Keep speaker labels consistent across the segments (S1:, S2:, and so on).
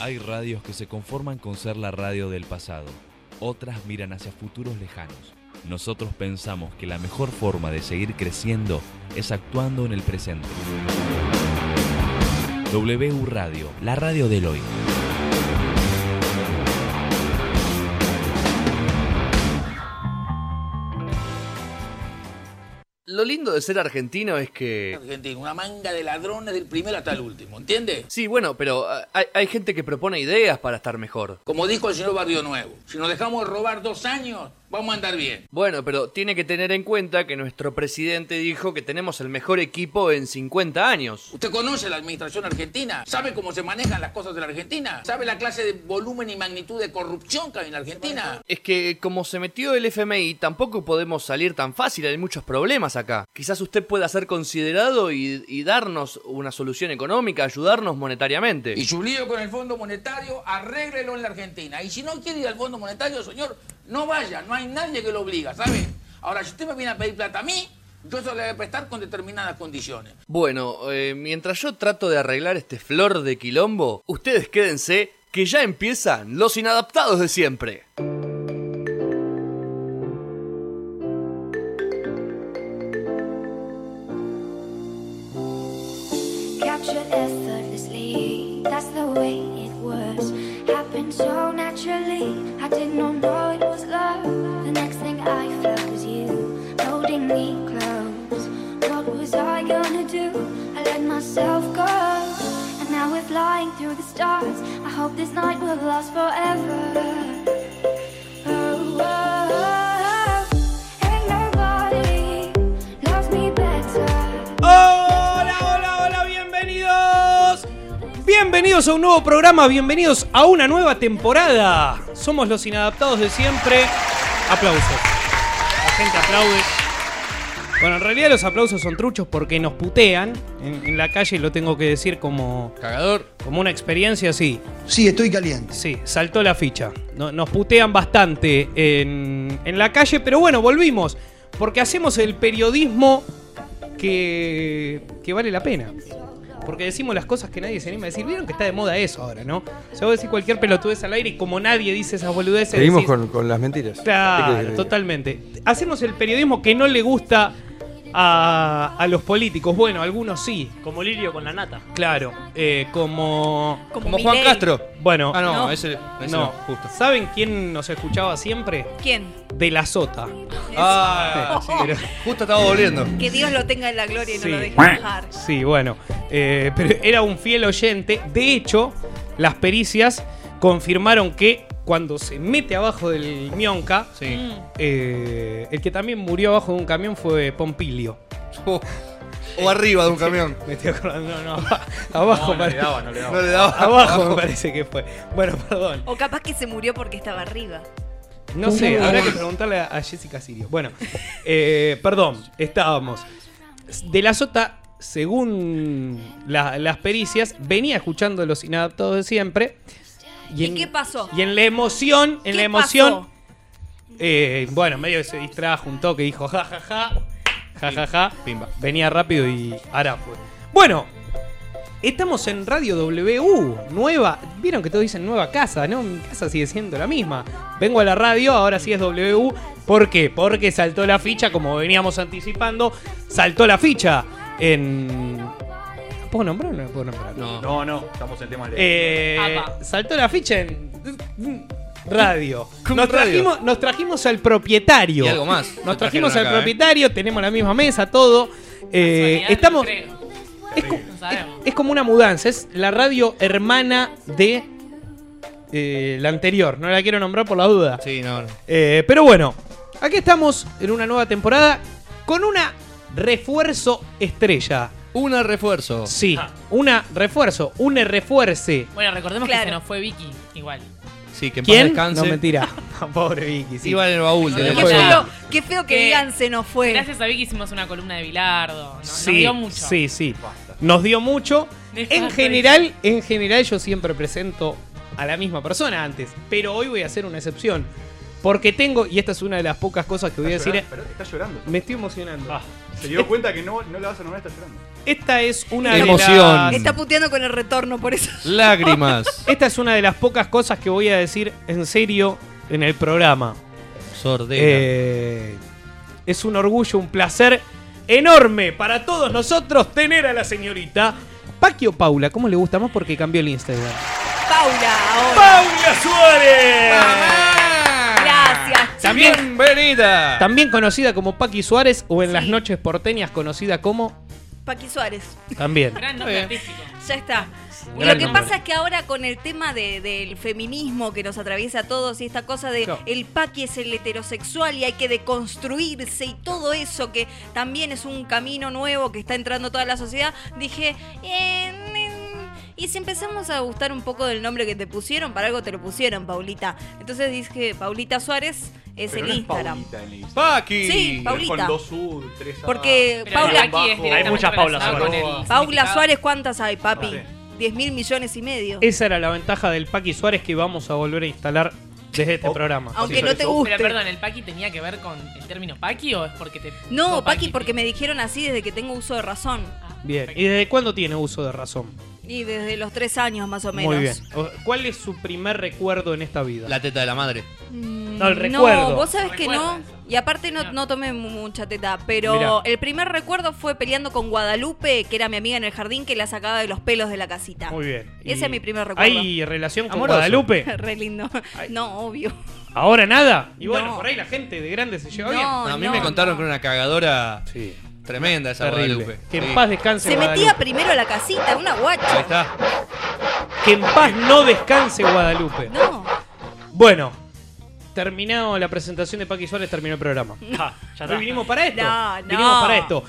S1: Hay radios que se conforman con ser la radio del pasado, otras miran hacia futuros lejanos. Nosotros pensamos que la mejor forma de seguir creciendo es actuando en el presente. WU Radio, la radio del hoy.
S2: Lo lindo de ser argentino es que...
S3: Argentina, una manga de ladrones del primero hasta el último, ¿entiendes?
S2: Sí, bueno, pero ah, hay, hay gente que propone ideas para estar mejor.
S3: Como dijo el señor Barrio Nuevo, si nos dejamos robar dos años, vamos a andar bien.
S2: Bueno, pero tiene que tener en cuenta que nuestro presidente dijo que tenemos el mejor equipo en 50 años.
S3: ¿Usted conoce la administración argentina? ¿Sabe cómo se manejan las cosas de la Argentina? ¿Sabe la clase de volumen y magnitud de corrupción que hay en la Argentina?
S2: Es que como se metió el FMI tampoco podemos salir tan fácil, hay muchos problemas acá. Quizás usted pueda ser considerado y, y darnos una solución económica, ayudarnos monetariamente.
S3: Y su lío con el Fondo Monetario, arréglelo en la Argentina. Y si no quiere ir al Fondo Monetario, señor, no vaya, no hay nadie que lo obliga, ¿sabe? Ahora, si usted me viene a pedir plata a mí, yo se la voy a prestar con determinadas condiciones.
S2: Bueno, eh, mientras yo trato de arreglar este flor de quilombo, ustedes quédense que ya empiezan los inadaptados de siempre.
S4: Captured effortlessly, that's the way it was. Happened so naturally, I did not know it was love. The next thing I felt was you holding me close. What was I gonna do? I let myself go, and now we're flying through the stars. I hope this night will last forever. Oh, oh, oh. Ain't nobody loves me better.
S5: Hola, hola, hola, bienvenidos. Bienvenidos a un nuevo programa, bienvenidos a una nueva temporada. Somos los inadaptados de siempre. Aplausos. La gente aplaude. Bueno, en realidad los aplausos son truchos porque nos putean en, en la calle, lo tengo que decir como,
S2: Cagador.
S5: como una experiencia así.
S6: Sí, estoy caliente.
S5: Sí, saltó la ficha. No- nos putean bastante en, en la calle, pero bueno, volvimos. Porque hacemos el periodismo que, que vale la pena. Porque decimos las cosas que nadie se anima a decir. Vieron que está de moda eso ahora, ¿no? Se va a decir cualquier pelotudez al aire y como nadie dice esas boludeces.
S7: Seguimos
S5: decís,
S7: con, con las mentiras. ¿Qué querés que
S5: Claro,
S7: diga?
S5: totalmente. Hacemos el periodismo que no le gusta a, a los políticos. Bueno, algunos sí.
S8: Como Lirio con la nata.
S5: Claro, eh, como...
S9: Como
S7: Como Juan
S9: Milei.
S7: Castro.
S5: Bueno,
S7: Ah, no,
S9: No.
S7: ese, ese
S5: no,
S7: no, justo.
S5: ¿Saben quién nos escuchaba siempre?
S9: ¿Quién?
S5: De la Sota.
S7: Ah,
S5: Sí, pero-
S7: justo estaba volviendo.
S9: Que Dios lo tenga en la gloria y no
S5: Sí.
S9: lo deje bajar.
S5: sí, bueno. eh, pero era un fiel oyente. De hecho, las pericias confirmaron que cuando se mete abajo del Mionca,
S7: Sí.
S5: eh, el que también murió abajo de un camión fue Pompilio.
S7: O, o arriba de un camión.
S5: Me estoy acordando, no, no, aba- abajo, pare-
S7: No le daba.
S5: abajo me parece que fue. Bueno, perdón.
S9: O capaz que se murió porque estaba arriba.
S5: No sé, habrá que preguntarle a- a Jessica Sirio. Bueno, eh, perdón, estábamos. De la Sota, según la- las pericias, venía escuchando los inadaptados de siempre.
S9: ¿Y qué pasó?
S5: Y en la emoción, en
S9: ¿Qué
S5: la emoción,
S9: pasó?
S5: eh, bueno, medio que se distrajo un toque, dijo ja ja ja, ja ja ja,
S7: Pimba.
S5: venía rápido y ahora fue. Bueno, estamos en Radio WU, nueva, vieron que todos dicen nueva casa, ¿no? Mi casa sigue siendo la misma. Vengo a la radio, ahora sí es WU, ¿por qué? Porque saltó la ficha, como veníamos anticipando, saltó la ficha en... ¿Puedo nombrar o no puedo nombrar?
S2: No.
S10: No, no, estamos en temas de.
S5: Eh,
S9: Apa.
S5: saltó la ficha en radio.
S7: ¿Cómo
S5: Nos
S7: radio?
S5: trajimos, nos trajimos al propietario.
S7: Y algo más.
S5: Nos
S7: Nos
S5: trajimos
S7: trajeron
S5: al
S7: acá, ¿eh?
S5: propietario, tenemos la misma mesa, todo. Eh,
S8: Casualidad,
S5: estamos.
S8: no creo.
S5: Es, co-
S8: No sabemos.
S5: es como una mudanza, es la radio hermana de eh, la anterior. No la quiero nombrar por la duda.
S7: Sí, no, no.
S5: Eh, pero bueno, aquí estamos en una nueva temporada con una refuerzo estrella.
S7: Una refuerzo.
S5: Sí,
S8: Ah.
S5: una refuerzo, un refuerce.
S8: Bueno, recordemos
S9: Claro.
S8: que se nos fue Vicky, igual.
S7: Sí, que en
S5: ¿Quién?
S7: paz descanse.
S5: No, mentira. Pobre Vicky, sí.
S7: Iba en el baúl.
S8: No,
S7: de
S8: no,
S7: la
S9: Qué
S8: Fue-
S9: feo, qué feo que
S8: Que-
S9: digan se nos fue.
S8: Gracias a Vicky hicimos una columna de Bilardo. ¿no?
S5: sí,
S8: nos dio mucho.
S5: sí, sí. Nos dio mucho.
S8: Nefasto
S5: en general, en general yo siempre presento a la misma persona antes, pero hoy voy a hacer una excepción. Porque tengo, y esta es una de las pocas cosas que voy a
S7: Está
S5: decir.
S7: llorando, perdón, está llorando.
S5: Me estoy emocionando.
S7: Se dio cuenta que no, no la vas a nombrar, está llorando.
S5: Esta es una de
S11: Emoción.
S5: las-
S9: Está puteando con el retorno, por eso.
S11: Lágrimas.
S5: Esta es una de las pocas cosas que voy a decir en serio en el programa.
S2: Sordera.
S5: Eh, es un orgullo, un placer enorme para todos nosotros tener a la señorita Paquio Paula. ¿Cómo le gusta más? Porque cambió el Instagram.
S9: Paula, ahora.
S5: ¡Paula Suárez!
S9: Gracias. chicos.
S11: Bienvenida.
S5: También conocida como Paqui Suárez o en
S9: Sí.
S5: las noches porteñas conocida como
S9: Paqui Suárez.
S5: también.
S1: Gran nombre artístico.
S9: Ya está. Y
S5: Gran
S9: lo que
S5: nombre.
S9: pasa es que ahora con el tema de- del feminismo que nos atraviesa a todos y esta cosa de
S5: Claro.
S9: el paqui es el heterosexual y hay que deconstruirse y todo eso que también es un camino nuevo que está entrando toda la sociedad, dije, eh, mm, y si empezamos a gustar un poco del nombre que te pusieron, para algo te lo pusieron, Paulita. Entonces dije, Paulita Suárez es
S7: Pero no
S9: el
S7: es
S9: Instagram.
S7: Paulita en el Instagram.
S11: Paqui.
S9: Sí,
S7: Con
S9: Paulita.
S7: dos U, tres A.
S9: Porque
S1: Pero
S9: Paula-
S1: el Paqui es directamente
S4: Hay muchas Paulas
S7: Suárez.
S1: relacionado con el
S9: Paula
S1: significado.
S9: Suárez, ¿cuántas hay, papi?
S7: Sí.
S9: 10 mil millones y medio.
S5: Esa era la ventaja del Paqui Suárez que vamos a volver a instalar desde este
S7: Oh.
S5: programa.
S9: Aunque
S7: Sí,
S9: no te
S7: eso-
S9: guste.
S1: Pero perdón, ¿el Paqui tenía que ver con el término Paqui o es porque te.
S9: No, Paqui, porque me dijeron así desde que tengo uso de razón.
S5: Bien. ¿Y desde cuándo tiene uso de razón?
S9: Y desde los tres años más o menos.
S5: Muy bien. O- ¿Cuál es su primer recuerdo en esta vida?
S2: La teta de la madre.
S9: Mm,
S5: No, el recuerdo.
S9: No, vos sabés que no.
S1: Recuerdo
S9: Y aparte no,
S1: Mirá.
S9: no tomé mu- mucha teta. Pero
S5: Mirá.
S9: el primer recuerdo fue peleando con Guadalupe, que era mi amiga en el jardín, que la sacaba de los pelos de la casita.
S5: Muy bien.
S9: Ese
S5: Y-
S9: es mi primer recuerdo.
S5: ¿Hay relación con
S2: Amoroso.
S5: Guadalupe?
S9: Re lindo. No, obvio.
S5: ¿Ahora nada? Y
S9: No.
S5: bueno, por ahí la gente de grande se lleva bien.
S9: No,
S2: a mí
S9: no,
S2: me contaron
S9: no.
S2: que era una cagadora
S5: Sí.
S2: tremenda esa
S5: Terrible.
S2: Guadalupe.
S5: Que en
S2: Sí.
S5: paz descanse
S9: Se
S5: Guadalupe.
S9: metía primero a la casita, una
S2: Ahí
S9: guacha.
S2: está.
S5: Que en paz no descanse Guadalupe.
S9: No.
S5: Bueno, terminado la presentación de Paqui Suárez, terminó el programa.
S4: Ja, ya
S5: Hoy
S4: está.
S5: vinimos para esto.
S9: No, no.
S5: Vinimos para esto.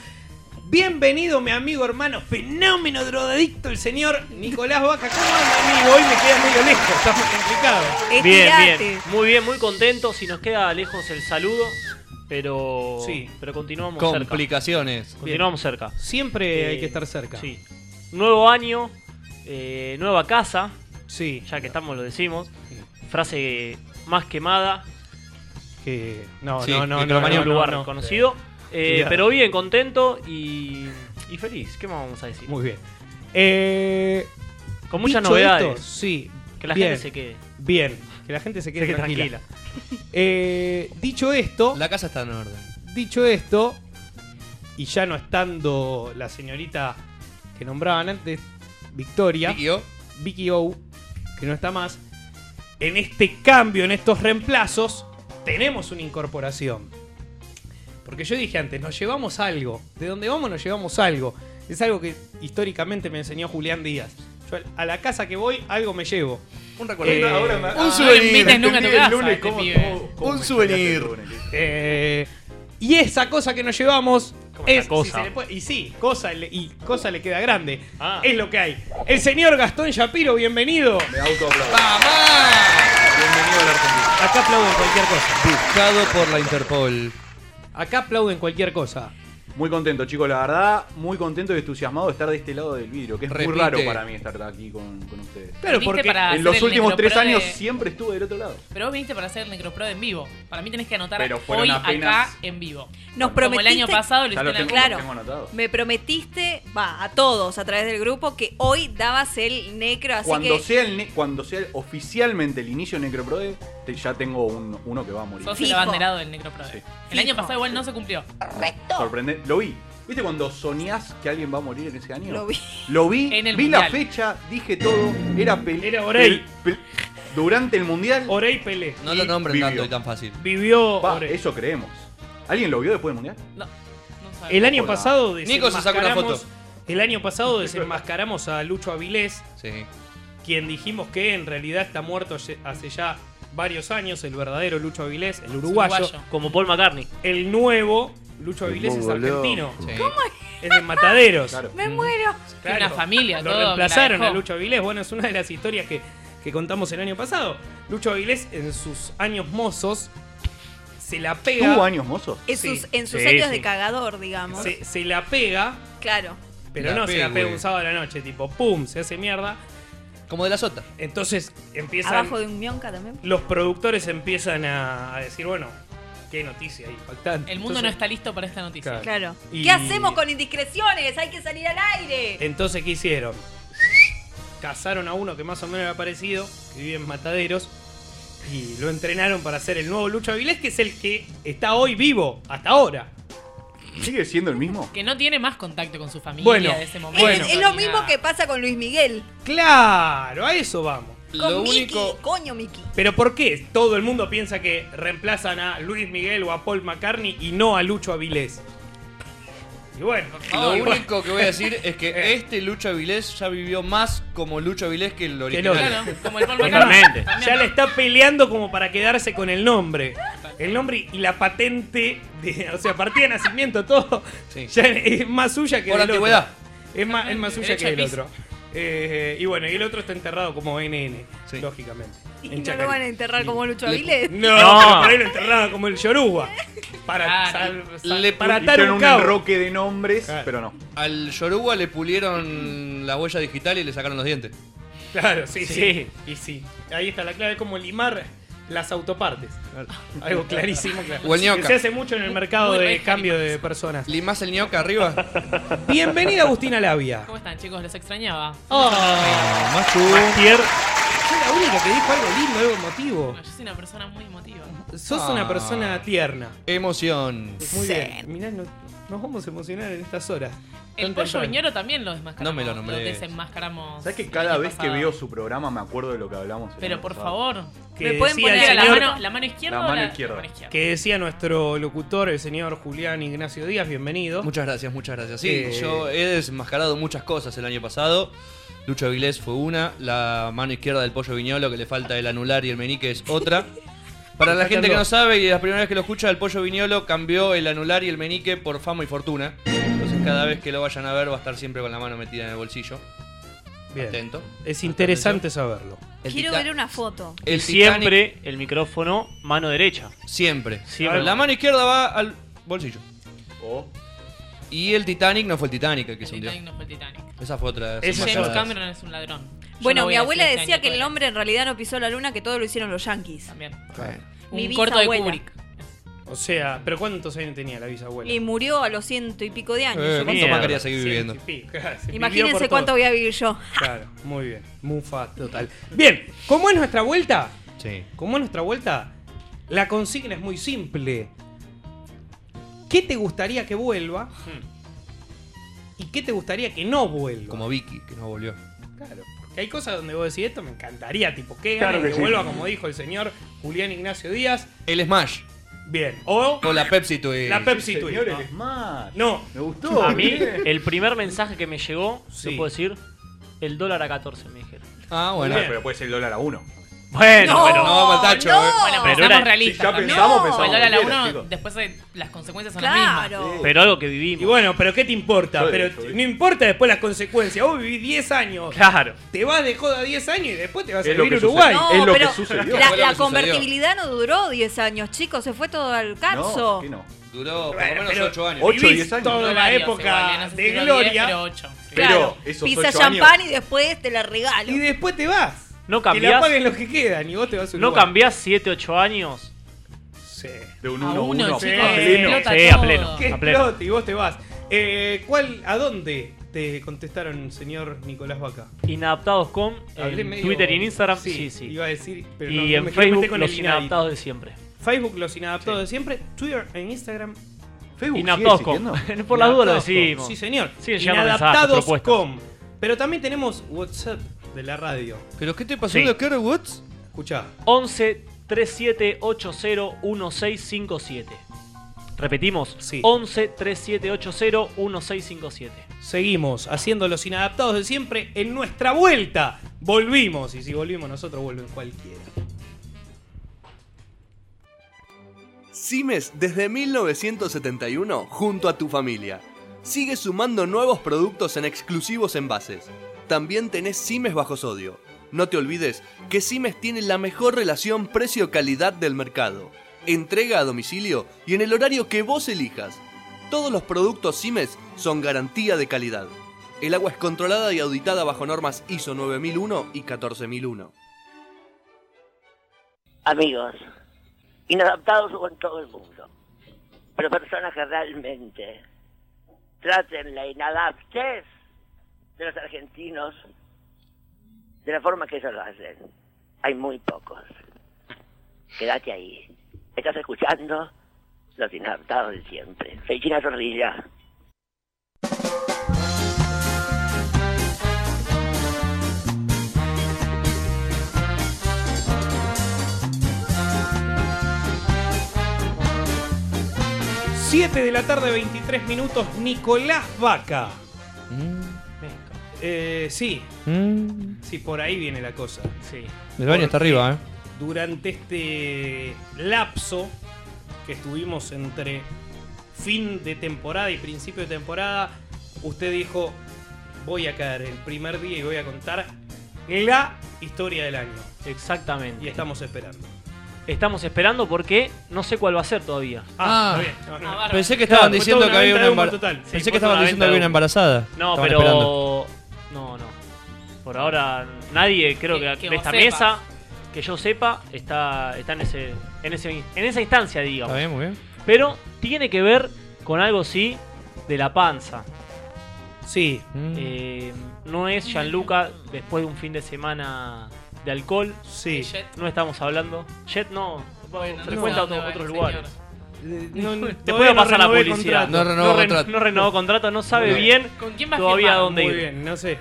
S5: Bienvenido, mi amigo, hermano, fenómeno drogadicto, el señor Nicolás Vaca. ¿Cómo anda, amigo? Hoy me queda medio lejos, está muy complicado.
S4: Bien,
S9: Estirate.
S4: bien. Muy bien, muy contento. Si nos queda lejos el saludo, pero,
S5: Sí.
S4: pero continuamos cerca.
S2: Complicaciones.
S4: Continuamos cerca. Eh,
S5: Siempre hay que estar cerca.
S4: Sí. Nuevo año, eh, nueva casa,
S5: Sí.
S4: ya que estamos lo decimos. Frase más quemada
S5: Que- No,
S2: Sí,
S5: no, no, no,
S4: en
S2: micromanía
S5: no,
S4: un lugar
S5: no.
S4: conocido. Eh,
S5: Cuidado.
S4: pero bien, contento y, y feliz. ¿Qué más vamos a decir?
S5: Muy bien. Eh,
S4: Con muchas
S5: dicho esto,
S4: novedades.
S5: sí.
S4: que la
S5: bien,
S4: gente se quede.
S5: Bien, que la gente se
S4: se
S5: quede
S4: quede
S5: tranquila.
S4: tranquila.
S5: Eh, dicho esto,
S2: La casa está en orden.
S5: dicho esto, y ya no estando la señorita que nombraban antes, Victoria,
S2: Vicky O.
S5: Vicky O, que no está más, en este cambio, en estos reemplazos, tenemos una incorporación. Porque yo dije antes, nos llevamos algo. De donde vamos nos llevamos algo. Es algo que históricamente me enseñó Julián Díaz. Yo a la casa que voy, algo me llevo.
S2: Un
S5: Eh,
S2: recuerdo.
S7: Ahora me-
S2: un
S7: ah,
S2: souvenir.
S7: entendí
S1: Invitan nunca a tu
S7: el
S1: casa,
S7: lunes
S1: este
S7: cómo-
S1: pibe.
S7: cómo- cómo
S2: Un
S7: me
S2: souvenir.
S7: extrañaste el lunes.
S5: Eh, y esa cosa que nos llevamos
S4: ¿Cómo
S5: es
S4: esa cosa?
S5: si se le puede- y sí, cosa le, y cosa le queda grande.
S4: Ah.
S5: Es lo que hay. El señor Gastón Shapiro, bienvenido.
S7: Me autoaplaudo.
S2: ¡Mamá!
S7: Bienvenido a la Argentina.
S5: Acá aplauden cualquier cosa.
S2: Buscado por la Interpol.
S5: Acá aplauden cualquier cosa.
S7: Muy contento, chicos, la verdad, muy contento y entusiasmado de estar de este lado del vidrio, que es
S2: Repite.
S7: muy raro para mí estar aquí con, con ustedes.
S5: Claro,
S1: Viniste
S5: porque
S1: para
S7: En
S1: hacer
S7: los
S1: el
S7: últimos tres
S1: necropro
S7: años
S1: de-
S7: siempre estuve del otro lado.
S1: Pero vos viniste para hacer el Necropro de en vivo. Para mí tenés que anotar
S7: Pero fueron
S1: hoy
S7: apenas-
S1: acá en vivo.
S9: Nos
S1: Como el
S9: prometiste
S1: año pasado lo
S7: Ya lo
S1: hiciste en
S7: tengo,
S1: la-
S9: claro.
S7: lo tengo anotado.
S9: Me prometiste, va, a todos a través del grupo, que hoy dabas el necro, así
S7: Cuando
S9: que
S7: sea, el ne- cuando sea oficialmente el inicio de Necroprode, te- ya tengo un- uno que va a morir.
S1: Sos el
S9: Fijo.
S1: abanderado del Necropro.
S7: Sí.
S1: El año
S9: Fijo.
S1: pasado igual no se cumplió.
S7: Sorprende. Lo vi. ¿Viste cuando soñás que alguien va a morir en ese año?
S9: Lo vi.
S7: Lo vi,
S1: En el
S7: vi
S1: mundial.
S7: la fecha, dije todo. Era pelea.
S5: Era Orey.
S7: durante el mundial.
S5: Orey Pelé.
S2: No lo
S7: Y
S2: nombren
S7: vivió.
S2: tanto y tan fácil.
S5: Vivió
S7: Pa,
S5: Orey.
S7: eso creemos. ¿Alguien lo vio después del mundial?
S1: No, no sabemos.
S5: El año
S7: Hola.
S5: pasado
S2: Nico se saca una
S5: desenmascaramos-
S2: foto.
S5: El año pasado desenmascaramos a Lucho Avilés,
S2: Sí.
S5: quien dijimos que en realidad está muerto hace- hace ya varios años, el verdadero Lucho Avilés, el uruguayo.
S1: uruguayo.
S4: Como Paul McCartney.
S5: El nuevo Lucho Avilés es
S7: mongoló.
S5: argentino.
S2: sí.
S5: Es de Mataderos.
S7: Claro.
S9: me muero.
S5: Claro.
S1: Tiene una familia,
S5: Lo
S1: todo,
S5: reemplazaron
S1: que la
S5: a
S1: dejó.
S5: Lucho Avilés. Bueno, es una de las historias que, que contamos el año pasado. Lucho Avilés, en sus años mozos, se la
S7: ¿Tuvo
S5: pega.
S7: años mozos?
S9: En
S5: Sí.
S9: sus, en sus
S4: Sí,
S9: años
S4: sí.
S9: de cagador, digamos.
S5: Se, se la pega,
S9: Claro.
S5: pero
S2: La
S5: no se la
S2: pegue.
S5: pega un sábado a la noche. Tipo, pum, se hace mierda.
S2: Como de la sota.
S5: Entonces empiezan.
S9: Abajo de un mionca también.
S5: Los productores empiezan a, a decir, bueno, qué noticia impactante.
S8: El mundo no está listo para esta noticia.
S9: Claro.
S5: Y-
S9: ¿Qué hacemos con indiscreciones? Hay que salir al aire.
S5: Entonces, ¿qué hicieron? Cazaron a uno que más o menos era parecido, que vive en Mataderos, y lo entrenaron para ser el nuevo Lucho Avilés, que es el que está hoy vivo, hasta ahora.
S7: ¿Sigue siendo el mismo?
S8: Que no tiene más contacto con su familia
S5: Bueno,
S8: de ese momento.
S5: bueno.
S9: es lo mismo que pasa con Luis Miguel.
S5: Claro, a eso vamos.
S9: Con Miki. Coño, Miki.
S5: Pero ¿por qué todo el mundo piensa que reemplazan a Luis Miguel o a Paul McCartney y no a Lucho Avilés? Y bueno,
S2: Lo
S5: y bueno.
S2: único que voy a decir es
S5: Eh.
S2: que este Lucho Avilés ya vivió más como Lucho Avilés que el
S5: Que no,
S2: original.
S8: como el Paul
S5: Totalmente.
S8: McCartney.
S5: Ya le está peleando como para quedarse con el nombre. El nombre y la patente, de, o sea, partida de nacimiento, todo.
S2: Sí.
S5: Ya es más suya que
S2: Por
S5: del
S2: antigüedad.
S5: otro. Es más, es más suya
S8: Derecho
S5: que el
S8: de piso.
S5: otro. Eh, y bueno, y el otro está enterrado como NN,
S2: Sí.
S5: lógicamente.
S9: Y
S5: en
S9: no
S5: Chacarita.
S9: lo van a enterrar como Lucho Avilés.
S5: No, pero por ahí lo enterraron como el Yoruba. Para,
S8: Claro.
S5: sal- sal-
S2: Ah, Le
S5: para atar
S7: Hicieron
S5: un
S7: un
S5: cabo.
S7: enroque de nombres,
S5: Claro.
S7: pero no.
S2: Al Yoruba le pulieron la huella digital y le sacaron los dientes.
S5: Claro, sí, sí, Y sí. Ahí está la clave, es como limar las autopartes. Algo clarísimo. claro.
S2: O el ñoca.
S5: Que se hace mucho en el mercado
S8: Muy
S5: de
S8: reja,
S5: cambio de personas.
S2: Limás el ñoca arriba.
S5: Bienvenida Agustina Labia.
S8: ¿Cómo están, chicos? Los extrañaba.
S5: Oh,
S2: Machu.
S5: Tier-
S12: Soy la única que dijo algo lindo, algo emotivo.
S8: Bueno, yo soy una persona muy emotiva.
S5: Sos una
S2: Ah.
S5: persona tierna.
S2: Emoción.
S5: Muy bien. Mirá, no- nos vamos a emocionar en estas horas.
S8: El
S5: Tan
S8: pollo
S5: temprano.
S8: viñero también lo desmascaramos.
S2: No me lo nombré.
S8: desenmascaramos.
S7: ¿Sabes que
S8: el
S7: cada
S8: año
S7: vez que
S8: pasado.
S7: veo su programa me acuerdo de lo que hablamos? el
S8: Pero
S7: año
S8: por
S7: pasado?
S8: favor.
S5: Que
S9: ¿Me pueden
S5: decía el
S9: poner a
S8: la,
S5: señor-
S8: mano, ¿La mano izquierda
S7: La
S8: o
S7: mano izquierda.
S8: la mano izquierda?
S5: Que decía nuestro locutor, el señor Julián Ignacio Díaz, bienvenido.
S2: Muchas gracias, muchas gracias. Sí,
S5: Eh.
S2: yo he desmascarado muchas cosas el año pasado. Lucho Avilés fue una, la mano izquierda del pollo viñolo que le falta el anular y el menique es otra. Para la
S5: Faltan
S2: gente que no
S5: dos.
S2: sabe y la primera vez que lo escucha, el pollo viñolo cambió el anular y el menique por fama y fortuna. Entonces cada vez que lo vayan a ver va a estar siempre con la mano metida en el bolsillo.
S5: Bien.
S2: Atento.
S5: Es interesante saberlo.
S2: El
S9: Quiero
S2: tita-
S9: ver una foto.
S2: el Titanic-
S5: Siempre el micrófono, mano derecha.
S2: Siempre.
S5: Siempre.
S2: La mano izquierda va al bolsillo.
S7: O-
S2: Y el Titanic no fue el Titanic el que
S8: Oh. El
S2: se hundió.
S8: Titanic no fue el Titanic.
S2: Esa fue otra.
S5: Es
S8: James
S5: Mayada.
S8: Cameron es un ladrón. Yo
S9: Bueno,
S8: no voy
S9: mi
S8: a
S9: abuela
S8: decir este
S9: decía
S8: año
S9: que el
S8: todavía.
S9: hombre en realidad no pisó la luna, que todo lo hicieron los yankees.
S8: También.
S2: Bueno.
S9: Mi
S8: un corto de
S9: bisabuela.
S8: Kubrick.
S5: O sea, ¿pero cuántos años tenía la bisabuela?
S9: Y murió a los ciento y pico de años.
S2: Eh, ¿Cuánto
S5: Mierda.
S2: más quería seguir viviendo?
S5: Sí, sí, claro, se vivió por
S9: Imagínense
S5: todo.
S9: cuánto voy a vivir yo.
S5: Claro, muy bien. Mufa total. Bien, ¿cómo es nuestra vuelta?
S2: Sí.
S5: ¿Cómo es nuestra vuelta? La consigna es muy simple. ¿Qué te gustaría que vuelva?
S8: Hmm.
S5: ¿Y qué te gustaría que no vuelva?
S2: Como Vicky, que no volvió.
S5: Claro, porque hay cosas donde vos decís esto, me encantaría, tipo, que,
S7: Claro
S5: gane,
S7: que
S5: que
S7: sí.
S5: vuelva, como dijo el señor Julián Ignacio Díaz.
S2: El Smash.
S5: Bien. O
S2: Con la Pepsi Twist.
S5: la Pepsi Twist.
S7: Señor, el Smash.
S5: No.
S7: Me gustó.
S13: A mí,
S7: bien.
S13: el primer mensaje que me llegó,
S5: Sí.
S13: lo puedo decir, el dólar a 14 me dijeron.
S2: Ah, bueno.
S7: Claro, pero puede ser el dólar a uno.
S5: Bueno,
S9: no,
S5: pero
S2: no, Maltacho, eh.
S8: Bueno, pero
S13: Pero
S8: seamos
S13: era-
S8: realistas.
S7: si ya
S8: también.
S7: pensamos,
S9: No.
S7: pensamos.
S8: Bueno, la
S7: cualquiera,
S8: uno,
S7: chicos.
S8: después eh, las consecuencias son las mismas.
S9: Claro.
S13: Pero algo que vivimos.
S5: Y bueno, pero ¿qué te importa?
S7: Yo
S5: pero
S7: digo, yo digo.
S5: no importa después las consecuencias. Vos vivís 10 años.
S13: Claro.
S5: Te vas de joda 10 años y después te vas a
S7: Es lo
S5: vivir
S7: que
S5: Uruguay.
S7: sucede.
S9: No,
S7: es lo que
S9: pero
S7: sucedió.
S9: la,
S2: Fue lo
S9: la
S2: que
S9: convertibilidad no duró 10 años, chicos. Se fue todo al
S7: No,
S9: calzo.
S7: ¿qué no?
S2: Duró por
S5: Bueno, pero-
S2: lo menos 8 años.
S7: Ocho,
S5: Vivís
S7: 10 años.
S5: Toda
S8: Son
S5: la
S8: varios,
S5: época
S8: igual, no sé si
S5: de
S8: eran
S5: gloria.
S8: 10, pero ocho, sí.
S7: Pero
S9: Claro,
S7: esos
S9: pisa
S7: ocho años-
S9: champán y después te la regalo.
S5: y después te vas.
S13: No
S5: Que la
S13: cambiás.
S5: paguen los que quedan y vos te vas a
S13: No
S5: Uruguay.
S13: cambiás 7, 8 años.
S5: Sí.
S7: De un
S8: A
S7: 1
S8: uno,
S5: sí.
S8: chicos,
S5: a pleno.
S8: explota
S13: Sí, a
S8: todo.
S13: pleno.
S5: Que
S13: A pleno.
S5: explote y vos te vas. Eh, ¿Cuál, a dónde te contestaron, señor Nicolás Vaca?
S13: Inadaptados con
S5: Hablé
S13: en
S5: medio-
S13: Twitter y en Instagram.
S5: Sí,
S13: Sí, sí.
S5: Iba a decir, pero no,
S13: Y
S5: no
S13: en
S5: me quiero meter
S13: Facebook
S5: con
S13: los
S5: el inadaptado.
S13: inadaptados de siempre.
S5: Facebook, los inadaptados de siempre. Twitter e Instagram
S7: Facebook
S13: Inaptos
S7: sigue existiendo.
S13: con. Por las dudas lo
S5: Inadaptados com.
S13: decimos.
S5: Sí, señor.
S13: Sí, llegando mensajes,
S5: Inadaptados
S13: propuestas.
S5: com. Pero también tenemos WhatsApp de la radio.
S2: ¿Pero qué te pasó de Kerry Woods?
S5: Escuchá.
S13: 11 37801657. Repetimos.
S5: Sí.
S13: 11 37801657.
S5: Seguimos haciendo los inadaptados de siempre en nuestra vuelta. Volvimos. Y si volvimos nosotros, vuelven cualquiera.
S14: Simes desde 1971 junto a tu familia. Sigue sumando nuevos productos en exclusivos envases. También tenés Simes bajo sodio. No te olvides que Simes tiene la mejor relación precio-calidad del mercado. Entrega a domicilio y en el horario que vos elijas. Todos los productos Simes son garantía de calidad.
S15: El agua es controlada y auditada bajo normas ISO 9001 y 14001.
S16: amigos, inadaptados con todo el mundo, pero personas que realmente traten la inadaptez de los argentinos de la forma que ellos lo hacen. Hay muy pocos. Quédate ahí. Estás escuchando los inadaptados de siempre. Fechina Zorrilla.
S5: Siete de la tarde, 23 minutos, Nicolás Vaca.
S2: Mm,
S5: Eh, sí, sí, por ahí viene la cosa. Sí.
S2: El Mm. baño está arriba, ¿eh?
S5: durante este lapso que estuvimos entre fin de temporada y principio de temporada, usted dijo, voy a caer el primer día y voy a contar la historia del año.
S13: Exactamente.
S5: Y estamos esperando.
S13: Estamos esperando porque no sé cuál va a ser todavía.
S5: Ah,
S13: está bien.
S5: no, no.
S2: Pensé que
S13: Claro,
S2: estaban
S13: fue
S2: diciendo
S13: toda
S2: que había
S13: venta
S2: una
S13: de humo
S2: embara-
S13: total.
S2: Pensé
S13: Sí,
S2: que
S13: fue
S2: estaban
S13: toda
S2: diciendo que había
S13: venta de humo.
S2: una embarazada.
S13: No,
S2: Estaban
S13: pero
S2: esperando.
S13: no, no. Por ahora nadie creo que,
S8: que
S13: de
S8: vos
S13: esta
S8: sepas.
S13: mesa que yo sepa está está en ese en ese en esa instancia, digamos.
S2: Está bien, muy bien.
S13: Pero tiene que ver con algo sí de la panza. Eh,
S5: Sí.
S2: Mm.
S13: no es Gianluca después de un fin de semana de alcohol.
S5: Sí.
S13: No estamos hablando. Jet no. frecuenta
S8: no,
S13: otro-
S8: no,
S13: otros
S8: señor.
S13: lugares.
S5: Eh, No, no,
S13: Después va
S5: todavía
S13: a
S5: no
S13: pasar la
S5: renové
S13: publicidad.
S5: contrato. No renovó
S13: re-
S5: contrato.
S13: no renovó contrato, no sabe
S5: Muy
S13: bien,
S5: bien. ¿Con quién va a
S13: todavía a
S5: firmar?
S13: dónde
S5: Muy
S13: ir.
S5: bien, no sé.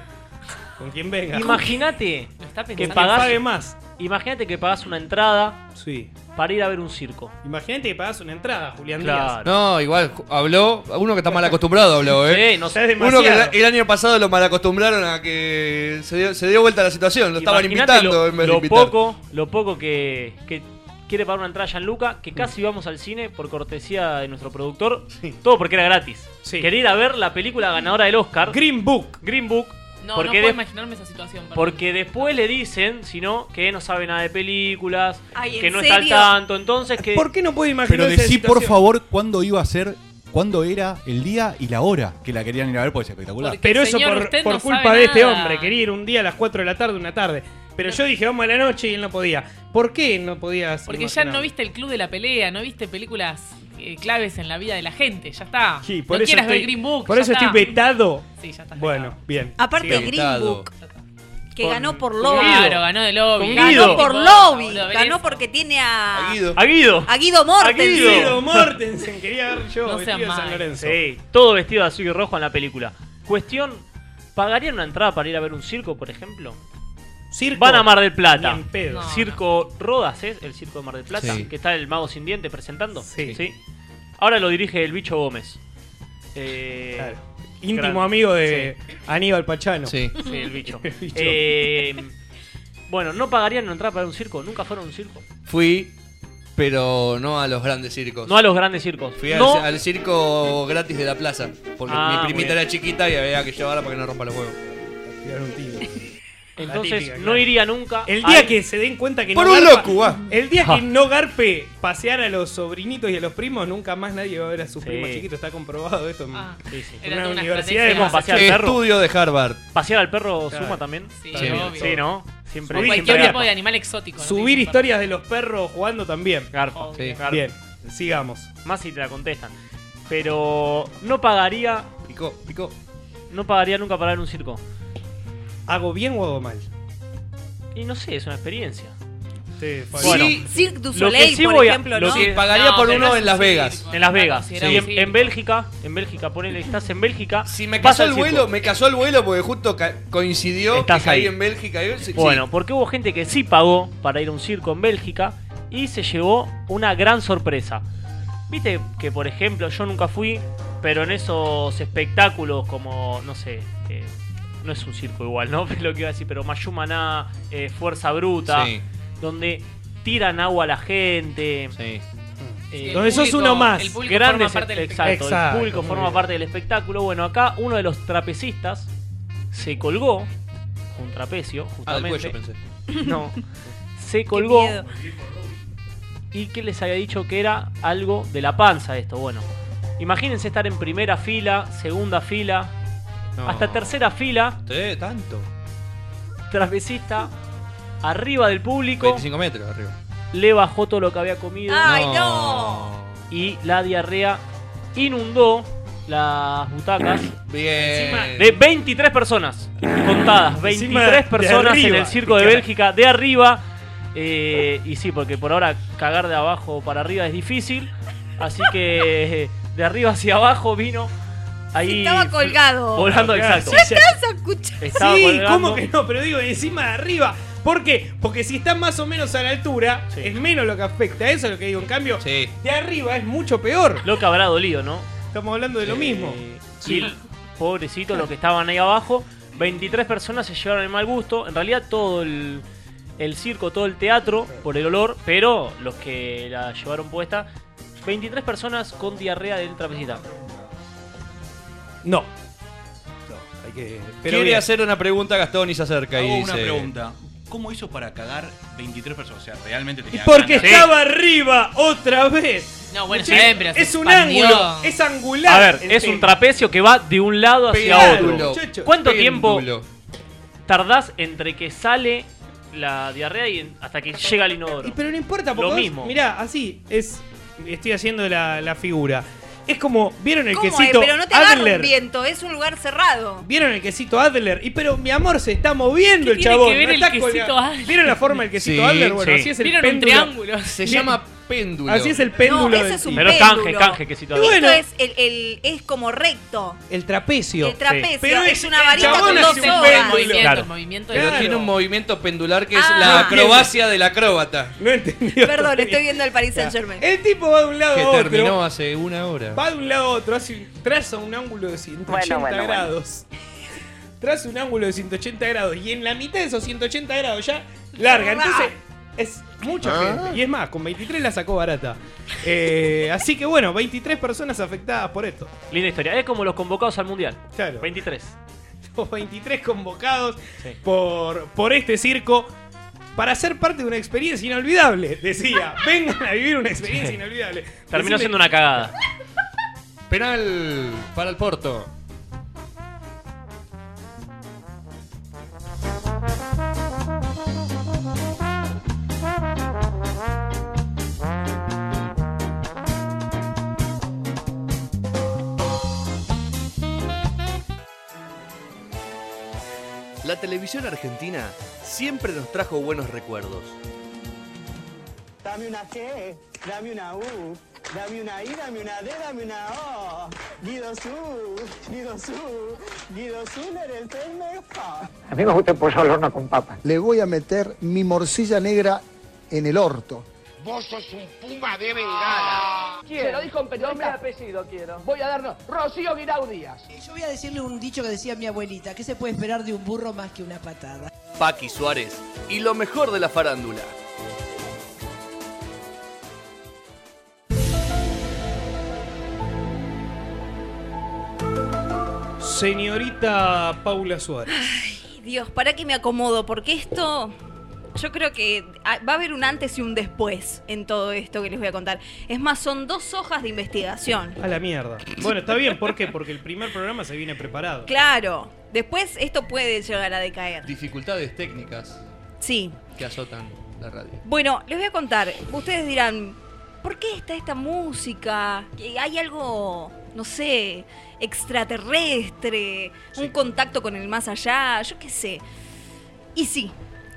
S5: Con quién venga.
S13: Imagínate
S5: está pensando.
S13: que
S5: Que
S13: pagás,
S5: pague más.
S13: Imagínate que pagás una entrada
S5: sí.
S13: para ir a ver un circo.
S5: Imagínate que pagas una entrada, Julián
S13: Claro.
S2: No, igual ju- habló. Uno que está mal acostumbrado habló, ¿eh?
S13: Sí, no
S2: sé.
S13: demasiado.
S2: Uno que la- el año pasado lo mal acostumbraron a que se dio, se dio vuelta la situación. Lo estaban
S13: Imaginate
S2: invitando
S13: lo,
S2: en vez de
S13: lo
S2: invitar.
S13: poco, lo poco que, que quiere pagar una entrada Gianluca,
S5: Mm.
S13: que casi vamos al cine por cortesía de nuestro productor, todo porque era gratis. Quería ir a ver la película ganadora del Oscar.
S5: Green Book.
S13: Green Book.
S8: No, no
S13: porque
S8: puedo
S13: de-
S8: imaginarme esa situación. perdón.
S13: Porque después le dicen, si no, que no sabe nada de películas,
S8: Ay, ¿en
S13: que no está al
S8: serio?
S13: tanto, entonces que...
S5: ¿Por qué no puede imaginar
S7: Pero
S5: esa
S7: decí,
S5: situación?
S7: por favor, cuándo iba a ser, cuándo era el día y la hora que la querían ir a ver, porque es espectacular.
S5: Pero eso por, por culpa de este hombre. Quería ir un día a las 4 de la tarde, una tarde. Pero yo dije, vamos a la noche y él no podía. ¿Por qué no podía
S8: Porque ya no viste el club de la pelea, no viste películas eh, claves en la vida de la gente, ya está.
S5: Sí, por
S8: no
S5: eso
S8: quieras
S5: estoy-
S8: ver Green Book.
S5: Por
S8: ya
S5: eso
S8: está.
S5: estoy vetado.
S8: Sí, ya está.
S5: Bueno, bien.
S9: Aparte,
S5: Sigamos.
S9: Green Book, que
S5: Con-
S9: ganó por
S5: con
S9: lobby.
S5: Guido.
S8: Claro, ganó de lobby.
S5: Con
S9: Ganó
S5: Guido.
S9: por
S5: Tipo,
S9: lobby.
S8: boludo,
S9: Ganó porque tiene a.
S13: A Guido.
S9: A Guido Mortensen.
S5: Guido Mortensen, quería ver yo
S13: No seas
S5: vestido de San
S13: mal.
S5: Lorenzo.
S13: Sí, todo vestido de azul y rojo en la película. Cuestión, ¿pagarían una entrada para ir a ver un circo, por ejemplo?
S5: ¿Circo?
S13: Van a Mar del Plata.
S5: Ni en pedo. No,
S13: circo Rodas, ¿es? El circo de Mar del Plata,
S5: Sí.
S13: que está el mago sin diente presentando.
S5: Sí.
S13: Ahora lo dirige el bicho Gómez. Eh,
S5: Íntimo
S13: gran-
S5: amigo de Aníbal Pachano.
S13: Sí. Sí, el bicho. Eh, bueno, ¿no pagarían una entrada para un circo? ¿Nunca fueron a un circo?
S2: Fui, pero no a los grandes circos.
S13: No a los grandes circos.
S2: Fui al-
S13: No.
S2: al, circo gratis de la plaza. Porque
S13: Ah,
S2: mi primita
S13: bueno.
S2: era chiquita y había que llevarla para que no rompa los huevos.
S13: Entonces,
S5: típica,
S13: no
S5: claro.
S13: iría nunca.
S5: El día
S13: al-
S5: que se den cuenta que
S13: Por
S5: no
S13: un
S5: garpa-
S13: loco, va.
S5: El día
S13: Ja.
S5: que no garpe pasear a los sobrinitos y a los primos, nunca más nadie va a ver a sus
S13: Sí. Ah,
S5: primos chiquitos. Está comprobado esto en, en
S13: Era
S5: una,
S13: toda una
S5: universidad
S13: estrategia.
S5: de
S13: Como pasear al perro. Estudio de Harvard. ¿Pasear al perro
S5: Claro.
S13: suma también?
S5: Sí,
S13: Está bien.
S5: obvio.
S13: Sí, ¿no? Siempre.
S5: O
S13: siempre
S5: cualquier
S13: garpa.
S5: tipo de
S8: animal exótico.
S5: Subir historias de los perros jugando también.
S13: Garpa. Sí. Garpa.
S5: Bien, sigamos.
S13: Más si te la contestan. Pero no pagaría.
S2: Picó, picó.
S13: No pagaría nunca para ver un circo.
S5: ¿Hago bien o hago mal?
S13: Y no sé, es una experiencia.
S5: Fabi. Sí,
S9: Cirque du
S13: lo que
S9: Soleil, por
S13: voy a-
S9: ejemplo,
S13: lo
S9: ¿no?
S13: que-
S2: Pagaría por uno en Las Vegas.
S13: En Las Vegas.
S2: Sí.
S13: Y en, en Bélgica, en Bélgica, ponele, estás en Bélgica. Si
S2: Me casó el vuelo, me casó el vuelo porque justo ca- coincidió
S13: Estás
S2: que caí
S13: ahí.
S2: en Bélgica. y- sí,
S13: Bueno, porque hubo gente que sí pagó para ir a un circo en Bélgica y se llevó una gran sorpresa. Viste que, por ejemplo, yo nunca fui, pero en esos espectáculos como, no sé, eh, no es un circo igual, ¿no? Lo que iba a decir, pero Mayumaná, eh, Fuerza Bruta,
S2: Sí.
S13: donde tiran agua a la gente. Eh,
S5: Sí, el Donde sos público- uno más. el público
S13: Grandes,
S5: forma parte del
S13: exacto,
S5: espectáculo.
S13: el público
S5: Exacto, muy
S13: forma
S5: bien.
S13: parte del espectáculo. Bueno, acá uno de los trapecistas se colgó, un trapecio,
S2: Ah, del
S13: justamente.
S2: cuello pensé.
S13: No. Se colgó.
S2: miedo.
S13: Y que les había dicho que era algo de la panza esto. Bueno, imagínense estar en primera fila, segunda fila,
S17: No.
S13: Hasta tercera fila.
S2: tanto.
S13: Travesista. Arriba del público.
S2: 25 metros arriba.
S13: Le bajó todo lo que había comido.
S9: ¡Ay,
S13: no! Y la diarrea inundó las butacas.
S2: Bien.
S13: De 23 personas contadas. 23
S2: Encima de
S13: personas en
S2: arriba.
S13: el circo de
S2: Claro.
S13: Bélgica de arriba. Eh, y sí, porque por ahora cagar de abajo para arriba es difícil. Así que eh, de arriba hacia abajo vino. Ahí
S9: Estaba colgado.
S13: Volando, exacto.
S9: ¿No estás escuchando?
S13: Estaba
S5: sí,
S13: colgando.
S5: ¿cómo que no? Pero digo, encima de arriba. ¿Por qué? Porque si está más o menos a la altura, es menos lo que afecta. Eso es lo que digo. En cambio, de arriba es mucho peor.
S13: Lo que habrá dolido, ¿no?
S5: Estamos hablando de lo mismo.
S13: Eh, Y el- pobrecito los que estaban ahí abajo. 23 personas se llevaron el mal gusto. En realidad todo el, el circo, todo el teatro por el olor, pero los que la llevaron puesta, 23 personas con diarrea del trapecita.
S5: No.
S2: Hay que... Pero Quiere
S7: bien.
S2: hacer una pregunta a Gastón y se acerca y
S7: Hago
S2: dice...
S7: una pregunta. ¿Cómo hizo para cagar 23 personas? O sea, realmente tenía
S5: Porque
S7: ganas.
S5: estaba arriba otra vez.
S8: No, bueno,
S5: Che,
S8: siempre se
S5: Es un
S8: expandió.
S5: ángulo. Es angular.
S13: A ver,
S5: el
S13: es
S5: tema.
S13: un trapecio que va de un lado hacia
S5: Péndulo,
S13: otro.
S5: muchacho,
S13: ¿Cuánto
S5: péndulo.
S13: tiempo tardás entre que sale la diarrea y en- hasta que llega al inodoro?
S5: Y pero no importa, porque
S13: Lo
S5: vos-
S13: mismo.
S5: mirá, así es. Estoy haciendo la, la figura. Es como, ¿vieron el
S9: ¿Cómo es?
S5: quesito
S9: Pero no te agarra un
S5: Adler?
S9: viento, es un lugar cerrado.
S5: ¿Vieron el quesito Adler? Y pero, mi amor, se está moviendo
S9: ¿Qué
S5: el
S9: tiene
S5: chabón.
S9: que ver
S5: no
S9: el
S5: está
S9: quesito
S5: colgado.
S9: Adler?
S5: ¿Vieron la forma del quesito
S2: Sí,
S5: Adler? Bueno,
S2: sí.
S5: así es el
S8: Vieron un
S5: péndulo.
S8: triángulo.
S5: Se
S2: llama péndulo.
S5: Así es el péndulo.
S9: No, ese
S5: del
S9: es un
S5: tipo.
S13: Pero es canje,
S9: péndulo.
S13: canje, quesito Adler.
S5: Bueno.
S9: Esto es, el, el- es como recto.
S5: El trapecio.
S9: El trapecio
S5: Sí. Pero
S9: es,
S5: es-
S9: una
S5: el
S9: varita
S5: chabón
S9: con dos
S5: hace un
S9: sogas.
S5: péndulo. Claro.
S2: Pero
S5: Claro.
S2: tiene un movimiento pendular que es la
S9: Ah. No entiendo.
S2: acrobacia del acróbata.
S5: No entendió.
S9: Perdón, estoy viendo el Paris Saint Germain.
S5: El tipo va de un lado
S2: Que
S5: a otro.
S2: terminó hace una hora.
S5: Va de un lado a otro, hace un- traza un ángulo de 180
S2: Bueno, bueno,
S5: grados. Traza un ángulo de 180 grados y en la mitad de esos 180 grados ya larga. Entonces es mucha
S17: Ah.
S5: gente. Y es más, con 23 la sacó barata. Eh, así que bueno, 23 personas afectadas por esto.
S13: Linda historia. Es como los convocados al mundial. 23.
S5: Los 23 convocados por, por este circo para ser parte de una experiencia inolvidable, decía. Vengan a vivir una experiencia
S13: Sí.
S5: inolvidable.
S13: Terminó
S5: Decime-
S13: siendo una cagada.
S2: Penal para el Porto.
S18: La televisión argentina siempre nos trajo buenos recuerdos.
S11: Dame una T, dame una U, dame una I, dame una D, dame una O. Guido Su, Guido Su, Guido Su, eres el mejor.
S19: A mí me gusta el pollo al horno con papas. Le voy a meter mi morcilla negra en el orto.
S3: Vos sos un puma de bengala.
S20: Se lo dijo un periodista.
S3: Nombre y apellido quiero. Voy a darnos Rocío Guirao Díaz.
S20: Eh, Yo voy a decirle un dicho que decía mi abuelita, ¿qué se puede esperar de un burro más que una patada?
S21: Paqui Suárez y lo mejor de la farándula.
S5: Señorita Paula Suárez.
S9: Dios, ¿para qué me acomodo? Porque esto. Yo creo que ah, va a haber un antes y un después en todo esto que les voy a contar. Es más, son dos hojas de investigación.
S5: A la mierda. Bueno, está bien, ¿por qué? Porque el primer programa se viene preparado.
S9: Claro, después esto puede llegar a decaer.
S2: Dificultades técnicas
S9: Sí.
S2: que azotan la radio.
S9: Bueno, les voy a contar. Ustedes dirán, ¿por qué está esta música? Que ¿Hay algo, no sé, extraterrestre? ¿Un contacto con el más allá? Yo qué sé. Y sí,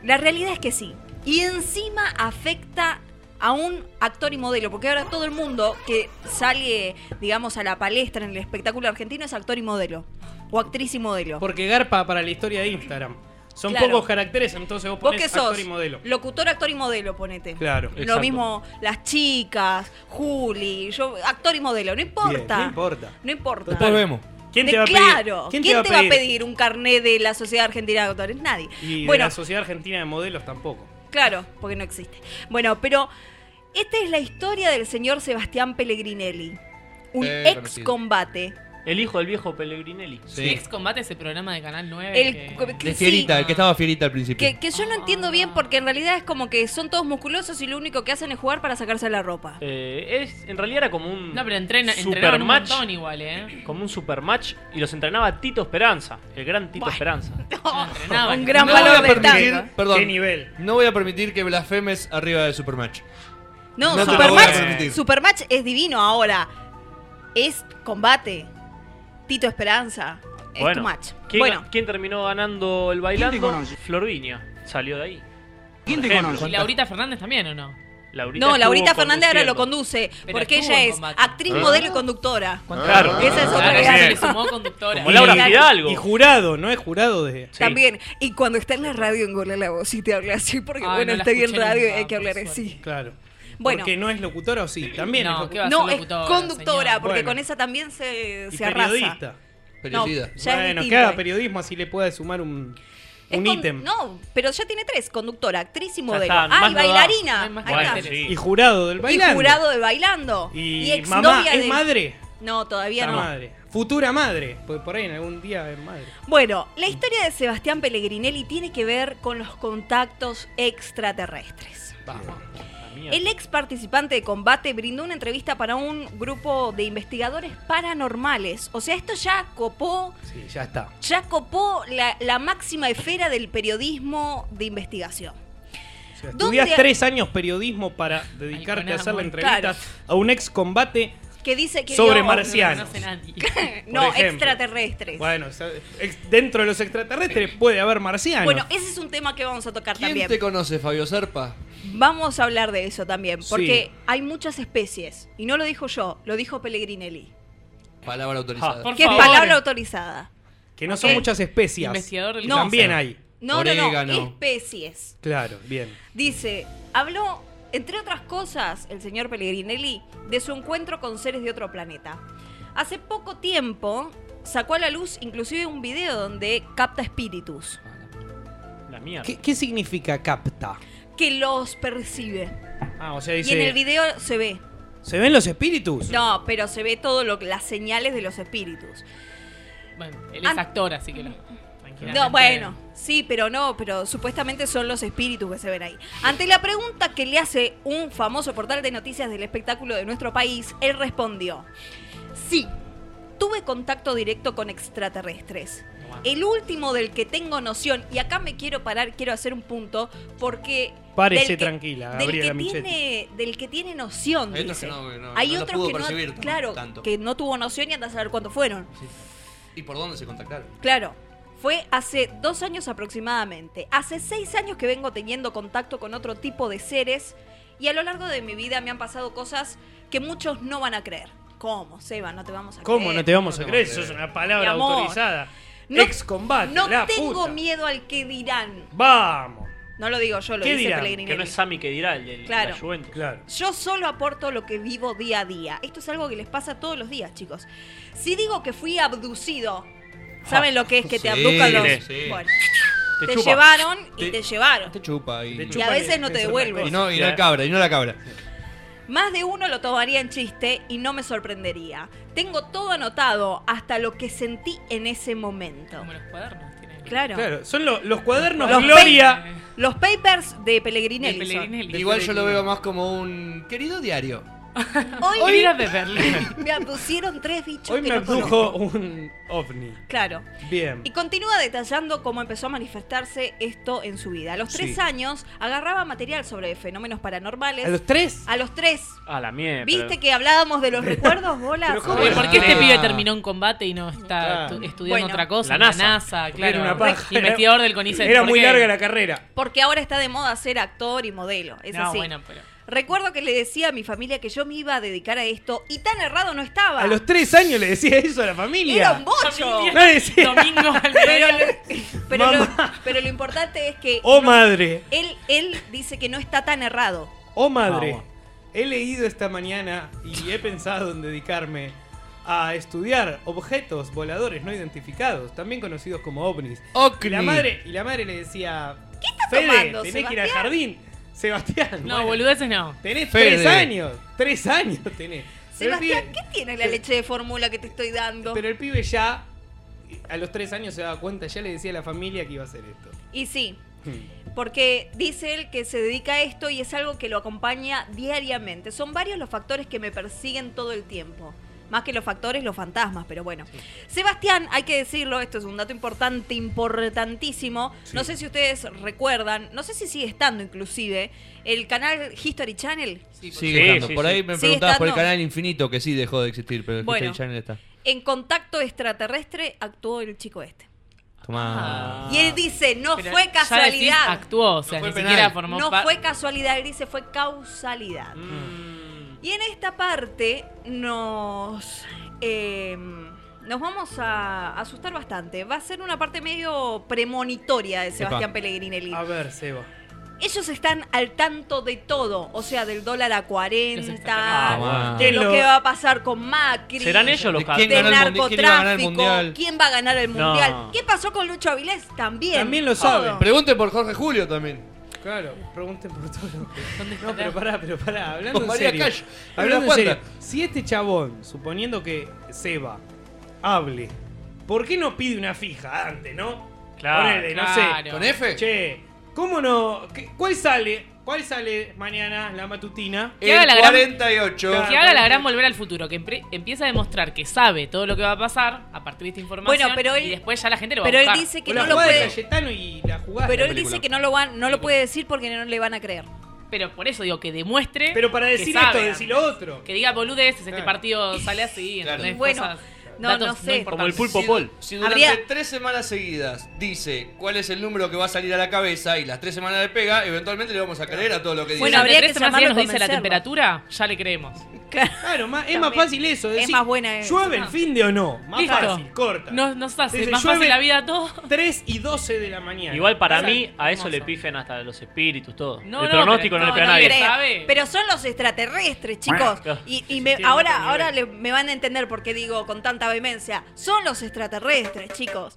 S9: la realidad es que sí. Y encima afecta a un actor y modelo, porque ahora todo el mundo que sale, digamos, a la palestra en el espectáculo argentino es actor y modelo. O actriz y modelo.
S5: Porque garpa para la historia de Instagram. Son
S9: Claro.
S5: pocos caracteres, entonces vos
S9: Vos
S5: ponés
S9: que sos
S5: actor y modelo.
S9: locutor, actor y modelo, ponete.
S5: Claro,
S9: Lo
S5: exacto.
S9: mismo las chicas, Juli, yo, actor y modelo, no
S5: Bien,
S9: importa.
S5: no importa.
S9: No importa.
S5: Después vemos. ¿Quién te
S9: De-
S5: va a pedir?
S9: Claro, ¿quién, te, va a
S5: pedir?
S9: pedir un carnet de la Sociedad Argentina de Actores? Nadie.
S5: Y de
S9: bueno,
S5: la Sociedad Argentina de Modelos tampoco.
S9: claro, porque no existe. Bueno, pero esta es la historia del señor Sebastián Pellegrinelli, un
S5: Eh,
S9: ex combate
S13: El hijo del viejo Pellegrinelli.
S8: Ex combate ese programa de Canal 9.
S9: El
S8: que-
S9: co- que-
S2: De
S9: sí,
S2: Fierita, el que estaba Fierita al principio.
S9: que, que yo no entiendo bien porque en realidad es como que son todos musculosos y lo único que hacen es jugar para sacarse la ropa.
S13: Eh, es, en realidad era como un.
S9: No, pero
S8: entrena- entrenaban un montón igual, ¿eh?
S13: Como un supermatch y los entrenaba Tito Esperanza, el gran Tito Esperanza.
S22: 네,
S8: Entrenaban.
S9: Un gran
S2: No
S9: valor
S2: voy a
S9: de
S2: permitir-
S9: tango.
S2: Perdón.
S13: ¿Qué nivel?
S2: No voy a permitir que blasfemes arriba de Supermatch.
S9: No,
S2: No te lo voy a
S9: Supermatch,
S2: permitir.
S9: Supermatch es divino ahora. Es combate. Tito Esperanza. Es tu match.
S13: ¿quién,
S9: Bueno,
S13: quién terminó ganando el bailando? Florvinia. Salió de ahí. ¿Quién
S8: ¿Y Laurita Fernández también o no?
S9: no, Laurita Fernández ahora lo conduce
S8: Pero
S9: porque
S8: estuvo
S9: ella
S8: en
S9: es
S8: combate.
S9: actriz,
S13: ¿Eh?
S9: modelo y conductora.
S13: Claro.
S9: Esa es otra
S13: Claro,
S9: que
S13: ella
S9: gana.
S13: se le sumó Como Laura Fidalgo.
S5: Y jurado, no es jurado de.
S9: También. Y cuando está en la radio engola la voz y te habla así porque,
S5: Ay,
S9: bueno,
S5: no la
S9: está bien
S5: escuché
S9: radio y
S5: nunca,
S9: hay que hablar
S5: por
S9: así.
S5: Claro.
S9: Bueno.
S5: Porque no es locutora o sí, también
S9: no,
S5: es locutora.
S9: es conductora, porque con esa también se,
S5: Y
S9: se arrasa.
S5: periodista.
S9: No, Periodista. ya es
S5: bueno, que
S9: distinto.
S5: haga periodismo así le puede sumar un
S9: Es
S5: un
S9: con-
S5: ítem.
S9: No, pero ya tiene tres: conductora, actriz y modelo.
S5: está,
S9: ah,
S5: más
S9: y
S5: no da.
S9: bailarina. Ahí
S5: Bueno,
S9: está.
S5: sí. Y jurado del bailando.
S9: Y jurado de bailando.
S5: Y
S9: ex
S5: mamá,
S9: novia
S5: ¿es
S9: de-
S5: madre?
S9: No, todavía
S5: Está
S9: no.
S5: madre. Futura madre, porque por ahí en algún día es madre.
S9: Bueno, la historia de Sebastián Pellegrinelli tiene que ver con los contactos extraterrestres. El ex participante de combate brindó una entrevista para un grupo de investigadores paranormales. O sea, esto ya copó,
S5: Sí, ya está.
S9: ya copó la, la máxima esfera del periodismo de investigación.
S5: O sea,
S9: ¿Dónde-
S5: estudiás tres años periodismo para dedicarte a hacerle entrevistas a un ex combate
S9: Que dice que
S5: sobre
S9: vio-
S5: marcianos.
S9: No,
S5: Por ejemplo.
S9: extraterrestres.
S5: Bueno, o sea, ex- dentro de los extraterrestres puede haber marcianos.
S9: Bueno, ese es un tema que vamos a tocar también.
S5: conoce, Fabio Serpa?
S9: Vamos a hablar de eso también,
S2: Sí.
S9: porque hay muchas especies. Y no lo dijo yo, lo dijo Pellegrinelli.
S2: Palabra
S9: Ah,
S2: autorizada.
S9: que es palabra autorizada.
S5: Que no son
S9: Ok.
S5: muchas especies.
S9: Investigador del
S5: No. También
S9: cáncer.
S5: hay.
S9: No, no, no, especies.
S5: Claro, bien.
S9: Dice, habló, entre otras cosas, el señor Pellegrinelli de su encuentro con seres de otro planeta. Hace poco tiempo sacó a la luz inclusive un video donde capta espíritus,
S13: La mierda.
S5: ¿Qué, qué significa capta?
S9: que los percibe.
S5: Ah, o sea,
S9: Y en
S5: dice.
S9: el video se ve.
S5: ¿Se ven los espíritus?
S9: No, pero se ve todo lo que- las señales de los espíritus.
S8: Bueno, él es
S9: Ah.
S8: actor, así que lo.
S9: No, bueno, sí, pero no, pero supuestamente son los espíritus que se ven ahí. Ante la pregunta que le hace un famoso portal de noticias del espectáculo de nuestro país, él respondió, sí, tuve contacto directo con extraterrestres. El último del que tengo noción, y acá me quiero parar, quiero hacer un punto, porque...
S5: Parece
S9: del que-
S5: tranquila,
S9: Del que,
S5: Gabriela Michetti.
S9: tiene, del que tiene noción,
S2: Hay otros
S9: dice.
S2: que no, que no-
S9: Hay
S2: no lo
S9: otros
S2: pudo
S9: que no-
S2: percibir tan-
S9: claro,
S2: tanto.
S9: que no tuvo noción y anda a saber cuántos fueron.
S2: ¿Y por dónde se contactaron?
S9: Claro, fue hace dos años aproximadamente. Hace seis años que vengo teniendo contacto con otro tipo de seres y a lo largo de mi vida me han pasado cosas que muchos no van a creer. ¿Cómo, Seba? No te vamos a
S5: ¿Cómo
S9: creer.
S5: no te vamos a creer? Eso es una palabra
S9: Mi amor,
S5: autorizada.
S9: no-
S5: ex combate.
S9: No
S5: la
S9: tengo
S5: puta.
S9: miedo al que dirán.
S5: Vamos.
S9: No lo digo yo, lo
S13: ¿Qué
S9: dice
S13: dirá?
S9: Pellegrinelli.
S13: Que no es Sammy que dirá, el de la
S9: Claro.
S13: Juventus.
S5: Claro.
S9: Yo solo aporto lo que vivo día a día. Esto es algo que les pasa todos los días, chicos. Si digo que fui abducido, ¿saben lo que es que te
S2: Sí,
S9: abducan los.?
S2: sí.
S9: Bueno,
S2: Te
S9: te,
S2: chupa.
S9: llevaron
S2: Te-
S9: y te, llevaron.
S2: Te chupa y.
S9: Te chupa Y a veces y- no te es una devuelve. cosa.
S2: Y no, y no
S9: Ya.
S2: la cabra, y no la cabra.
S9: Más de uno lo tomaría en chiste y no me sorprendería. Tengo todo anotado hasta lo que sentí en ese momento. Como los cuadernos Claro.
S5: Claro, son lo- los cuadernos
S9: Los
S5: Gloria.
S9: pa- los papers de Pellegrinelli. son.
S2: Igual yo lo veo más como un querido diario.
S9: Hoy,
S8: de Berlín.
S9: me abducieron tres bichos
S5: Hoy
S9: que
S5: me
S9: no conozco.
S5: abdujo un ovni.
S9: Claro.
S5: Bien.
S9: Y continúa detallando cómo empezó a manifestarse esto en su vida. A los tres
S13: Sí.
S9: años agarraba material sobre fenómenos paranormales.
S13: ¿A los tres?
S9: A los tres.
S13: A Ah, la mierda.
S9: ¿Viste que hablábamos de los recuerdos, bolas?
S8: Pero, ¿cómo? ¿Por qué este
S13: Ah.
S8: pibe terminó en combate y no está tu- estudiando
S9: Bueno.
S8: otra cosa?
S13: La
S8: La
S13: NASA.
S8: NASA,
S13: Porque
S8: claro.
S13: era una paja.
S8: Y Investigador del CONICET.
S5: Era
S8: ¿por
S5: muy
S8: qué?
S5: larga la carrera.
S9: Porque ahora está de moda ser actor y modelo. Es
S8: No,
S9: así.
S8: bueno, pero.
S9: Recuerdo que le decía a mi familia que yo me iba a dedicar a esto y tan errado no estaba.
S5: A los tres años le decía eso a la familia.
S9: Ah. Era un bocho.
S5: No le decía.
S9: pero, pero lo, pero lo importante es que.
S5: Oh
S9: no-
S5: madre.
S9: Él, él dice que no está tan errado.
S5: Oh madre.
S13: Vamos.
S5: He leído esta mañana y he pensado en dedicarme a estudiar objetos voladores no identificados, también conocidos como ovnis.
S2: Ocni.
S5: Y la madre, y la madre le decía, ¿qué
S9: estás
S5: Fede,
S9: tomando,
S5: tenés que ir al
S9: Sebastián?"
S5: jardín. Sebastián.
S8: No,
S5: bueno,
S8: boludeces no.
S5: Tenés
S13: Fede.
S5: tres años. Tres años tenés.
S9: Sebastián, ¿qué tiene la leche de fórmula que te estoy dando?
S5: Pero el pibe ya, a los tres años se daba cuenta, ya le decía a la familia que iba a hacer esto.
S9: Y sí,
S8: Hmm.
S9: porque dice él que se dedica a esto y es algo que lo acompaña diariamente. Son varios los factores que me persiguen todo el tiempo. Más que los factores, los fantasmas, pero bueno. Sebastián, hay que decirlo, esto es un dato importante, importantísimo. No sé si ustedes recuerdan, no sé si sigue estando inclusive, el canal History Channel.
S23: Sigue estando. por ahí me
S9: Sigue
S23: preguntabas por el
S9: estando.
S23: canal infinito, que sí dejó de existir, pero el
S9: Bueno.
S23: History Channel está.
S9: En Contacto Extraterrestre actuó el chico este.
S23: Tomá.
S9: Y él dice, no
S8: Ah, Pero
S9: fue
S8: ya decís,
S9: casualidad.
S8: actuó, o sea,
S9: No
S8: ni
S9: fue
S8: siquiera
S9: penal.
S8: formó
S9: No
S8: pa-
S9: fue casualidad, él dice, fue causalidad. Y en esta parte nos. eh, nos vamos a asustar bastante. Va a ser una parte medio premonitoria de Sebastián
S5: Epa.
S9: Pellegrinelli.
S5: A ver, Seba.
S9: Ellos están al tanto de todo, o sea, del dólar a 40,
S13: Ah, bueno.
S9: de lo
S13: Lo-
S9: que va a pasar con Macri,
S13: ¿Serán ellos los
S9: del
S13: ¿Quién ganó el mundi- quién
S9: narcotráfico,
S13: iba a ganar el mundial?
S9: quién va a ganar el
S13: No.
S9: mundial, qué pasó con Lucho Avilés, también. Todo.
S2: Pregunte por Jorge Julio también.
S5: Claro, pregunten por todo lo que. No, pero pará, pero pará, hablando
S2: Con
S5: en
S2: María
S5: serio.
S2: Cayo, en
S5: hablando
S2: una
S5: en serio,
S2: cuadra.
S5: si este chabón, suponiendo que Seba hable, ¿por qué no pide una fija antes, no?
S13: Claro,
S5: Ponele, no
S13: claro.
S5: sé.
S13: ¿Con F?
S5: Che, ¿cómo no? ¿Qué- ¿Cuál sale? ¿Cuál sale mañana la matutina?
S8: Que haga la gran-
S2: 48.
S8: Que haga la gran volver al futuro, que empre- empieza a demostrar que sabe todo lo que va a pasar a partir de esta información.
S9: Bueno, pero él-
S8: y después ya la gente lo va
S9: pero
S8: a
S9: él
S8: buscar.
S9: dice que Hola, no lo jugada de puede- Pero él
S8: película.
S9: dice que no lo van, no lo puede decir porque no le van a creer.
S8: Pero por eso digo que demuestre.
S5: Pero para
S8: que
S5: decir
S8: sabe
S5: esto,
S8: antes.
S5: decir lo otro.
S8: Que diga boludeces, este partido sale así, ¿entendés?
S9: Bueno,
S8: Cosas-
S9: no,
S8: datos
S9: no sé.
S8: importantes.
S2: Si- Si durante tres semanas seguidas dice cuál es el número que va a salir a la cabeza y las tres semanas le pega, eventualmente le vamos a creer a todo lo que dice.
S8: Bueno, habría que semanas nos dice la temperatura, ya le creemos.
S5: Claro, más- es más fácil eso.
S8: Es
S5: Decir,
S8: más buena esa.
S5: ¿Llueve el fin de o no? Más
S8: Listo.
S5: fácil, corta.
S8: No- nos hace
S5: Dice,
S8: más fácil
S5: llueve
S8: la vida a todos.
S5: 3 y 12 de la mañana.
S13: Igual para
S5: Esa-
S13: mí, a eso le pifen hasta los espíritus, todo.
S9: No,
S13: el
S9: no,
S13: pronóstico no,
S9: pero-
S13: le pega a
S9: no, no
S13: nadie.
S9: creo. Pero son los extraterrestres, chicos. Y, y me-
S13: tiene otro
S9: ahora,
S13: nivel.
S9: ahora le- me van a entender por qué digo con tanta vehemencia. Son los extraterrestres, chicos.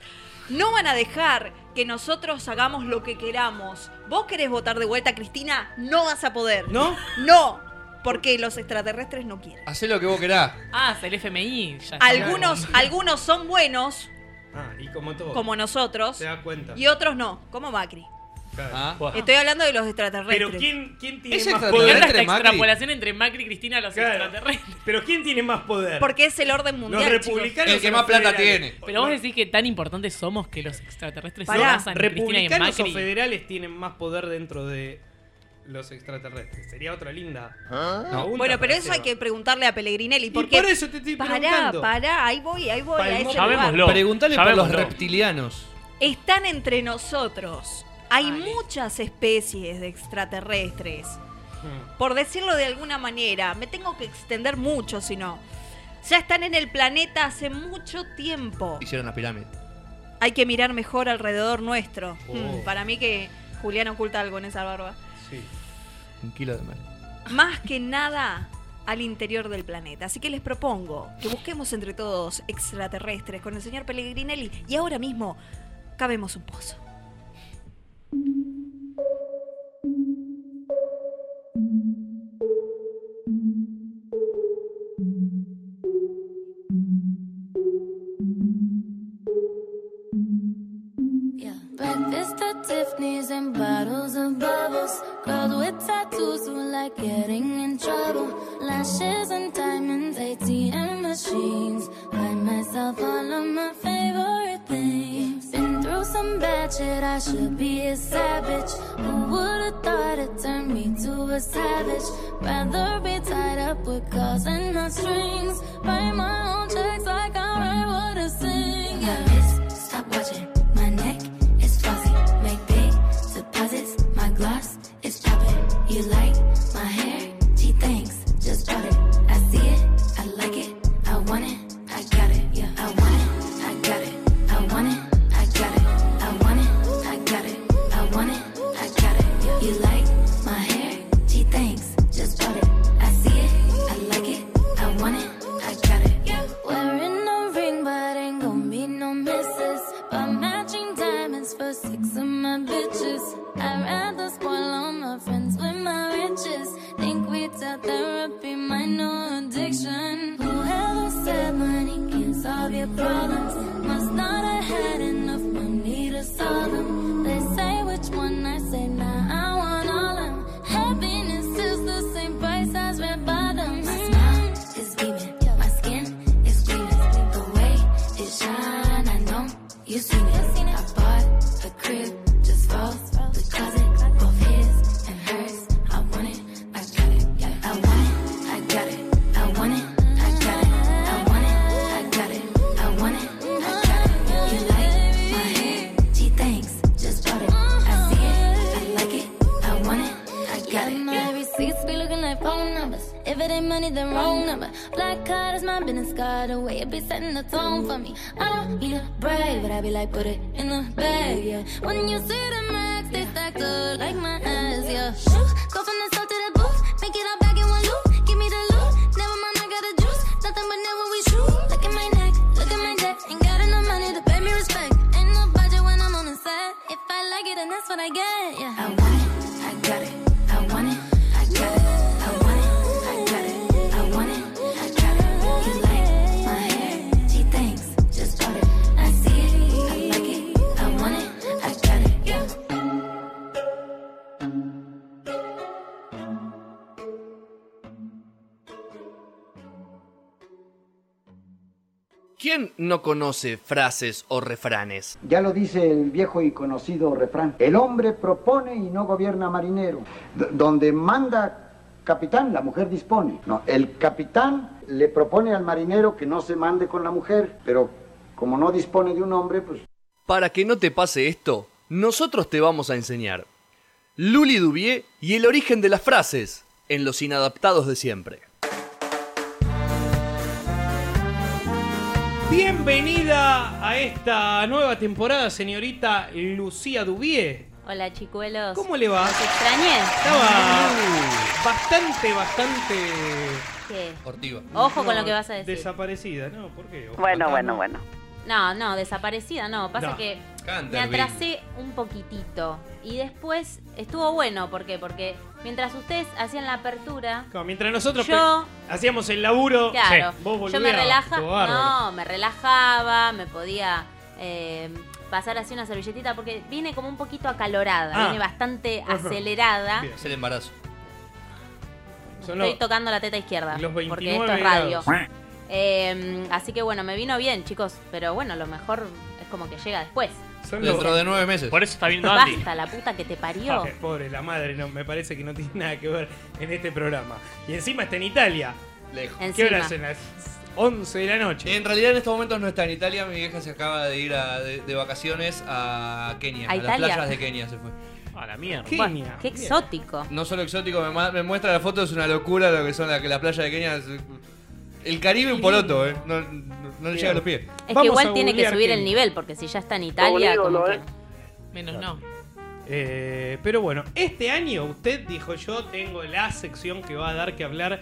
S9: No van a dejar que nosotros hagamos lo que queramos. ¿Vos querés votar de vuelta, Cristina? No vas a poder.
S5: ¿No?
S9: No. Porque los extraterrestres no quieren.
S2: Hacé lo que vos querás.
S8: Ah, es el FMI. ya está.
S9: Algunos, algunos son buenos,
S5: Ah, y como todo.
S9: como nosotros,
S5: Se da cuenta.
S9: y otros no, como Macri.
S5: Claro.
S9: Estoy hablando de los extraterrestres.
S5: Pero ¿quién, quién tiene
S9: ¿Es
S5: más
S9: extraterrestre
S5: poder?
S9: Esta Macri?
S8: extrapolación entre Macri y Cristina a los
S5: Claro.
S8: extraterrestres.
S5: Pero ¿quién tiene más poder?
S9: Porque es el orden mundial.
S5: Los
S9: chicos.
S5: republicanos
S2: El que
S5: son
S2: más
S5: los
S2: plata
S5: federales.
S2: tiene.
S8: Pero vos decís que tan importantes somos que los extraterrestres se
S5: No,
S8: basan en Cristina y en
S5: republicanos o
S8: Macri.
S5: federales tienen más poder dentro de los extraterrestres. Sería otra linda.
S2: ¿Ah?
S5: pregunta
S9: Bueno, pero
S5: para
S9: eso hay
S5: Seba.
S9: que preguntarle a Pellegrinelli. Porque
S5: por eso te estoy
S9: pará,
S5: preguntando.
S9: Pará, ahí voy, ahí voy. A ese lugar.
S5: Llamémoslo,
S2: Preguntale por los
S13: llamémoslo.
S2: reptilianos.
S9: Están entre nosotros. Hay muchas especies de extraterrestres.
S2: Hmm.
S9: Por decirlo de alguna manera, me tengo que extender mucho si no. Ya están en el planeta hace mucho tiempo.
S2: Hicieron las pirámides.
S9: Hay que mirar mejor alrededor nuestro.
S2: Oh.
S9: Mm, Para mí que Julián oculta algo en esa barba.
S2: Sí. Un kilo de mar.
S9: más que nada al interior del planeta. Así que les propongo que busquemos entre todos extraterrestres con el señor Pellegrinelli y ahora mismo cabemos un pozo.
S22: Breakfast at Tiffany's and bottles of bubbles. Girls with tattoos who like getting in trouble. Lashes and diamonds, ATM machines. Buy myself all of my favorite things. Been through some bad shit, I should be a savage. Who would've thought it turned me to a savage? Rather be tied up with calls and not strings. Write my own checks like I write what I sing. Yeah. Stop watching my neck. It's fuzzy, make big deposits. My gloss is popping. You like my hair? She thinks, just bought it. I see it, I like it, I want it, I got it. Yeah, I want it, I got it, I want it, I got it, I want it, I got it, I want it, I got it. Yeah. You like my hair? She thinks, just bought it. I see it, I like it, I want it, I got it. Yeah. Wearing a ring, but ain't gon' be no misses. But matching diamonds for six of my bitches. I'd rather spoil all my friends with my riches. Think we tell therapy my new addiction. solve your problems. Must not have had enough money to solve them. They say which one I say now. I want all of 'em. Happiness is the same price as red bottoms. My smile is beaming, my skin is gleaming. The way it shine, I know you seen it. I bought a crib just for the closet, both his and hers. I want it, I got it, I want it, I got it, I want it. I got it, I want it, I got it, I want it, I got it. You like my hair? Gee, thanks, just bought it. I see it, I like it, I want it, I got it. My receipts be looking like phone numbers. If it ain't money, then wrong number. Black card is my business card. The way it be setting the tone for me. I don't need a brave, but I be like, put it in the bag, yeah. When you see the max, they stacked up like my ass, yeah. Shoot, go from the south to the booth. Make it all back in one loop. Give me the loot. Never mind, I got the juice. Nothing but never we shoot. Look at my neck, look at my debt. Ain't got enough money to pay me respect. Ain't no budget when I'm on the set. If I like it, then that's what I get, yeah. I want it, I got it, I want it. I got it, I want it, I got it, I want it, I got it. You like my hair? She thinks, just bought it. I see it, I like it, I want it, I got it. Yeah.
S24: ¿Quién no conoce frases o refranes?
S19: Ya lo dice el viejo y conocido refrán. El hombre propone y no gobierna marinero. D- donde manda capitán, la mujer dispone. No, el capitán le propone al marinero que no se mande con la mujer, pero como no dispone de un hombre, pues
S24: Para que no te pase esto, nosotros te vamos a enseñar Luli Dubié y el origen de las frases en Los Inadaptados de Siempre.
S5: Bienvenida a esta nueva temporada, señorita Lucía Dubié.
S23: Hola chicuelos.
S5: ¿Cómo le va?
S23: ¿Los extrañé?
S5: Estaba bastante, bastante...
S23: ¿Qué?
S5: Ortiva.
S23: Ojo con lo que vas a decir.
S5: Desaparecida, ¿no? ¿Por qué?
S23: Bueno, bueno,
S5: bueno.
S23: No, no, desaparecida no. Pasa
S5: No.
S23: que me
S5: Canterville.
S23: atrasé un poquitito. Y después estuvo bueno. ¿Por qué? Porque mientras ustedes hacían la apertura...
S5: mientras nosotros
S23: Yo-
S5: pe- hacíamos el laburo,
S23: Claro,
S5: vos
S23: yo
S5: volvías.
S23: me relaja,
S5: estuvo bárbaro.
S23: no, me relajaba, me podía eh, pasar así una servilletita porque viene como un poquito acalorada,
S2: Ah.
S23: viene bastante
S2: Ajá.
S23: acelerada.
S2: Es el embarazo.
S23: Estoy tocando la teta izquierda,
S2: los
S23: porque esto
S2: 29
S23: es radio.
S2: grados.
S23: Eh, así que bueno, me vino bien, chicos, pero bueno, lo mejor es como que llega después.
S2: Dentro de nueve meses.
S9: Por eso está viendo Andy.
S23: Basta, la puta que te parió.
S5: Ah, Pobre, la madre, no, me parece que no tiene nada que ver en este programa. Y encima está en Italia. ¿Qué
S23: Encima.
S5: hora son las 11 de la noche?
S2: En realidad en estos momentos no está en Italia, mi vieja se acaba de ir a- de, de vacaciones a Kenia,
S23: ¿A
S2: a, las
S23: Italia?
S2: playas de Kenia se fue.
S9: A la mierda.
S23: Bueno, qué exótico.
S2: No solo exótico, me, ma- me muestra la foto, es una locura lo que son la- que las playas de Kenia. es- El Caribe un poloto, eh. No, no- no le llega a los pies.
S23: Es que igual tiene que subir el nivel, porque si ya está en Italia, como que-
S8: Menos no.
S5: Eh, pero bueno, este año usted dijo yo tengo la sección que va a dar que hablar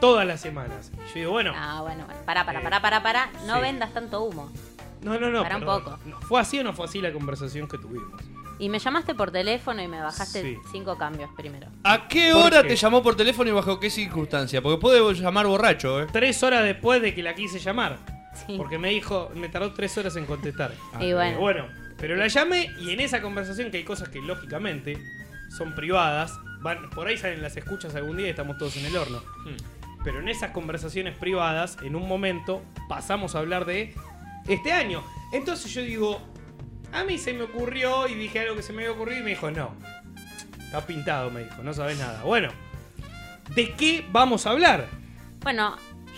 S5: todas las semanas. Y yo digo, bueno,
S23: Ah, bueno, bueno. Pará, pará,
S5: Eh,
S23: pará, pará, pará. No
S5: sí.
S23: vendas tanto humo.
S5: no, no, no.
S23: pará un
S5: perdón.
S23: poco.
S5: No, ¿Fue así o no fue así la conversación que tuvimos?
S23: Y me llamaste por teléfono y me bajaste
S5: Sí.
S23: cinco cambios primero.
S2: ¿A qué
S5: ¿Por
S2: hora
S5: qué?
S2: te llamó por teléfono y bajo qué circunstancia? Porque puede llamar borracho, eh.
S5: Tres horas después de que la quise llamar. Porque me dijo, me tardó tres horas en contestar.
S23: Y
S5: Eh,
S23: bueno.
S5: pero la llamé y en esa conversación que hay cosas que lógicamente son privadas, van, por ahí salen las escuchas algún día y estamos todos en el horno. Pero en esas conversaciones privadas, en un momento, pasamos a hablar de este año. Entonces yo digo, a mí se me ocurrió y dije algo que se me había ocurrido y me dijo, no, está pintado, me dijo, no sabes nada. Bueno, ¿de qué vamos a hablar?
S23: Bueno,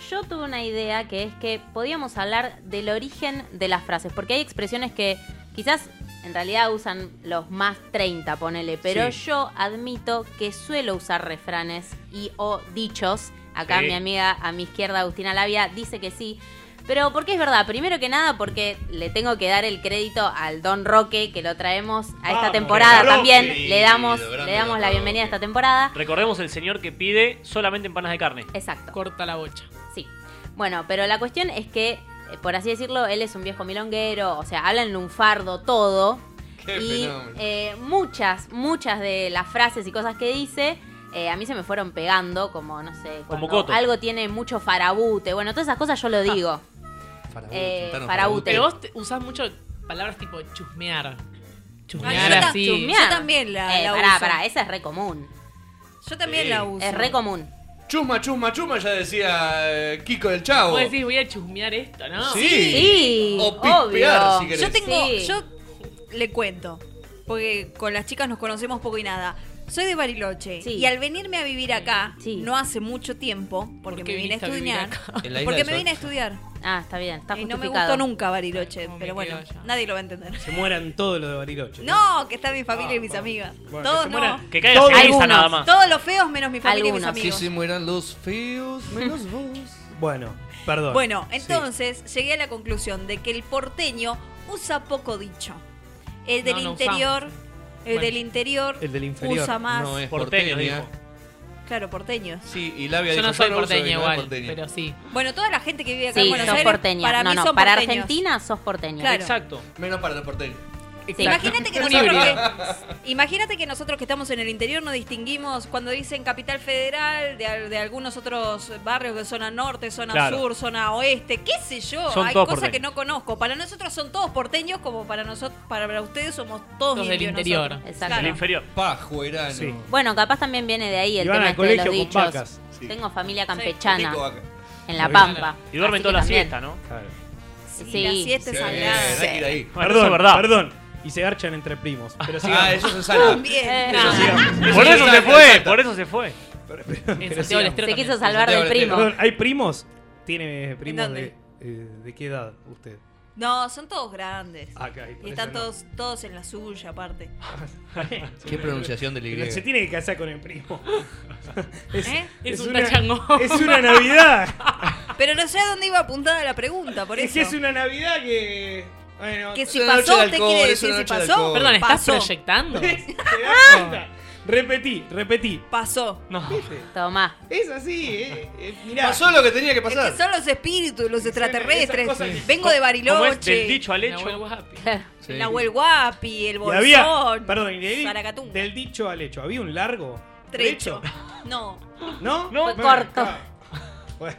S23: yo tuve una idea que es que podíamos hablar del origen de las frases, porque hay expresiones que quizás en realidad usan los más 30, ponele, pero
S25: Sí.
S23: yo admito que suelo usar refranes y o dichos. Acá
S25: Sí.
S23: mi amiga a mi izquierda, Agustina Labia, dice que sí. Pero porque es verdad, primero que nada porque le tengo que dar el crédito al Don Roque, que lo traemos a esta
S9: Vamos,
S23: temporada
S9: Roque.
S23: también.
S9: Querido,
S23: Le damos,
S9: grande
S23: le damos
S9: Don
S23: la
S9: Roque.
S23: bienvenida a esta temporada.
S9: Recordemos el señor que pide solamente empanas de carne.
S23: Exacto.
S8: Corta la bocha.
S23: Sí. Bueno, pero la cuestión es que, eh, por así decirlo, él es un viejo milonguero, o sea, habla en lunfardo todo.
S2: Qué
S23: y
S2: fenómeno.
S23: eh, muchas, muchas de las frases y cosas que dice, eh, a mí se me fueron pegando, como, no sé,
S9: Como
S23: cuando
S9: Coto.
S23: algo tiene mucho farabute, bueno, todas esas cosas yo lo digo. Eh,
S8: Ah.
S23: faraute.
S8: Pero vos te- usás mucho palabras tipo chusmear. Chusmear
S23: Yo ta-
S8: así.
S23: chusmear.
S9: Ah, Yo también la-
S23: Eh,
S9: la
S23: pará,
S9: uso.
S23: pará, esa es re común.
S9: Yo también
S2: Sí.
S9: la uso.
S23: Es re común.
S2: Chusma, chusma, chusma, ya decía eh, Kiko del Chavo.
S8: Vos decís, voy a chusmear esto, ¿no?
S2: Sí. Sí,
S8: O
S2: pispear, si querés.
S9: Yo tengo,
S2: Sí.
S9: yo le cuento, porque con las chicas nos conocemos poco y nada. Soy de Bariloche
S23: Sí.
S9: y al venirme a vivir acá, no hace mucho tiempo, porque
S23: qué
S9: me vine
S23: viniste
S9: a
S23: a vivir
S9: estudiar,
S23: acá? En la isla
S9: porque
S23: del
S9: me
S23: Sol.
S9: vine a estudiar
S23: Ah, está bien, está
S9: y no me
S23: justificado.
S9: gustó nunca Bariloche, pero bueno, nadie lo va a entender.
S5: Se mueran todos los de Bariloche.
S9: No, que está mi familia y mis amigas.
S5: Ah, Bueno,
S9: Todos
S5: que se
S9: no.
S5: mueran- que caiga Todos. ceniza nada más.
S9: Todos los feos menos mi familia y mis
S26: Si
S9: amigos.
S26: se mueran los feos, menos vos.
S5: Bueno, perdón.
S9: Bueno,
S5: Sí.
S9: entonces llegué a la conclusión de que el porteño usa poco dicho. El del
S5: No, no
S9: interior,
S5: usamos.
S9: el
S5: Bueno.
S9: del interior,
S5: El del inferior
S9: usa más.
S26: No es
S5: Porteño,
S26: porteña.
S9: Claro, porteño.
S26: Sí, y labia
S8: Yo no
S26: dijo,
S8: soy
S26: uso
S8: porteña
S26: vinagre
S8: igual,
S26: porteño.
S8: pero sí.
S9: Bueno, toda la gente que vive acá en
S23: Sí,
S9: Buenos
S23: sos
S9: Aires,
S23: porteña.
S9: para
S23: no,
S9: mí
S23: no,
S9: son
S23: para
S9: porteños.
S23: Argentina sos porteña.
S9: Claro.
S23: Exacto.
S26: Menos para los porteños.
S9: Imagínate que, nosotros que- imagínate que nosotros que estamos en el interior no distinguimos cuando dicen Capital Federal de, al- de algunos otros barrios que zona norte, zona
S23: Claro.
S9: sur, zona oeste, qué sé yo.
S23: Son
S9: Hay
S23: todos
S9: cosas
S23: porteños.
S9: que no conozco. Para nosotros son todos porteños como para nosotros, para ustedes somos todos
S8: Todos del
S9: indios
S8: interior.
S9: nosotros.
S23: Exacto.
S9: Claro.
S13: inferior.
S2: Pajuerano.
S23: Bueno, capaz también viene de ahí el
S13: Y van
S23: tema
S13: al
S23: este de los
S13: colegio
S23: dichos.
S13: con vacas. Sí.
S23: Tengo familia campechana.
S13: Tengo vaca.
S23: en La
S13: Claro.
S23: Pampa.
S13: Y duermen
S23: Así
S13: toda
S23: que
S13: la
S23: también.
S13: siesta, ¿no?
S23: Sí,
S9: Y la siesta es
S23: Sí.
S9: sagrada.
S23: Sí.
S13: Bueno,
S5: Bueno, Perdón,
S13: eso es verdad.
S5: Perdón. Y se garchan entre primos. Pero sigamos.
S13: eso es en sala.
S9: También.
S5: Pero sigamos.
S13: Por Eh, eso se fue, por eso se fue.
S5: Pero
S13: Santiago del
S5: sigamos.
S13: Estero Se quiso también. salvar del primo.
S5: Perdón, ¿Hay primos? ¿Tiene primos de,
S9: dónde?
S5: eh, de qué edad usted?
S9: No, son todos grandes.
S5: Acá, Ah, y por eso
S9: y están
S5: no.
S9: todos, todos en la suya aparte.
S26: Qué pronunciación del
S5: Pero
S26: Y.
S5: Se tiene que casar con el primo.
S9: ¿Eh?
S8: Es un
S5: una,
S8: tachango.
S5: Es una Navidad.
S9: Pero no sé a dónde iba apuntada la pregunta, por
S5: Es
S9: eso.
S5: que es una Navidad que. Bueno,
S9: Que si Es una pasó, noche de ¿usted alcohol, quiere es una decir si noche de pasó? alcohol.
S8: Perdón, ¿estás
S9: Pasó.
S8: proyectando?
S5: repetí, repetí.
S9: Pasó.
S5: No.
S23: Tomá.
S5: Es así, eh. eh, mirá.
S2: Pasó lo que tenía que pasar.
S9: Es que son los espíritus, los extraterrestres.
S5: esas cosas que-
S9: Vengo de
S5: Como
S9: Bariloche.
S5: es del dicho al hecho.
S9: Sí. Nahuel Guapi, el
S5: Y
S9: Bolsón.
S5: había, perdón, y de ahí,
S9: Saracatunga.
S5: del dicho al hecho, había un largo
S9: Trecho. No.
S5: ¿No? No,
S9: Fue
S5: bueno,
S9: corto.
S5: ah, Bueno,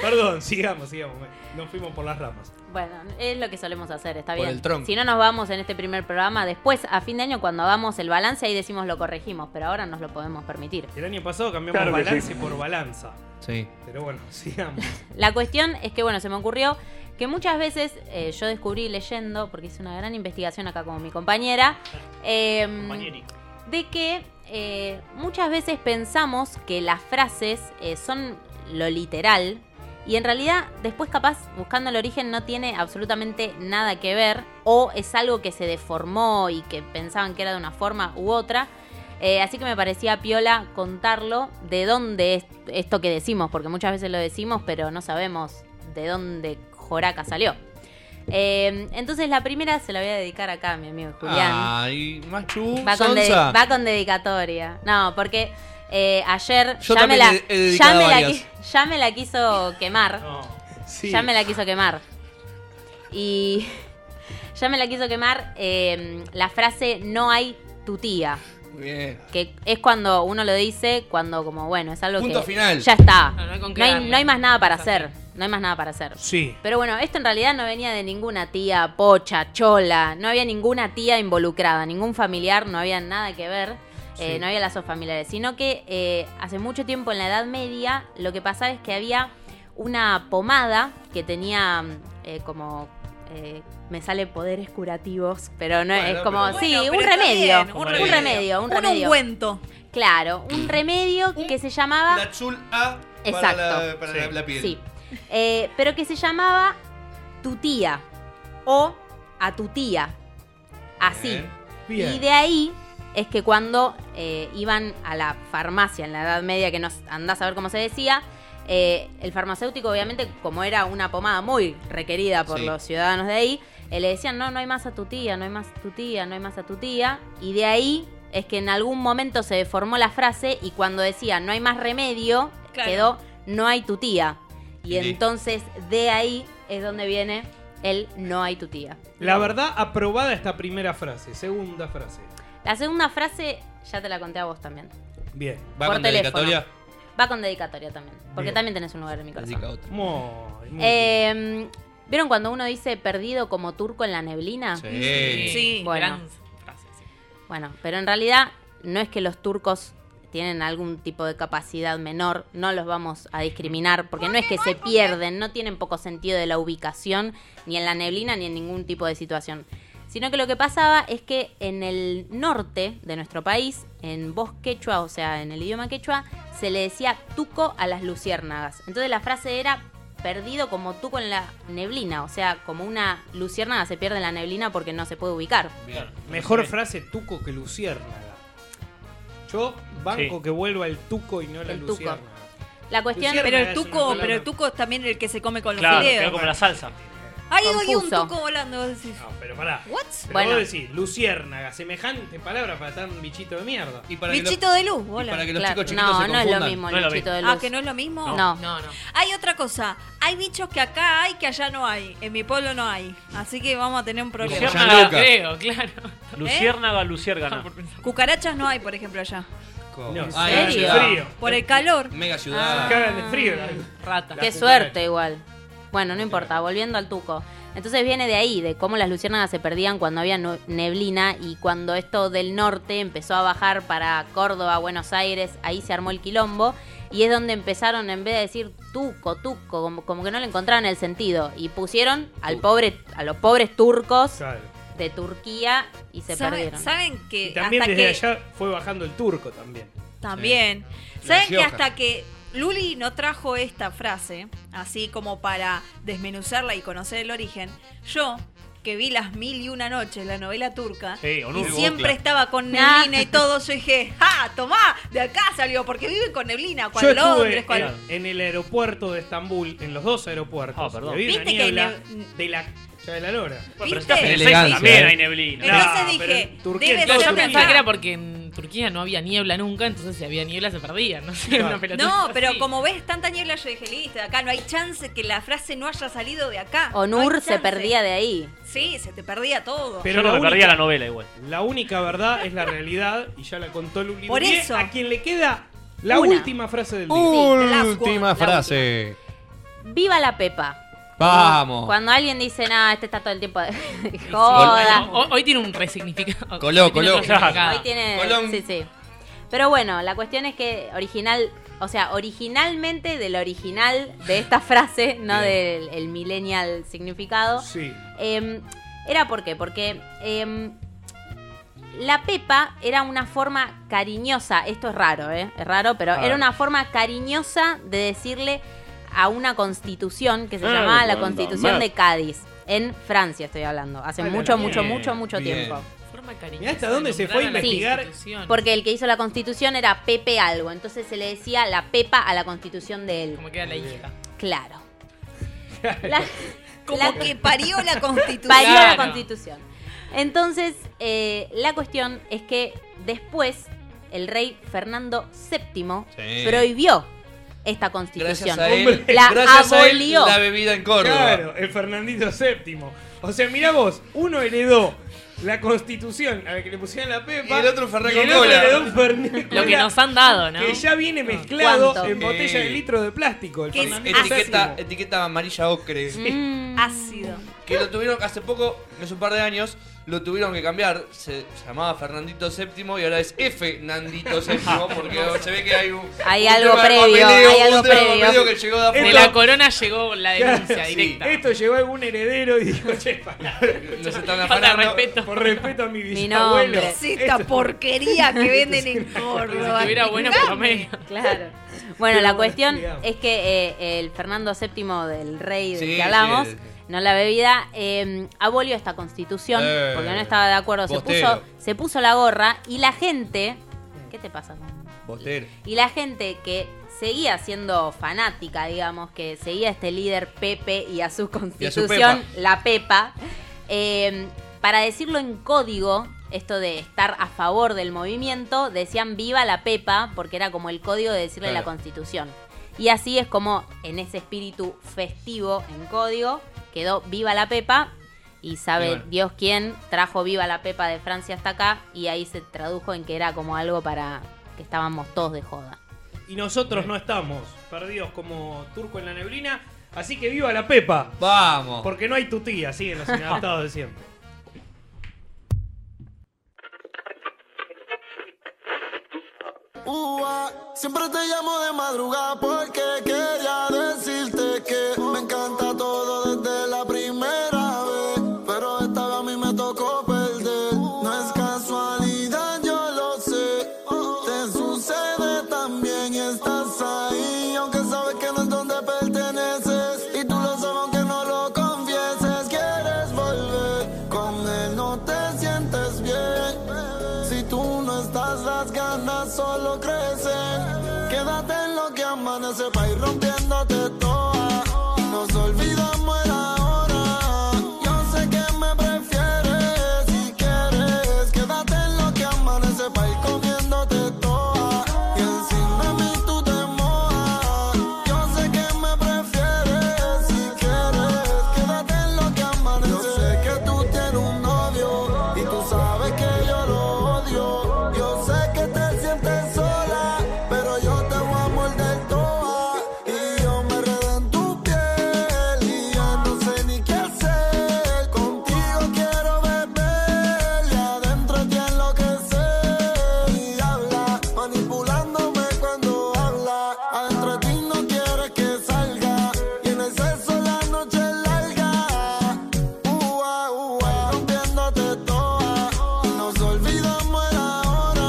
S5: perdón, sigamos, sigamos. me- Nos fuimos por las ramas.
S23: Bueno, es lo que solemos hacer, está
S5: Por
S23: bien.
S5: el tronco.
S23: Si no nos vamos en este primer programa, después a fin de año cuando hagamos el balance ahí decimos lo corregimos, pero ahora nos lo podemos permitir.
S5: El año pasado cambiamos
S13: Claro que
S5: balance
S13: sí.
S5: por balanza.
S26: Sí.
S5: Pero bueno, sigamos.
S23: La cuestión es que, bueno, se me ocurrió que muchas veces eh, yo descubrí leyendo, porque hice una gran investigación acá con mi compañera, eh,
S13: Compañeri.
S23: de que eh, muchas veces pensamos que las frases eh, son lo literal y en realidad después capaz buscando el origen no tiene absolutamente nada que ver o es algo que se deformó y que pensaban que era de una forma u otra. Eh, así que me parecía piola contarlo de dónde es esto que decimos, porque muchas veces lo decimos, pero no sabemos de dónde Joraca salió. Eh, entonces la primera se la voy a dedicar acá a mi amigo Julián.
S13: Ah.
S26: Ay, más chu,
S23: Va con, de-
S26: Uh, sonsa.
S23: va con dedicatoria. No, porque eh, ayer
S26: Yo
S23: ya
S26: también
S23: me, la,
S26: he- he dedicado
S23: ya me la
S26: varias.
S23: qui- ya me la quiso quemar.
S5: sí.
S23: Ya me la quiso quemar. Y ya me la quiso quemar eh, la frase no hay tu tía.
S2: Muy bien.
S23: Que es cuando uno lo dice, cuando como bueno, es algo
S2: Punto
S23: que
S2: final.
S23: ya está.
S2: No, no hay con qué
S23: No hay,
S2: darle.
S23: no hay más nada para hacer. No hay más nada para hacer.
S5: Sí.
S23: Pero bueno, esto en realidad no venía de ninguna tía, pocha, chola, no había ninguna tía involucrada, ningún familiar, no había nada que ver, eh,
S22: Sí.
S23: no había lazos familiares, sino que eh, hace mucho tiempo en la Edad Media lo que pasaba es que había una pomada que tenía eh, como... eh, me sale poderes curativos, pero no
S9: Bueno,
S23: es como...
S9: pero-
S23: sí,
S9: Bueno,
S23: un,
S9: pero está
S23: remedio,
S9: bien,
S23: un
S9: un
S23: remedio, un
S9: remedio.
S23: remedio,
S9: Un ungüento.
S23: Claro, un remedio que se llamaba...
S2: La chul A para,
S23: Exacto.
S2: la, para la- la piel.
S23: Sí. Eh, pero que se llamaba tu tía o a tu tía. Así.
S22: Bien.
S23: Y de ahí es que cuando eh, iban a la farmacia en la Edad Media, que nos andás a ver cómo se decía, eh, el farmacéutico, obviamente, como era una pomada muy requerida por
S22: Sí.
S23: los ciudadanos de ahí, eh, le decían, no, no hay más a tu tía, no hay más a tu tía, no hay más a tu tía. Y de ahí es que en algún momento se deformó la frase y cuando decía, no hay más remedio,
S9: Claro.
S23: quedó, no hay tu tía. Y
S5: Sí.
S23: entonces de ahí es donde viene el no hay tu tía.
S5: La verdad, aprobada esta primera frase. Segunda frase.
S23: La segunda frase ya te la conté a vos también.
S5: Bien.
S23: ¿Va Por con teléfono. dedicatoria? Va con dedicatoria también. Porque
S5: Bien.
S23: también tenés un lugar en mi corazón.
S5: Muy, muy bien.
S23: Eh, ¿Vieron cuando uno dice perdido como turco en la neblina?
S2: Sí.
S1: Sí,
S23: bueno.
S1: gran frase, sí.
S23: Bueno, pero en realidad no es que los turcos tienen algún tipo de capacidad menor, no los vamos a discriminar, porque no es que se pierden, no tienen poco sentido de la ubicación, ni en la neblina, ni en ningún tipo de situación. Sino que lo que pasaba es que en el norte de nuestro país, en voz quechua, o sea, en el idioma quechua, se le decía tuco a las luciérnagas. Entonces la frase era perdido como tuco en la neblina, o sea, como una luciérnaga se pierde en la neblina porque no se puede ubicar.
S5: Mejor frase tuco que luciérnaga. Yo banco que vuelva el tuco y no la
S23: El tuco.
S5: luciérnaga.
S23: La cuestión
S9: Pero el
S5: es una
S9: tuco,
S5: palabra.
S9: pero el tuco es también el que se come con
S13: Claro,
S9: los
S13: quedó
S9: fideos.
S13: como la salsa.
S9: Ay, hay un
S23: Confuso.
S9: tuco volando. decís.
S5: Pero pará.
S9: What?
S5: Pero
S9: Bueno.
S5: vos decís, luciérnaga, semejante palabra para tan bichito de mierda.
S9: Bichito de luz, bola.
S23: Claro, no, no es lo mismo el bichito de luz.
S9: Ah, que no es lo mismo.
S23: No.
S9: Hay otra cosa. Hay bichos que acá hay que allá no hay. En mi pueblo no hay. Así que vamos a tener un problema.
S13: Luciérnaga,
S1: creo, claro.
S9: ¿Eh?
S13: Luciérnaga, luciérgana.
S9: Cucarachas no hay, por ejemplo, allá.
S13: No.
S9: ¿En
S13: Ah, en
S9: serio?
S13: la ciudad.
S9: Por el calor. Ah.
S2: Mega
S9: ciudad.
S5: Cagan de frío.
S1: Rata.
S23: Qué suerte igual. Bueno, no importa, volviendo al tuco. Entonces viene de ahí, de cómo las luciérnagas se perdían cuando había nu- neblina y cuando esto del norte empezó a bajar para Córdoba, Buenos Aires, ahí se armó el quilombo y es donde empezaron en vez de decir tuco, tuco, como, como que no le encontraban el sentido y pusieron al pobre a los pobres turcos de Turquía y se
S9: ¿Saben,
S23: perdieron.
S9: saben que
S5: Y también
S9: hasta
S5: desde
S9: que
S5: allá fue bajando el turco también.
S9: También.
S5: Sí.
S9: ¿Saben
S5: La
S9: que
S5: Gioja.
S9: hasta que Luli no trajo esta frase, así como para desmenuzarla y conocer el origen, yo, que vi las mil y una noches, la novela turca,
S13: Sí, o no.
S9: y
S13: Sí,
S9: siempre
S13: claro.
S9: estaba con
S13: Nah.
S9: neblina y todo, yo dije, ¡ja! Tomá, de acá salió, porque viven con neblina, cual
S5: Yo estuve
S9: Londres, cual...
S5: en, en el aeropuerto de Estambul, en los dos aeropuertos.
S13: perdón.
S5: que había una
S9: Viste que hay
S5: niebla
S9: neb-
S5: de la concha de la lora.
S9: Bueno, pero
S13: si estás en el Elegancia, también eh. hay neblina.
S9: Entonces
S5: Nah,
S9: dije,
S5: pero en Turquía,
S9: debe
S5: en todo
S9: ser
S1: Yo
S5: Turquía.
S1: pensaba que era porque en Turquía no había niebla nunca, entonces si había niebla se perdían. No sé, una pelotudez
S9: No,
S1: así.
S9: pero como ves tanta niebla, yo dije, listo, de acá no hay chance que la frase no haya salido de acá. No hay
S23: Onur se
S9: chance.
S23: perdía de ahí.
S9: Sí, se te perdía todo.
S13: Yo no me perdía la novela igual.
S5: La única verdad es la realidad y ya la contó Luli.
S9: Por
S5: Bourdieu,
S9: eso.
S5: A quien le queda la
S23: Una.
S5: última frase del libro.
S27: Última frase.
S23: Viva la Pepa.
S27: Vamos.
S23: Cuando alguien dice, nada, este está todo el tiempo de joda.
S1: Hoy, hoy tiene un resignificado.
S27: Coló,
S1: Hoy tiene
S27: coló.
S1: otro significado.
S5: Ah,
S23: Ahí tiene. Sí, sí. Pero bueno, la cuestión es que original. O sea, originalmente del original de esta frase, no del el millennial significado.
S5: Sí.
S23: em, era por qué? Porque em, la Pepa era una forma cariñosa. Esto es raro, ¿eh? Es raro, pero
S9: A
S23: era
S9: ver.
S23: una forma cariñosa de decirle a una constitución que se
S5: Ah,
S9: Ay,
S23: llamaba la
S9: cuánta
S23: Constitución
S9: mer-
S23: de Cádiz. En Francia estoy hablando. Hace
S5: Ay, la
S23: mucho,
S5: bien,
S23: mucho, mucho, mucho
S5: bien.
S23: tiempo.
S1: Forma cariñosa
S5: Mirá hasta
S1: de
S5: dónde se
S1: nombrar
S5: fue a
S1: la
S5: investigar.
S1: institución.
S23: Porque el que hizo la constitución era Pepe algo, entonces se le decía la Pepa a la constitución de él.
S1: Como que era la hija.
S23: Claro.
S9: Como que parió la constitución.
S23: Parió la
S9: Claro.
S23: constitución. Entonces, eh, la cuestión es que después el rey Fernando VII
S2: Sí.
S23: prohibió esta constitución.
S2: Gracias a él,
S23: la
S2: gracias a él,
S23: abolió.
S2: la bebida en Córdoba.
S5: Claro, el Fernandito VII. O sea, mirá vos, uno heredó la constitución a la que le pusieron la pepa.
S2: Y el otro Fernet
S5: y el
S2: con
S5: otro
S2: cola.
S5: heredó un Fernet
S1: Lo que
S5: cola
S1: nos han dado, ¿no?
S5: Que ya viene mezclado
S1: ¿Cuánto?
S5: en botella de
S2: Eh.
S5: litro de plástico. El
S2: Que es Mm.
S5: Fernandito
S2: etiqueta, etiqueta amarilla ocre.
S9: Mm. Ácido.
S2: Que lo tuvieron hace poco, hace un par de años, lo tuvieron que cambiar. Se llamaba Fernandito VII y ahora es F. Nandito VII porque se ve que hay un.
S23: Hay
S2: un
S23: algo
S2: tema de
S23: previo,
S2: papeleo,
S23: hay algo
S2: un tema de
S23: previo.
S2: papeleo que llegó de afuera.
S1: De la corona llegó la denuncia
S2: Sí.
S1: directa.
S5: Esto llegó algún heredero y dijo, che, pará.
S2: Nos están
S1: Falta de
S2: afanando.
S1: respeto.
S5: Por respeto a mi bisabuelo.
S23: nombre.
S9: Sí, esta porquería que venden en Córdoba.
S1: Estuviera bueno por lo menos.
S23: Claro. Bueno, la cuestión
S1: digamos.
S23: es que eh, el Fernando VII del rey del
S1: Sí,
S23: que hablamos,
S1: sí, sí.
S23: no la bebida, eh, abolió esta constitución
S9: Eh,
S23: porque no estaba de acuerdo. Se puso,
S9: bostero.
S23: se puso la gorra y la gente. ¿Qué te pasa con
S2: Bostero.
S23: Y la gente que seguía siendo fanática, digamos, que seguía a este líder Pepe y a su constitución,
S9: Pepa.
S23: la Pepa, eh, para decirlo en código, esto de estar a favor del movimiento, decían viva la Pepa, porque era como el código de decirle la
S9: Claro.
S23: constitución. Y así es como en ese espíritu festivo en código quedó viva la Pepa. Y sabe
S9: Y bueno.
S23: Dios quién trajo viva la Pepa de Francia hasta acá. Y ahí se tradujo en que era como algo para que estábamos todos de joda.
S5: Y nosotros no estamos perdidos como turco en la neblina. Así que viva la Pepa.
S7: Vamos.
S5: Porque no hay tutía, siguen los inadaptados de siempre.
S11: Ua, siempre te llamo de madrugada porque quería decirte que me encanta todo desde la primera vez, pero esta vez a mí me tocó perder. No es casualidad, yo lo sé. Te sucede también y estás ahí, aunque sabes que no es donde perteneces y tú lo sabes aunque no lo confieses. Quieres volver, con él no te sientes bien. Si tú no estás, las ganas solo crecen. Quédate en lo que amanece pa' ir rompiéndote toda. Nos olvidamos el ahora. Yo sé que me prefieres si quieres. Quédate en lo que amanece pa' ir comiéndote toda. Y encima de mí tú te mojas. Yo sé que me prefieres si quieres. Quédate en lo que amanece. Yo sé que tú tienes un novio y tú sabes que yo lo odio. Yo sé que te sientes sola, pero yo te voy a morder toda. Y yo me enredé en tu piel y ya no sé ni qué hacer. Contigo quiero beber y adentro te enloquecer. Y habla, manipulándome cuando habla. Adentro de ti no quieres que salga. Y en el sexo la noche es larga. Ua, ua, rompiéndote toda. Nos olvidamos el ahora.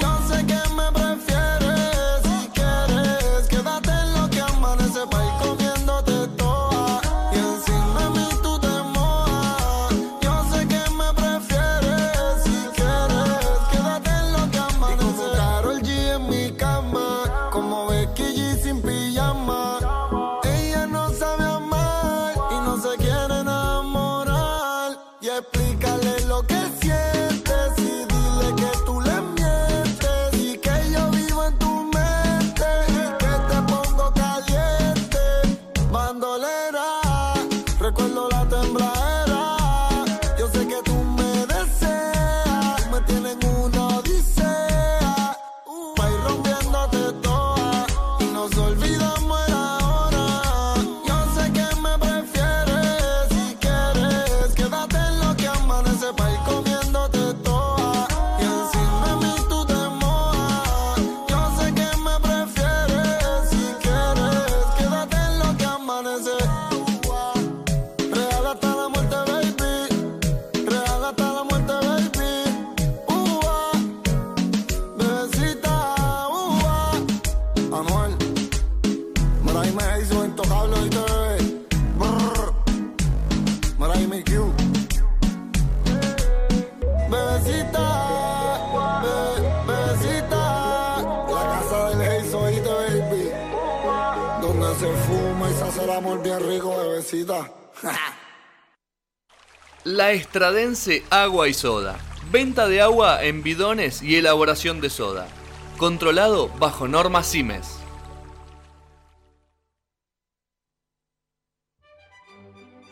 S11: Yo sé que me prefieres si quieres. Quédate en lo que amanece pa' ir comiéndote toda. Y encima de mí tú te mojas. Yo sé que me prefieres si quieres. Quédate en lo que amanece. Y como Karol G en mi cama. Como Becky G sin pijama. Ella no sabe amar y no se quiere enamorar. Y explícale lo que sientes y dile que tú le mientes y que yo vivo en tu mente y que te pongo caliente. Bandolera, recuerdo la tembladera. Yo sé que tú me deseas, me tienen una odisea. Pa' ir rompiéndote toda y nos olvidamos el ahora. Yo sé que me prefieres si quieres. Quédate en lo que amanece pa' ir comiéndote toda. Y encima de mí tú te mojas. Yo sé que me prefieres si quieres. Quédate en lo que amanece. Real hasta la muerte, baby. Real hasta la muerte, baby. Uh-ah. Bebecita, uh-ah. Anuel. Maraime hizo intocable hoy te ve. Brr. Maraime Q. Bebecita, be- bebecita. La casa del Heizo hoy te baby. Donde se fuma y se hace el amor bien rico, bebecita.
S2: La Estradense Agua y Soda. Venta de agua en bidones y elaboración de soda. Controlado bajo normas CIMES.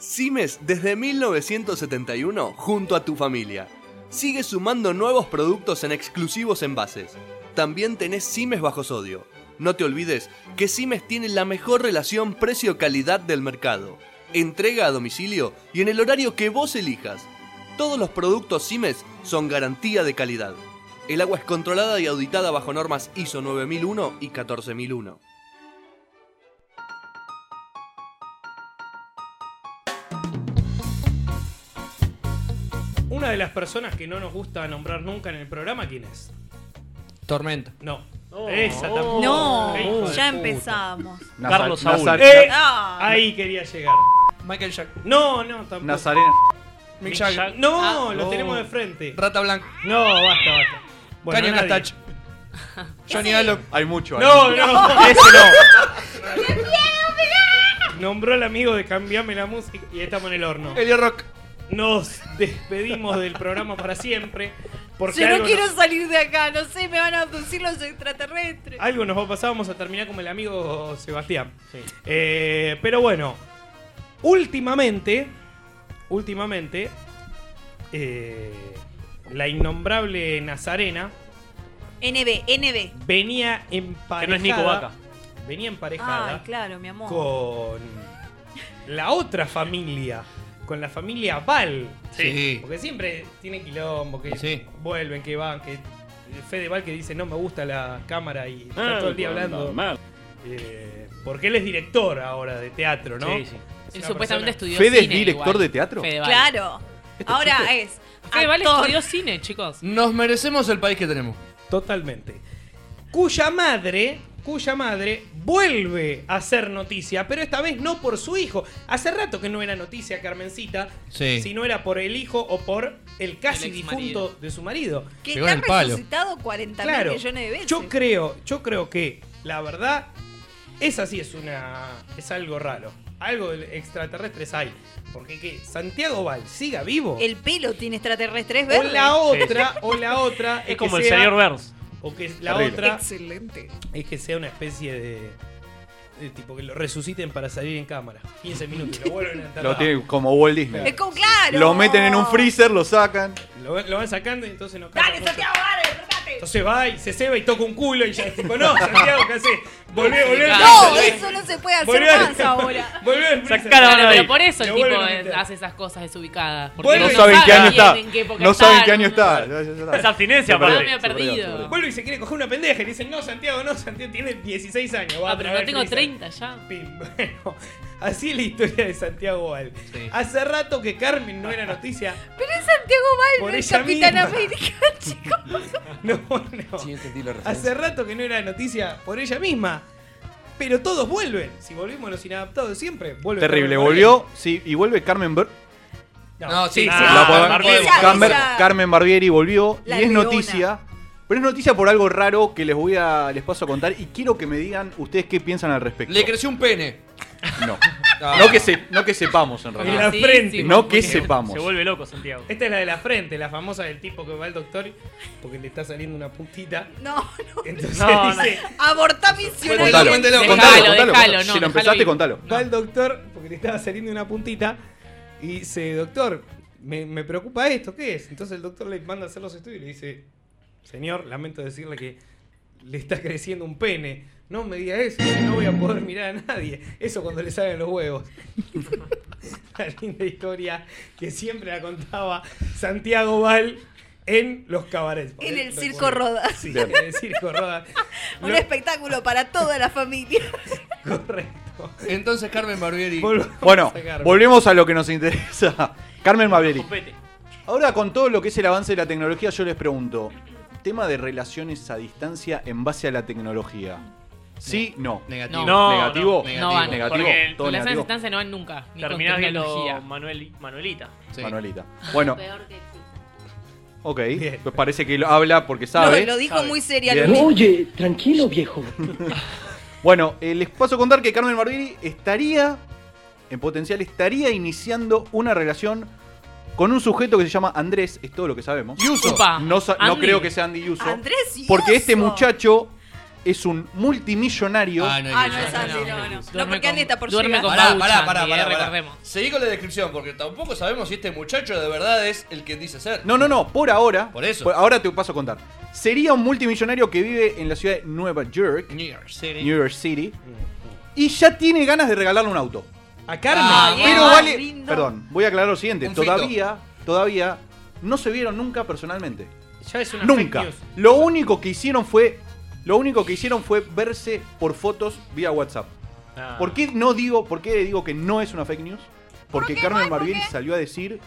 S2: CIMES desde 1971 junto a tu familia. Sigue sumando nuevos productos en exclusivos envases. También tenés CIMES bajo sodio. No te olvides que CIMES tiene la mejor relación precio-calidad del mercado. Entrega a domicilio y en el horario que vos elijas. Todos los productos CIMES son garantía de calidad. El agua es controlada y auditada bajo normas ISO 9001 y 14001.
S5: Una de las personas que no nos gusta nombrar nunca en el programa, ¿quién es?
S7: Tormenta.
S5: No. Esa tampoco.
S9: No,
S5: Qué hijo de
S9: ya Ah.
S5: puta.
S9: empezamos.
S7: Carlos Saúl.
S5: Nazar-
S7: Eh,
S5: Eh, ahí quería llegar.
S7: Michael Jack.
S5: No, no, tampoco.
S28: Nazarena.
S5: Mick
S7: Mick
S5: Jagger.
S7: Jagger.
S5: No,
S7: Ah,
S5: lo
S7: no.
S5: tenemos de frente.
S7: Rata Blanca.
S5: No, basta, basta.
S7: Kanye
S5: nadie.
S7: Nastach. Johnny Allo.
S28: Hay mucho.
S5: No,
S28: hay
S5: no,
S28: mucho.
S5: ese no. Nombró al amigo de Cambiame la música y estamos en el horno.
S7: Elia Rock.
S5: Nos despedimos del programa para siempre. Porque
S9: Yo no
S5: algo
S9: quiero
S5: nos-
S9: salir de acá, no sé, me van a abducir los extraterrestres.
S5: Algo nos va a pasar, vamos a terminar como el amigo Sebastián. Eh, pero bueno, últimamente, últimamente, eh, la innombrable Nazarena
S9: NB, NB.
S5: venía emparejada.
S13: Nico Vaca.
S5: Venía emparejada
S9: Ay, claro, mi amor.
S5: con la otra familia, con la familia Val.
S27: Sí.
S5: Porque siempre tiene quilombo, que
S27: Sí.
S5: vuelven, que van, que Fede Val que dice no me gusta la cámara y está todo el día hablando. Eh, porque él es director ahora de teatro, ¿no?
S13: Sí, sí.
S5: Es
S1: Él
S5: una
S1: supuestamente
S5: persona-
S1: estudió cine igual. Fede Valle.
S9: Claro.
S13: Este
S9: Ahora es.
S1: Fede Valle
S9: actor.
S1: estudió cine, chicos.
S18: Nos merecemos el país que tenemos.
S5: Totalmente. Cuya madre, cuya madre vuelve a ser noticia, pero esta vez no por su hijo. Hace rato que no era noticia Carmencita,
S27: Sí.
S5: si no era por el hijo o por el casi difunto de su marido.
S9: Que está resucitado 40 mil
S5: Claro.
S9: millones de veces.
S5: Yo creo, yo creo que la verdad esa sí es una es algo raro. Algo del extraterrestres hay, porque que Santiago Val siga vivo.
S9: El pelo tiene extraterrestres
S5: o
S9: verdes.
S5: la otra, o la otra
S13: Es
S5: que
S13: como el
S5: sea-
S13: señor Burns.
S5: O que la
S13: Terrible.
S5: otra
S9: Excelente.
S5: es que sea una especie de, de tipo que lo resuciten para salir en cámara. 15 minutos, lo vuelven a enterrar.
S7: Lo tiene como Walt Disney.
S9: Es como, claro.
S7: Lo meten en un freezer, lo sacan.
S5: Lo, lo van sacando y entonces no ¡Dale, Santiago, dale, Entonces va y se ceba y toca un culo y ya es tipo, no, Santiago, ¿qué haces? Volvé, volvé.
S9: No, eso no se puede hacer
S5: Volvé al-
S9: más ahora.
S5: Volvé al freezer.
S1: Claro, pero por eso el
S5: Lo
S1: tipo
S5: vuelven a meter.
S1: hace esas cosas desubicadas. porque
S5: Vuelven-
S1: bien en qué época están,
S13: Es abstinencia,
S1: Se perdió,
S13: aparte.
S1: se perdió, se perdió.
S5: Vuelve y se quiere coger una pendeja y le dicen, no, Santiago, no, Santiago, tiene 16 años. Va
S1: Ah,
S5: a
S1: pero
S5: tragar
S1: yo tengo
S5: freezer.
S1: 30 ya.
S5: Pim. Bueno, así es la historia de Santiago Val. Hace rato que Carmen no era noticia.
S9: Pero es Santiago
S5: Por
S9: Balvin, es
S5: ella
S9: Capitán
S5: misma.
S9: América, chicos.
S5: Sí, entendí la Hace rato que no era noticia por ella misma. Pero todos vuelven. Si volvimos los inadaptados de siempre, vuelve.
S7: Terrible,
S5: Carmen
S7: volvió. Sí, y vuelve Carmen Ber-
S5: No,
S18: sí, sí.
S7: Ah, La podemos-
S18: Barbieri.
S7: Carmen- Carmen, Carmen Barbieri volvió
S18: La
S7: y es
S18: leona.
S7: noticia. Pero es noticia por algo raro que les voy a les paso a contar y quiero que me digan ustedes qué piensan al respecto.
S18: Le creció un pene.
S7: No. Ah, No que, se- no que sepamos en
S5: En
S7: realidad.
S5: la frente.
S7: no que sepamos.
S13: vuelve loco, Santiago.
S5: Esta es la de la frente, la famosa del tipo que va al doctor porque le está saliendo una puntita.
S9: No, no.
S5: Entonces
S9: No, no.
S5: dice.
S9: Abortá misión
S7: Contalo,
S5: Cuéntelo,
S7: contalo,
S5: déjalo,
S7: contalo,
S5: déjalo,
S7: contalo.
S5: no,
S7: Si lo
S5: déjalo
S7: empezaste,
S5: ir.
S7: contalo.
S5: Va el doctor porque le estaba saliendo una puntita y dice, doctor, me, me preocupa esto, ¿qué es? Entonces el doctor le manda a hacer los estudios y le dice, señor, lamento decirle que le está creciendo un pene. No me diga eso, que no voy a poder mirar a nadie. Eso cuando le salen los huevos. la linda historia que siempre la contaba Santiago Val en los cabarets.
S9: En el Circo Rodas.
S5: Sí,
S9: Bien.
S5: en el Circo Rodas.
S9: Un
S5: Lo-
S9: espectáculo para toda la familia.
S18: Entonces Carmen Barbieri.
S7: Bueno, volvemos a lo que nos interesa. Carmen Barbieri.
S13: Copete.
S7: Ahora con todo lo que es el avance de la tecnología, yo les pregunto, tema de relaciones a distancia en base a la tecnología. Sí, no.
S13: Negativo.
S7: No,
S13: No,
S7: negativo,
S13: no, no van.
S7: negativo,
S13: Porque
S7: todo
S1: Las
S7: negativo.
S1: distancia no van nunca. Ni con
S13: Terminás
S1: tecnología.
S13: viendo Manuel, Manuelita.
S7: Manuelita. Bueno. Ok, pues parece que lo habla porque sabe.
S9: Lo, lo dijo muy
S7: Bien.
S9: seriamente.
S7: Oye, tranquilo, viejo. bueno, eh, les paso a contar que Carmen Barbieri estaría, en potencial, estaría iniciando una relación con un sujeto que se llama Andrés, es todo lo que sabemos.
S1: Yuso. Upa,
S7: No, sa- no
S1: Andy.
S7: creo que sea Andy Yuso.
S9: Andrés Yuso.
S7: Porque este muchacho es un multimillonario.
S9: Ah, no es Andy, no, no. No, porque Andy está por llegar.
S18: Pará, pará, pará,
S1: Andy, eh,
S18: pará, pará.
S1: recordemos.
S18: Seguí con la descripción, porque tampoco sabemos si este muchacho de verdad es el que dice ser.
S7: No, no, no, por ahora.
S18: Por eso.
S7: ahora te paso a contar. Sería un multimillonario que vive en la ciudad de Nueva York.
S18: New York City.
S7: New York City. Y ya tiene ganas de regalarle un auto.
S5: A Carmen.
S7: Ah,
S5: bien.
S7: pero
S5: Ah,
S7: vale.
S5: lindo.
S7: Perdón, voy a aclarar lo siguiente.
S5: Un fito.
S7: Todavía, todavía no se vieron nunca personalmente.
S5: Ya es una
S7: nunca.
S5: fake news.
S7: Lo único que hicieron fue. Lo único que hicieron fue verse por fotos vía WhatsApp.
S5: Ah.
S7: ¿Por qué no digo, por qué digo que no es una fake news? Porque Carmen Barbieri salió a decir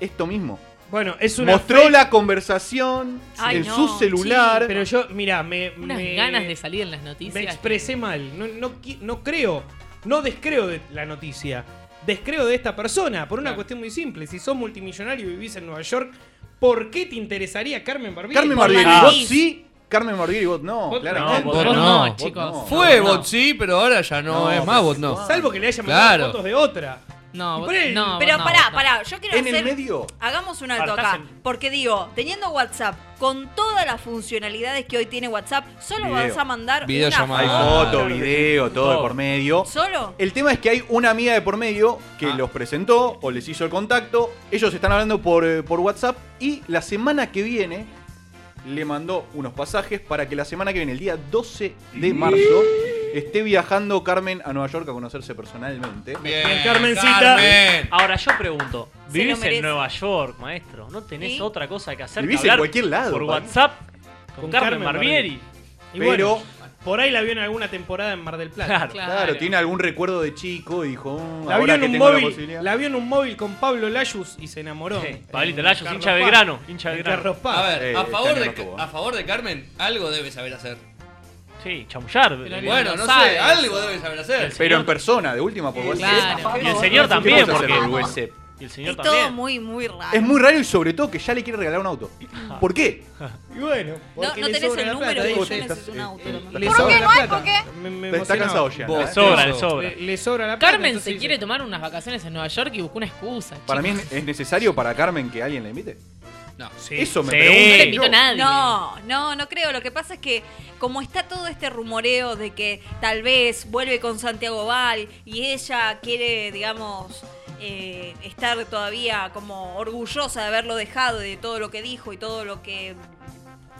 S7: esto mismo.
S5: Bueno, es una
S7: Mostró
S5: fake-
S7: la conversación
S5: Ay,
S7: en
S5: no,
S7: su celular.
S5: sí. Pero yo, mira, me.
S1: Unas
S5: me-
S1: ganas de salir en las noticias.
S5: Me expresé mal. No, no, qui- no creo. No descreo de la noticia. Descreo de esta persona. Por una cuestión muy simple. Si sos multimillonario y vivís en Nueva York, ¿por qué te interesaría Carmen Barbieri?
S7: Carmen
S5: Por la
S7: Barbieri,
S5: nariz.
S7: vos sí. Carmen Barbieri, vos no.
S5: Vos
S7: claramente.
S5: no, vos Vos no, no, chicos. no.
S18: Fue
S5: No,
S18: bot
S5: no.
S18: sí, pero ahora ya no,
S5: No,
S18: es más bot
S7: Ah,
S18: no.
S5: Salvo que le haya mandado
S18: Claro.
S5: fotos de otra.
S1: No,
S5: Y por ahí-
S9: Pero pará, pará, yo quiero
S5: En el
S9: hacer-
S5: medio.
S9: Hagamos un alto
S5: Pará,
S9: acá.
S5: estás
S9: Porque digo, teniendo WhatsApp, con todas las funcionalidades que hoy tiene WhatsApp, solo
S7: Video.
S9: vas a mandar una
S7: Hay
S9: foto.
S7: foto, video, todo de por medio.
S9: ¿Solo?
S7: El tema es que hay una amiga de por medio que los presentó o les hizo el contacto. Ellos están hablando por, eh, por WhatsApp y la semana que viene le mandó unos pasajes para que la semana que viene, el día 12 de marzo, esté viajando Carmen a Nueva York a conocerse personalmente.
S13: Bien,
S7: Carmencita.
S13: Ahora yo pregunto,
S7: Se lo
S13: vivís
S7: merece.
S13: en Nueva York, maestro, ¿no tenés
S7: ¿Sí?
S13: otra cosa que hacer? que
S7: Vivís en
S13: hablar
S7: cualquier lado,
S13: Por
S7: pa.
S13: WhatsApp con, Carmen, Barbieri.
S5: Y bueno, por ahí la vio en alguna temporada en Mar del Plata.
S7: Claro, tiene algún recuerdo de chico y dijo, "Mm,
S5: La vio,
S7: ahora
S5: en
S7: que
S5: un
S7: tengo la
S5: móvil,
S7: posibilidad.
S5: la vio en un móvil con Pablo Layus y se enamoró.
S13: Pablito
S5: En
S13: Layus,
S5: Carlos
S13: hincha de
S5: Paz.
S13: Belgrano, hincha de
S5: En
S13: Belgrano.
S5: Carlos Paz.
S13: A
S2: A ver,
S13: Eh,
S2: a, favor
S13: este
S2: de,
S13: año no tuvo.
S2: a favor de Carmen, algo debe saber hacer.
S13: Sí, chamullar.
S2: Bueno, no sé, algo debe saber hacer.
S7: Pero en persona, de última por WhatsApp.
S2: Claro.
S13: Y el señor también,
S7: ¿Qué vamos a hacer
S13: porque-
S7: por WhatsApp?
S13: Y el señor
S9: Es todo muy, muy raro.
S7: Es muy raro y sobre todo que ya le quiere regalar un auto. ¿Por qué?
S5: Y bueno,
S9: No, no tenés el número que yo necesito un auto.
S7: eh,
S9: ¿no?
S7: le ¿Por sobra qué? la No hay, plata. ¿por qué?
S5: Me- me
S7: Está
S5: emocionó.
S7: cansado ya, ¿no?
S5: Vos,
S7: Le sobra, le
S5: eso.
S7: sobra.
S5: Le, le sobra la plata.
S8: Carmen
S5: entonces
S8: se quiere tomar unas vacaciones en Nueva York y buscó una excusa.
S7: Para mí
S8: chicos.
S7: es es necesario para Carmen que alguien la invite.
S2: No.
S7: Eso me
S13: Sí.
S7: pregunto.
S13: No le
S7: yo.
S13: invitó nadie.
S9: No, no, no creo. Lo que pasa es que como está todo este rumoreo de que tal vez vuelve con Santiago Val y ella quiere, digamos, eh, estar todavía como orgullosa de haberlo dejado, y de todo lo que dijo y todo lo que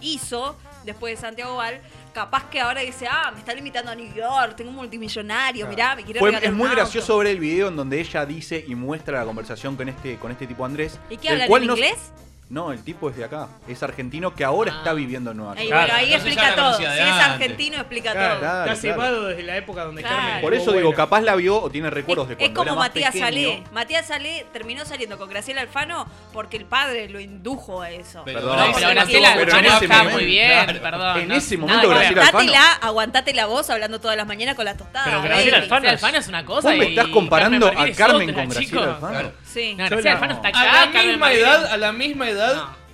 S9: hizo después de Santiago Val, capaz que ahora dice, ah, me están invitando a New York, tengo un multimillonario, mirá, me quiere
S7: Fue-
S9: regalar
S7: es
S9: un
S7: muy
S9: auto".
S7: gracioso ver el video en donde ella dice y muestra la conversación con este, con este tipo Andrés.
S9: ¿Y qué
S7: del
S9: hablan,
S7: cual
S9: en
S7: no-
S9: inglés?
S7: No, el tipo es de acá. Es argentino que ahora está viviendo en Nueva York.
S9: Ahí, Ah. bueno, ahí explica todo. Si es argentino, explica
S7: Claro,
S9: todo.
S7: claro,
S5: Está
S7: claro.
S5: cebado desde la época donde
S9: Claro.
S5: Carmen.
S7: Por eso digo, capaz la vio o tiene recuerdos de
S9: Es
S7: cuando
S9: como
S7: era más
S9: Matías
S7: pequeño.
S9: Salé. Matías Salé terminó saliendo con Graciela Alfano porque el padre lo indujo a eso.
S7: Pero-
S8: Perdón,
S7: No,
S8: pero
S7: pero
S8: Graciela
S7: no, pero en
S8: Alfano
S7: ese
S8: está
S7: momento,
S8: muy bien,
S7: claro.
S8: perdón.
S7: En
S8: no-
S7: ese
S8: nada
S7: momento
S8: que ver.
S7: Graciela Alfano.
S9: Aguantatela, aguantate la voz hablando toda la mañana con la tostada.
S13: Pero Graciela
S9: baby.
S13: Alfano
S8: Alfano es una cosa
S7: Vos me
S8: y
S7: estás comparando
S8: Carmen
S7: a
S8: Martínez
S7: Carmen
S8: otra,
S7: con Graciela
S8: chicos.
S7: Alfano.
S9: Sí.
S8: No, Graciela Alfano está acá,
S2: A la
S8: Carmen
S2: misma
S8: Barbieri.
S2: edad, a la misma edad,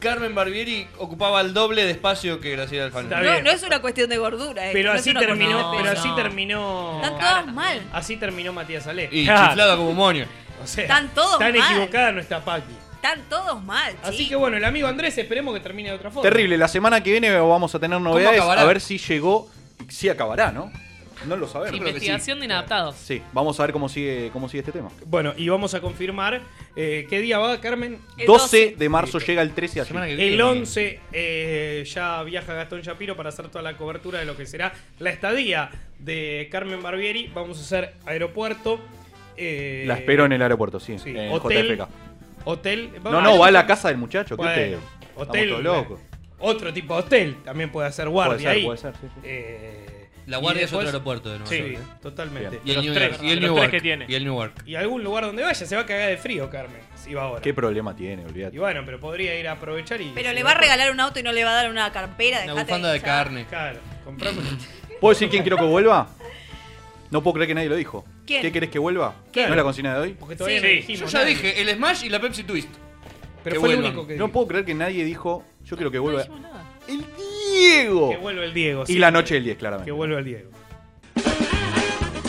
S2: Carmen Barbieri ocupaba el doble de espacio que Graciela Alfano.
S5: Está
S9: No, no es una cuestión de gordura. eh,
S5: Pero
S9: no es
S5: así
S9: una
S5: terminó,
S9: cuestión de
S5: pero
S9: peso.
S5: así terminó.
S9: Están todas mal.
S5: Así terminó Matías Salé.
S2: Y
S5: Claro.
S2: chiflada como un moño.
S5: O sea,
S9: Están todos
S5: tan
S9: mal.
S5: equivocada no está Paqui.
S9: Están todos mal.
S5: Así que bueno, el amigo Andrés, esperemos que termine de otra forma.
S7: Terrible, la semana que viene vamos a tener novedades.
S5: acabará?
S7: A ver si llegó. Si acabará, Ah, ¿no? No lo sabemos.
S8: Investigación de inadaptados.
S7: Sí, vamos a ver cómo sigue, cómo sigue este tema.
S5: Bueno, y vamos a confirmar eh, qué día va Carmen.
S7: 12 de marzo llega el 13 de abril.
S5: El 11 eh, ya viaja Gastón Shapiro para hacer toda la cobertura de lo que será la estadía de Carmen Barbieri. Vamos a hacer aeropuerto. eh,
S7: La espero en el aeropuerto, sí.
S5: sí,
S7: en
S5: hotel,
S7: JFK.
S5: Hotel.
S7: No, no, va a la casa del muchacho. ¿Qué
S5: Bueno,
S7: usted?
S5: hotel.
S7: Estamos todos locos.
S5: Otro tipo de hotel. También puede hacer guardia
S7: Puede ser,
S5: ahí.
S7: puede ser, sí, sí.
S5: Eh,
S2: La
S5: y
S2: guardia es
S5: después-
S2: otro aeropuerto de Nueva
S5: Sí,
S2: York, ¿eh?
S5: totalmente.
S2: Bien. Y el
S5: Los
S2: New
S5: tres,
S2: York, y el
S5: los
S2: New
S5: tres
S2: York,
S5: que tiene.
S2: y el Newark.
S5: Y algún lugar donde vaya se va a cagar de frío, Carmen. Si va ahora.
S7: ¿Qué problema tiene,
S5: Y
S7: olvídate?
S5: bueno, pero podría ir a aprovechar y.
S9: Pero
S5: y
S9: le va a regalar un auto y no le va a dar una campera. dejate hinchar.
S5: Claro, comprame.
S7: ¿Puedo decir quién quiero que vuelva? No puedo creer que nadie lo dijo.
S9: ¿Quién?
S7: ¿Qué querés que vuelva?
S9: ¿Quién?
S7: ¿No es la consigna de hoy?
S5: Porque
S2: Sí, yo ya dije, el Smash y la Pepsi Twist.
S5: Pero
S7: Que
S5: fue el
S7: vuelvan.
S5: único que
S7: No
S5: dijo.
S7: puedo creer que nadie dijo, yo quiero que vuelva. ¡El Diego!
S5: Que vuelva el Diego.
S7: Y la noche del 10, claramente.
S5: Que vuelva el Diego.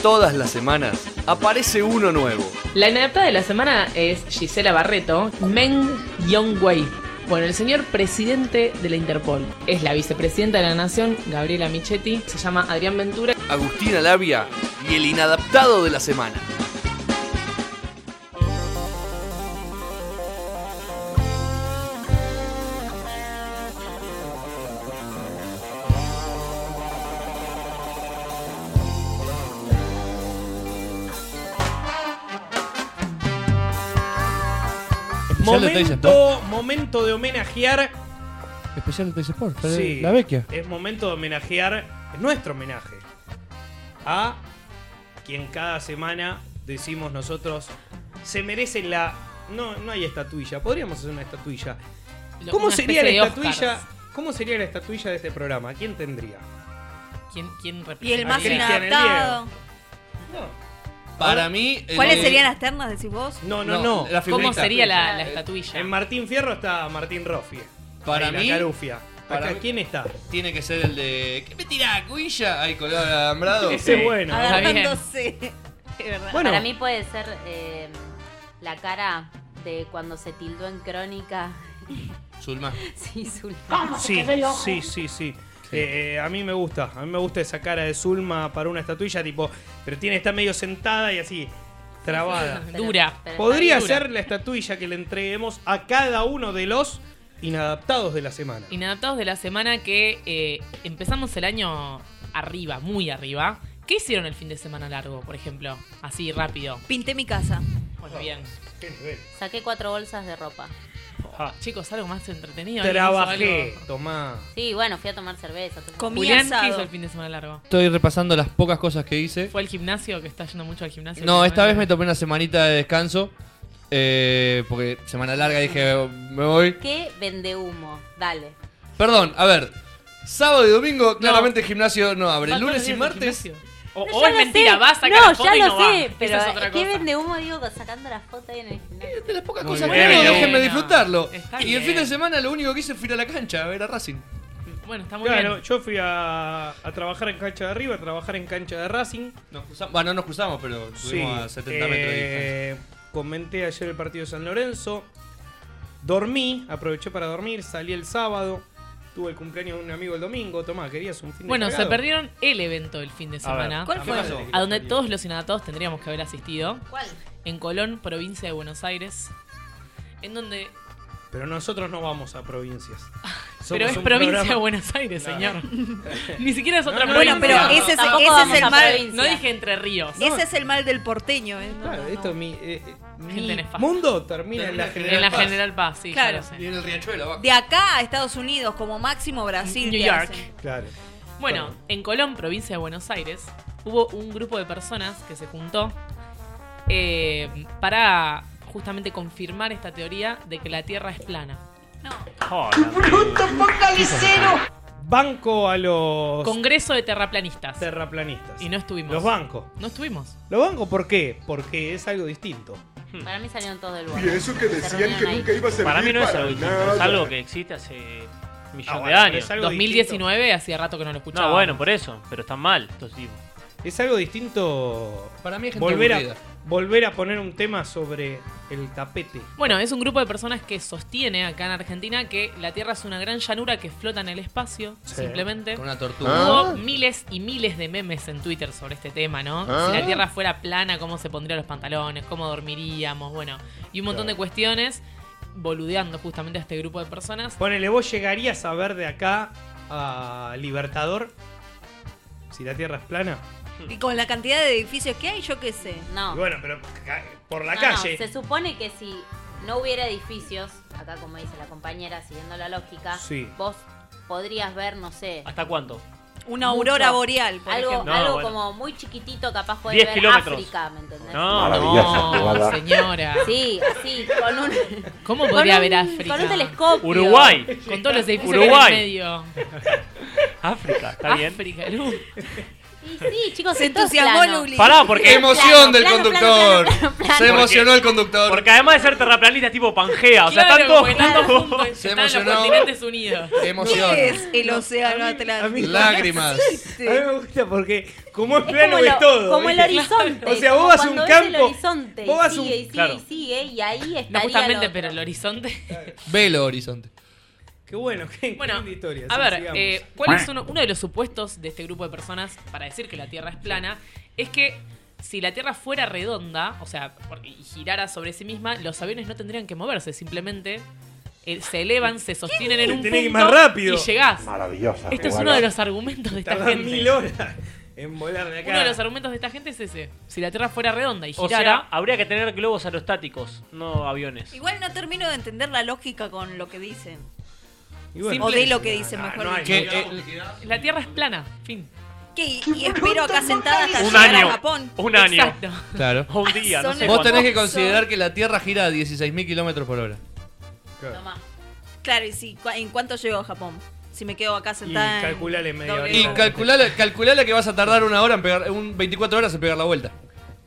S29: Todas las semanas aparece uno nuevo.
S30: La inadaptada de la semana es Gisela Barreto, Meng Yongwei. Bueno, el señor presidente de la Interpol es la vicepresidenta de la Nación, Gabriela Michetti, se llama Adrián Ventura.
S29: Agustina Labia y el inadaptado de la semana.
S5: Momento, momento de homenajear.
S31: Especial de Sport,
S5: Sí,
S31: la vecchia.
S5: Es momento de homenajear. Es nuestro homenaje. A quien cada semana decimos nosotros se merece la. No, no hay estatuilla. Podríamos hacer una estatuilla.
S8: Lo-
S5: ¿Cómo
S8: una
S5: sería la
S8: especie de Oscars.
S5: estatuilla? ¿Cómo sería la estatuilla de este programa? ¿Quién tendría?
S8: ¿Quién, quién
S9: Y el
S8: representa a
S9: más
S8: quién?
S9: inadaptado.
S2: Para mí. eh, el-
S9: ¿Cuáles serían las ternas, decís vos?
S5: No, no, no.
S2: la figurita.
S5: estatuilla? En Martín Fierro está Martín Roffie.
S2: Para
S5: Ahí,
S2: mí-
S5: La carufia.
S2: para
S5: Acá,
S2: mí-
S5: ¿Quién está?
S2: Tiene que ser el de. ¿Qué me tirá, Cuilla? Ahí colgado el alambrado.
S5: Ese es bueno.
S9: Agarrándose. Es verdad.
S5: Bueno.
S23: Para mí puede ser eh, la cara de cuando se tildó en crónica.
S2: Zulma.
S23: Sí, Zulma.
S5: Sí, sí, sí, sí. Eh, eh, a mí me gusta, a mí me gusta esa cara de Zulma para una estatuilla, tipo, pero tiene está medio sentada y así, trabada.
S8: Pero- Dura. pero está
S5: Podría
S8: dura.
S5: ser la estatuilla que le entreguemos a cada uno de los inadaptados de la semana.
S8: Inadaptados de la semana que eh, empezamos el año arriba, muy arriba. ¿Qué hicieron el fin de semana largo, por ejemplo? Así rápido.
S9: Pinté mi casa.
S8: Bueno, bien.
S23: Saqué cuatro bolsas de ropa.
S8: Chicos, algo más entretenido.
S32: Trabajé, tomá.
S23: Sí, bueno, fui a tomar cerveza. todo eso.
S8: Julián, ¿qué hizo el fin de semana largo?
S2: Estoy repasando las pocas cosas que hice.
S8: ¿Fue al gimnasio? Que está yendo mucho al gimnasio.
S2: No, esta vez
S8: últimamente.
S2: me tomé una semanita de descanso. eh, porque semana larga dije, me voy.
S23: ¿Qué vende humo? Dale.
S2: Perdón, a ver. Sábado y domingo, claramente el gimnasio no abre.
S23: Vas
S2: Lunes
S23: todos
S2: y
S23: los días al
S2: martes.
S8: O,
S23: No,
S8: o
S23: ya
S8: es
S23: lo
S8: mentira,
S23: sé.
S8: vas a sacar
S23: No,
S8: la foto
S23: ya
S8: y
S23: lo
S8: no
S23: sé,
S8: va.
S23: pero eh,
S8: Esa es otra
S23: ¿qué
S8: cosa.
S23: vende humo? Digo, sacando la foto ahí en el gimnasio.
S2: De las pocas
S33: Muy
S2: cosas que
S33: bien.
S2: hago,
S33: Bueno.
S2: déjenme disfrutarlo.
S23: Está
S2: Y el
S23: bien.
S2: fin de semana lo único que hice fue ir a la cancha a ver a Racing.
S8: Bueno, está
S2: muy
S5: claro,
S2: bien.
S5: yo fui a, a trabajar en cancha de arriba, a trabajar en cancha de Racing.
S2: Nos cruzamos, bueno, no nos cruzamos, pero estuvimos a 70 metros de distancia.
S5: eh, Comenté ayer el partido de San Lorenzo. Dormí, aproveché para dormir, salí el sábado. Tuve el cumpleaños de un amigo el domingo. Tomá, querías un fin de
S8: Bueno, se
S5: cagado?
S8: perdieron el evento del fin de semana.
S5: ver, ¿Cuál ¿qué fue? pasó?
S8: A donde todos los inadaptados tendríamos que haber asistido.
S23: ¿Cuál?
S8: En Colón, provincia de Buenos Aires. En donde.
S5: Pero nosotros no vamos a provincias.
S8: pero
S5: Somos
S8: es
S5: un
S8: provincia
S5: programa-
S8: de Buenos Aires,
S5: Claro.
S8: señor. Ni siquiera es otra
S5: No, no,
S8: provincia.
S5: no, Bueno, pero ese es-
S9: Tampoco ese vamos es el a mal- provincia.
S8: No dije Entre Ríos.
S9: Ese es el mal del porteño, ¿eh?
S5: Claro, esto es mi, eh, mi
S8: Gente nefasta.
S5: mundo termina en la
S8: En
S5: General
S8: la
S5: Paz.
S8: General Paz, sí,
S9: Claro.
S8: ya lo sé.
S2: Y en el Riachuelo, abajo.
S9: De acá a Estados Unidos, como máximo Brasil.
S8: New
S9: te
S8: York.
S9: hacen.
S5: Claro.
S8: Bueno, en Colón, provincia de Buenos Aires, hubo un grupo de personas que se juntó eh, para justamente confirmar esta teoría de que la Tierra es plana.
S5: Banco a los
S8: Congreso de terraplanistas.
S5: terraplanistas.
S8: Y no estuvimos.
S5: Los bancos.
S8: No estuvimos.
S5: ¿Los bancos por qué? Porque es algo distinto.
S23: Para mí salieron todos del lugar.
S5: Y eso que decían que nunca iba a servir
S13: Para mí no es
S5: para
S13: algo distinto,
S5: nada.
S13: es algo que existe hace un millón
S5: Ah,
S13: de
S5: bueno, pero
S13: años.
S5: es algo
S8: 2019, hacía rato que no lo escuchaba.
S13: No, bueno, por eso, pero están mal estos tipos.
S5: Es algo distinto.
S2: Para mí es gente
S5: volver a,
S2: aburrida.
S5: volver a poner un tema sobre el tapete.
S8: Bueno, es un grupo de personas que sostiene acá en Argentina que la Tierra es una gran llanura que flota en el espacio,
S5: Sí.
S8: simplemente.
S2: Con una tortuga.
S8: Hubo
S2: Ah.
S8: miles y miles de memes en Twitter sobre este tema, ¿no?
S2: Ah.
S8: Si la Tierra fuera plana, ¿cómo se pondrían los pantalones? ¿Cómo dormiríamos? Bueno, y un montón de cuestiones boludeando justamente a este grupo de personas.
S5: Ponele, vos llegarías a ver de acá a Libertador si la tierra es plana.
S9: Y con la cantidad de edificios que hay, yo qué sé.
S5: Y
S23: No.
S5: bueno, pero ca- por la
S23: No, no,
S5: calle.
S23: se supone que si no hubiera edificios, acá como dice la compañera, siguiendo la lógica,
S13: Sí.
S23: vos podrías ver, no sé,
S13: ¿Hasta cuánto?
S9: Una aurora boreal, por
S23: algo,
S9: ejemplo.
S23: algo
S13: No, bueno.
S23: como muy chiquitito capaz podés
S13: 10
S23: ver
S13: kilómetros.
S23: África, Ah, ¿me entendés?
S13: No, Maravillosa no, jugada.
S8: señora.
S23: Sí, así, con un...
S8: ¿Cómo
S23: con
S8: podría
S23: un-
S8: ver África?
S23: Con un telescopio.
S13: Uruguay.
S8: Con todos los edificios
S13: Uruguay.
S8: que hay en el medio.
S13: África, está bien.
S8: África, Lu.
S23: Y sí, chicos,
S9: Se
S23: en todo
S9: entusiasmó
S23: plano.
S9: Luli.
S13: Pará, porque.
S2: Emoción del conductor. Se emocionó el conductor.
S13: Porque además de ser terraplanista es tipo Pangea, o sea,
S8: Claro,
S13: están todos
S8: porque están todos
S13: juntos.
S8: juntos,
S13: Se
S8: están en
S13: emocionó.
S8: Los continentes unidos.
S2: Emoción.
S9: ¿Qué es el océano Atlántico?
S2: Lágrimas.
S5: A mí me gusta porque como es plano
S23: como
S5: ves
S23: lo-
S5: todo.
S23: como el
S5: ¿viste?
S23: horizonte,
S5: O sea,
S23: como
S5: vos vas a un
S23: cuando ves el
S5: campo.
S23: horizonte,
S5: vos vas a
S23: sigue,
S5: un-
S23: y sigue,
S5: Claro.
S23: y sigue, y ahí está.
S8: No, justamente, pero el horizonte.
S2: Velo, Horizonte.
S5: Qué bueno, qué
S8: Bueno,
S5: linda historia.
S8: A
S5: sí,
S8: ver,
S5: sigamos.
S8: eh, ¿cuál es uno, uno de los supuestos de este grupo de personas para decir que la Tierra es plana? Es que si la Tierra fuera redonda, o sea, por- y girara sobre sí misma, los aviones no tendrían que moverse, simplemente eh, se elevan, se sostienen en un
S5: Tenés que ir
S8: punto
S5: más rápido.
S8: y llegás.
S5: Maravillosa
S8: Este es
S5: jugada.
S8: uno de los argumentos de esta
S5: Tardás
S8: gente.
S5: mil horas en volar de acá.
S8: Uno de los argumentos de esta gente es ese. Si la Tierra fuera redonda y
S13: O
S8: girara,
S13: sea, habría que tener globos aerostáticos, no aviones.
S9: Igual no termino de entender la lógica con lo que dicen.
S13: Y bueno.
S9: o de lo que
S13: Simple.
S9: dicen,
S13: Ah,
S9: mejor
S13: no hay
S9: dicho.
S13: Que,
S8: eh, la Tierra es plana, fin.
S9: Que- y, y espero acá sentada hasta
S13: Un
S9: llegar
S13: año.
S9: a Japón.
S13: Un año.
S9: Exacto.
S2: Claro.
S13: Un día, no
S9: Son
S13: sé
S2: Vos
S13: cuánto.
S2: tenés que considerar que la Tierra gira a 16.000 kilómetros por hora.
S9: Claro, y si, cu- ¿en cuánto llego a Japón? Si me quedo acá
S5: Y
S9: sentada. en-
S5: calculale media hora.
S2: Y calculala, calculala que vas a tardar una hora en pegar, un 24 horas en pegar la vuelta.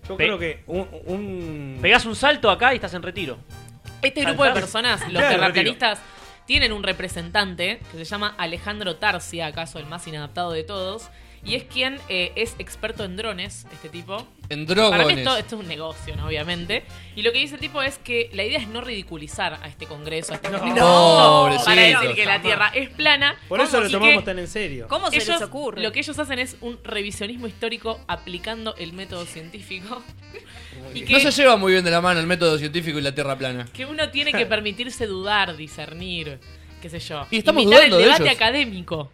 S5: Yo
S13: creo
S5: que un,
S13: Pegás un salto acá y estás en retiro.
S8: Este grupo de
S13: Saltás.
S8: personas, los
S13: Claro,
S8: terraplanistas, tienen un representante que se llama Alejandro Tarsia, acaso el más inadaptado de todos, y es quien eh, es experto en drones, este tipo.
S2: En
S8: Para mí
S2: drogones.
S8: esto, esto es un negocio, ¿no? obviamente. Y lo que dice el tipo es que la idea es no ridiculizar a este congreso, a este congreso,
S2: Pobrecitos.
S8: para decir que la Tierra es plana.
S5: Por eso
S8: ¿Cómo?
S5: lo
S8: Y
S5: tomamos
S8: que
S5: tan en serio.
S9: ¿Cómo se les
S8: ellos-
S9: ocurre?
S8: Lo que ellos hacen es un revisionismo histórico aplicando el método científico. y que-
S2: No se lleva muy bien de la mano el método científico y la Tierra plana.
S8: que uno tiene que permitirse dudar, discernir, qué sé yo.
S2: Y estamos
S8: Imitar
S2: dudando
S8: el
S2: de
S8: debate
S2: ellos.
S8: académico.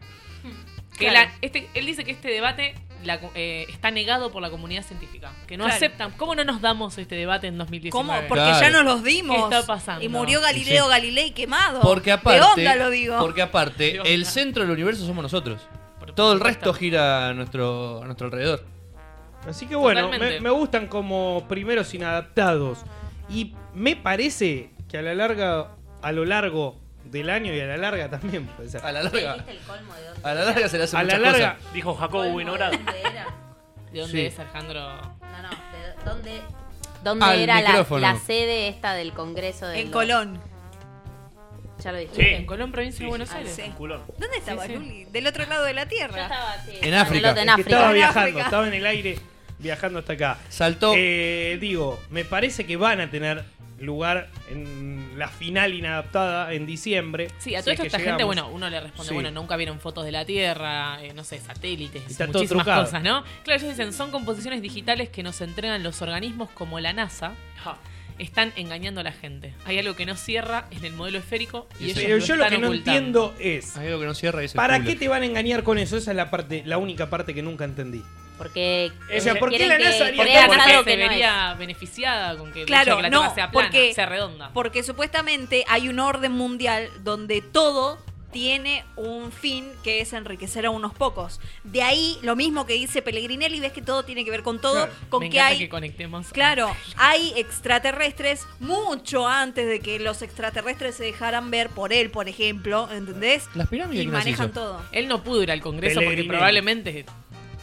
S8: Que
S9: Claro.
S8: la- este, él dice que este debate, la co- eh, está negado por la comunidad científica. Que no
S9: Claro.
S8: aceptan. ¿Cómo no nos damos este debate en 2019?
S9: ¿Cómo? Porque ya nos los dimos.
S8: ¿Qué está pasando?
S9: Y murió Galileo
S18: Sí.
S9: Galilei quemado.
S18: Porque aparte,
S9: De onda lo digo.
S18: porque aparte, el centro del universo somos nosotros. Todo el resto gira a nuestro, a nuestro alrededor.
S5: Así que bueno, me,
S18: Totalmente.
S5: me gustan como primeros inadaptados. Y me parece que a la larga, a lo largo del año y a la larga también puede ser.
S18: A la larga. A la larga se le hace
S5: A la
S18: muchas
S5: larga.
S18: cosas.
S13: Dijo Jacobo Winograd.
S8: ¿De dónde
S5: Sí.
S8: es Alejandro?
S23: No, no, de- ¿dónde, dónde
S8: Al
S23: era la,
S8: micrófono.
S23: la sede esta del Congreso? de los-
S9: En Colón.
S23: Ya lo dijiste.
S8: Sí. En Colón, provincia de Buenos
S5: Ah,
S8: Aires.
S9: Ah, Sí.
S13: Colón.
S9: ¿Dónde estaba
S8: Sí, sí.
S9: Luli? Del otro lado de la Tierra.
S5: En África.
S23: en
S5: Es que
S23: África.
S5: Estaba
S23: En
S5: viajando,
S23: África.
S5: estaba en el aire viajando hasta acá. Eh,
S18: Saltó.
S5: digo, me parece que van a tener lugar en la final inadaptada en diciembre.
S8: Sí, a
S5: si
S8: toda
S5: es
S8: esta
S5: que
S8: gente,
S5: llegamos.
S8: bueno, uno le responde,
S5: Sí.
S8: bueno, nunca vieron fotos de la Tierra, eh, no sé, satélites,
S5: Está todo
S8: muchísimas
S5: trucado.
S8: cosas, ¿no? Claro, ellos dicen, son composiciones digitales que nos entregan los organismos como la NASA. Están engañando a la gente. Hay algo que no cierra en el modelo esférico y
S5: Sí,
S8: ellos
S5: yo
S8: lo
S5: lo
S8: están
S5: que no
S8: ocultando.
S5: entiendo es.
S18: Hay algo que no cierra y
S5: ¿Para qué te van a engañar con eso? Esa es la parte, la única parte que nunca entendí.
S23: Porque.
S5: O sea, ¿por qué
S23: quieren
S5: la
S23: que
S5: NASA haría
S23: creas
S5: tanto?
S23: algo
S8: se
S23: que no es?
S8: vería beneficiada con que,
S9: Claro,
S8: con que la
S9: no,
S8: Tierra sea plana,
S9: porque,
S8: sea redonda.
S9: porque supuestamente hay un orden mundial donde todo tiene un fin que es enriquecer a unos pocos. De ahí lo mismo que dice Pellegrinelli, ves que todo tiene que ver con todo, con
S8: Me
S9: que
S8: encanta
S9: hay
S8: que conectemos.
S9: Claro, hay extraterrestres mucho antes de que los extraterrestres se dejaran ver por él, por ejemplo, ¿entendés?
S18: Las pirámides
S9: y
S18: que nos
S9: manejan
S18: hizo.
S9: todo.
S8: Él no pudo ir al Congreso porque
S13: Pellegrini.
S8: probablemente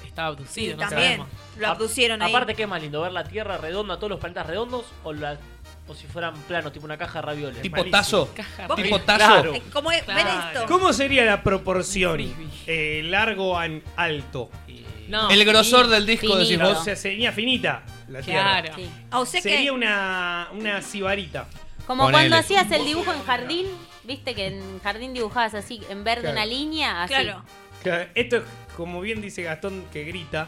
S8: estaba abducido,
S9: Sí,
S8: no
S9: también.
S8: sabemos.
S9: Lo abducieron ahí.
S13: Aparte, ¿qué es más lindo? ¿Ver la Tierra redonda, todos los planetas redondos o, la- o si fueran planos, tipo una caja de ravioles?
S5: Tipo Malísimo. tazo.
S13: Caja
S5: Tipo
S13: ravioles.
S5: tazo. Claro.
S9: ¿Cómo es? Eh, Ven esto.
S5: ¿Cómo sería la proporción eh, largo an alto?
S8: No,
S18: El grosor del disco, decís
S5: de
S18: vos.
S5: O sea, sería finita la Tierra.
S8: Claro. Sí.
S9: Ah, o sea que-
S5: sería una, una cibarita.
S23: Como cuando hacías el dibujo en jardín, viste que en jardín dibujabas así, en verde
S5: Claro.
S23: una línea, así.
S9: Claro.
S5: Claro, Esto es, como bien dice Gastón que grita,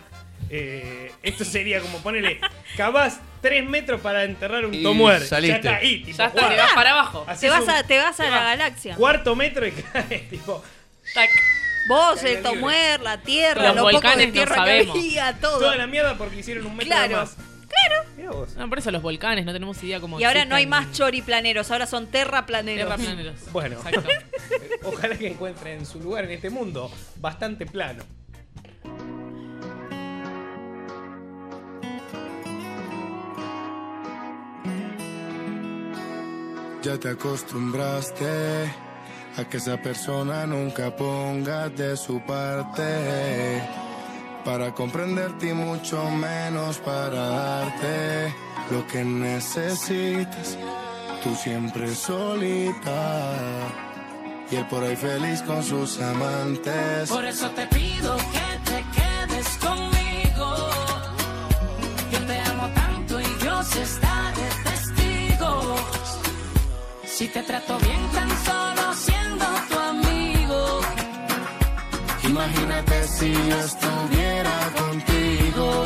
S5: eh, esto sería como ponerle cavás 3 metros para enterrar un
S18: Y
S5: tomuer.
S18: saliste.
S5: Ya está ahí, tipo,
S8: Ya está,
S5: guau.
S8: te vas para abajo.
S5: Haces
S9: Te vas,
S5: un
S9: a, te vas a la galaxia.
S5: Cuarto metro y caes, tipo.
S9: Vos, el Tomuer, la Tierra,
S5: Los
S9: lo poco de
S5: volcanes no
S9: tierra que
S5: sabemos.
S9: había, todo.
S5: Toda la mierda porque hicieron un metro
S9: Claro.
S5: más.
S8: No, por eso los volcanes, no tenemos idea cómo
S9: Y ahora no hay
S8: existen.
S9: más choriplaneros, ahora son terraplaneros.
S8: Terraplaneros.
S5: Bueno,
S8: Exacto.
S5: ojalá que encuentren su lugar en este mundo bastante plano.
S34: Ya te acostumbraste a que esa persona nunca ponga de su parte para comprenderte y mucho menos para darte lo que necesitas. Tú siempre solita y él por ahí feliz con sus amantes.
S35: Por eso te pido que te quedes conmigo. Yo te amo tanto y Dios está de testigo. Si te trato bien tan solo siendo tu amigo.
S34: Imagínate si yo estuviera contigo.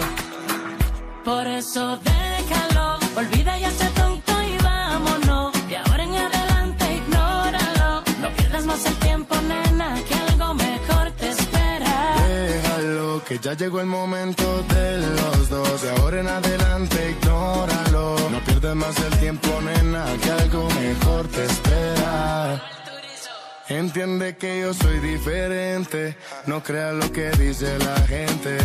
S35: Por eso déjalo, olvida ya ese tonto y vámonos. De ahora en adelante ignóralo. No pierdas más el tiempo, nena, que algo mejor te espera.
S34: Déjalo, que ya llegó el momento de los dos. De ahora en adelante, ignóralo. No pierdas más el tiempo, nena, que algo mejor te espera. Entiende que yo soy diferente. No creas lo que dice la gente.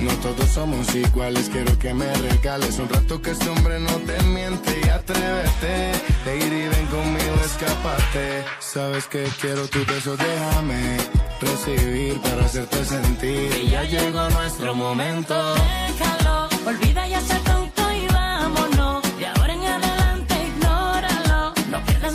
S34: No todos somos iguales, quiero que me regales un rato que este hombre no te miente y atrévete. Lady, ven conmigo, escápate. Sabes que quiero tu beso, déjame recibir para hacerte sentir. Y ya llegó nuestro momento.
S35: Déjalo, olvida ya ese tonto y vámonos. De ahora en adelante ignóralo. No pierdas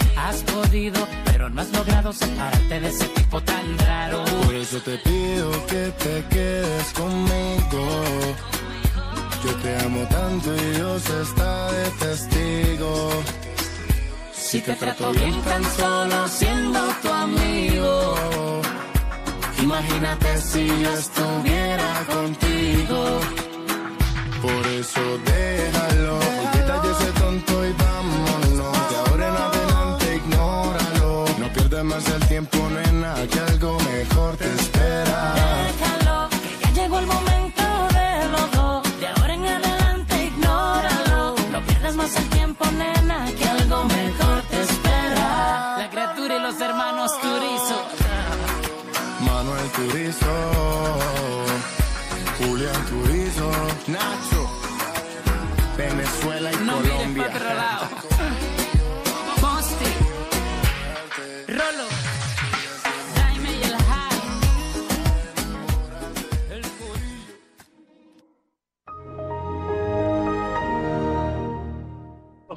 S35: Has podido, pero no has logrado separarte de ese tipo tan raro.
S34: Por eso te pido que te quedes conmigo. Yo te amo tanto y Dios está de testigo. Si te trato bien tan solo siendo tu amigo. Imagínate si yo estuviera contigo. Por eso déjalo. Quítate ese tonto y vámonos. De ahora en adelante ignóralo. No pierdas más el tiempo, nena, que algo mejor te espera.
S22: Déjalo, que ya llegó el momento de los dos. De ahora en adelante, ignóralo. No pierdas más el tiempo, nena, que algo mejor te espera.
S35: La criatura y los hermanos Turizo.
S34: Manuel Turizo, Julián Turizo, Nacho, Venezuela y
S35: No mires
S34: Colombia.
S35: pa' otro lado. Posti. Rolo. Jaime y el High.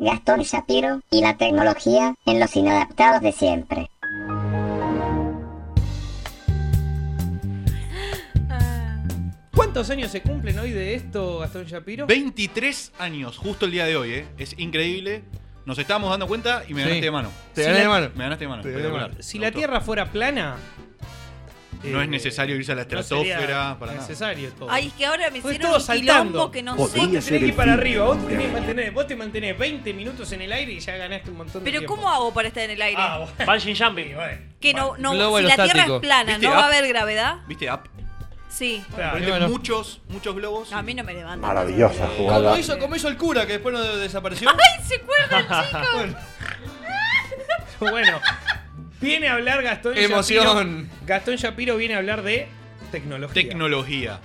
S36: Gastón Shapiro y la tecnología en los inadaptados de siempre.
S5: ¿Cuántos años se cumplen hoy de esto, Gastón Shapiro?
S7: 23 años, justo el día de hoy, ¿eh? Es increíble. Nos estábamos dando cuenta y me
S5: Sí.
S7: ganaste de mano.
S5: Te gané
S7: la-
S5: de mano.
S7: Me ganaste de mano.
S5: Te gané de
S7: espectacular.
S5: mano. Si la Tierra fuera plana,
S7: No es necesario irse a la
S5: Eh, no sería
S7: estratosfera para nada.
S5: necesario todo.
S9: Ay, es que ahora me
S5: Fue
S9: hicieron
S5: todo
S9: un quilombo
S5: saltando.
S9: que no
S5: Vos
S9: sé.
S5: tenés que ir para arriba, vos, tenés que mantener- vos te mantenés 20 minutos en el aire y ya ganaste un montón de
S9: Pero
S5: tiempo. Ah,
S9: ¿cómo hago para estar en el aire?
S13: Bungee jumping.
S9: que no, no,
S5: Globo
S9: si la Tierra
S5: aerostático.
S9: es plana,
S5: ¿Viste?
S9: ¿no va a
S5: Ah.
S9: haber gravedad?
S7: ¿Viste? App.
S9: Sí.
S7: Claro, Prende bueno. muchos, muchos globos.
S9: a mí no me levanta.
S37: Maravillosa jugada.
S2: Como hizo, como hizo el cura que después no desapareció.
S9: ¡Ay, se acuerdan, chicos!
S5: Bueno, viene a hablar Gastón
S7: Emoción.
S5: Shapiro. Gastón Shapiro viene a hablar de tecnología.
S7: Tecnología.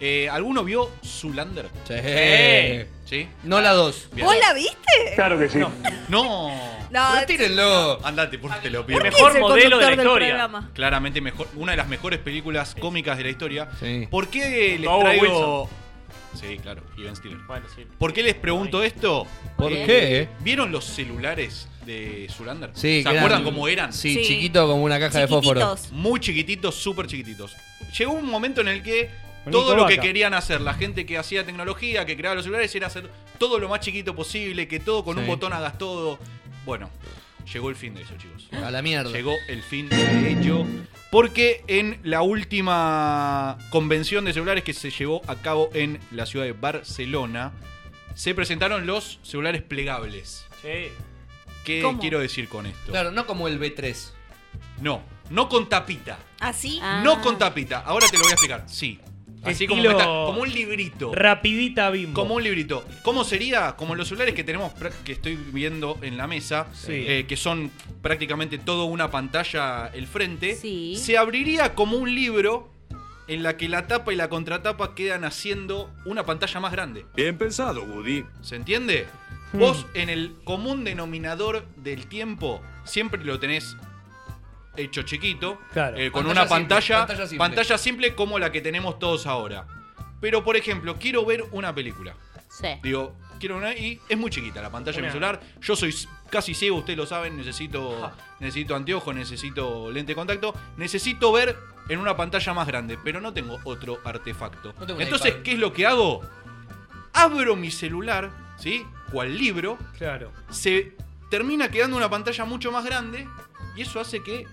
S7: Eh, ¿Alguno vio Eh, Zulander? Sí. ¿Sí?
S2: No la 2.
S9: ¿Vos la viste?
S7: Claro que sí. No.
S9: No,
S7: Retírenlo. Andate, por te lo pido.
S9: ¿Por qué Mejor es el modelo de la conductor del historia. programa?
S7: Claramente mejor, una de las mejores películas cómicas de la historia.
S2: Sí.
S7: ¿Por qué les
S13: Owen
S7: traigo... Sí, claro, y Ben Stiller. ¿Por qué les pregunto esto?
S2: ¿Por qué?
S7: ¿Vieron los celulares de Zulander?
S2: Sí,
S7: ¿Se
S2: que eran-
S7: acuerdan cómo eran?
S2: Sí, Sí. chiquito como una caja de fósforo. Chiquititos.
S7: Muy chiquititos, súper chiquititos. Llegó un momento en el que
S2: Con
S7: todo
S2: Nico
S7: lo que
S2: Vaca.
S7: querían hacer, la gente que hacía tecnología, que creaba los celulares, era hacer todo lo más chiquito posible, que todo con un
S2: Sí.
S7: botón hagas todo. Bueno, llegó el fin de eso, chicos.
S2: A la mierda.
S7: Llegó el fin de ello. Porque en la última convención de celulares que se llevó a cabo en la ciudad de Barcelona, se presentaron los celulares plegables. ¿Qué
S2: ¿Cómo?
S7: quiero decir con esto?
S2: Claro, no como el B3.
S7: No, no con tapita.
S9: ¿Así?
S7: No con tapita. Ahora te lo voy a explicar. Sí. Así como,
S13: Estilo
S7: que está- como un librito.
S13: Rapidita bimbo.
S7: Como un librito. ¿Cómo sería? Como los celulares que tenemos, pra- que estoy viendo en la mesa, eh, que son prácticamente toda una pantalla el frente, se abriría como un libro en la que la tapa y la contratapa quedan haciendo una pantalla más grande.
S20: Bien pensado, Woody.
S7: ¿Se entiende? Vos en el común denominador del tiempo siempre lo tenés hecho chiquito,
S13: Claro.
S7: eh, con
S13: Pantalla
S7: una
S13: simple,
S7: pantalla,
S13: pantalla
S7: pantalla,
S13: simple.
S7: simple. como la que tenemos todos ahora. Pero por ejemplo, quiero ver una película.
S23: Sí.
S7: Digo, quiero una y es muy chiquita la pantalla de mi
S23: Una.
S7: celular. Yo soy s- casi ciego, ustedes lo saben, necesito necesito anteojo, necesito lente de contacto, necesito ver en una pantalla más grande, pero no tengo otro artefacto.
S2: No tengo un
S7: Entonces,
S2: iPad.
S7: ¿qué es lo que hago? abro mi celular, ¿sí? Cual libro.
S5: Claro.
S7: Se termina quedando una pantalla mucho más grande y eso hace que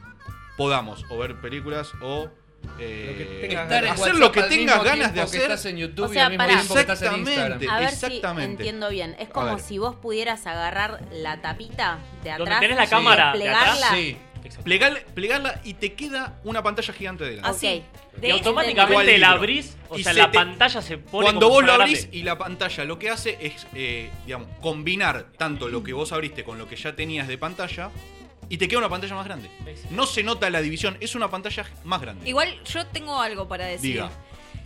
S7: podamos o ver películas o eh,
S2: Estar en
S7: hacer
S2: WhatsApp
S7: lo que
S2: al
S7: tengas
S2: mismo
S7: ganas de
S2: tiempo que
S7: hacer.
S2: estás en YouTube
S23: O sea, pará.
S7: exactamente,
S23: A ver si
S7: exactamente.
S23: entiendo bien. Es
S7: A
S23: como
S7: ver.
S23: si vos pudieras agarrar la tapita de atrás.
S13: Donde tenés la cámara de
S23: Plegarla.
S13: atrás. Sí.
S7: Plegal- plegarla y te queda una pantalla gigante delante.
S23: Así.
S13: Y De automáticamente
S7: Igual
S13: la
S7: libro.
S13: abrís, o
S7: Y
S13: sea,
S7: se
S13: la
S7: te-
S13: pantalla se pone
S7: Cuando
S13: como
S7: vos
S13: si
S7: lo
S13: fuera
S7: abrís
S13: grande.
S7: y la pantalla lo que hace es, eh, digamos, combinar tanto lo que vos abriste con lo que ya tenías de pantalla y te queda una pantalla más grande. No se nota la división, es una pantalla más grande.
S9: Igual yo tengo algo para decir.
S7: Diga.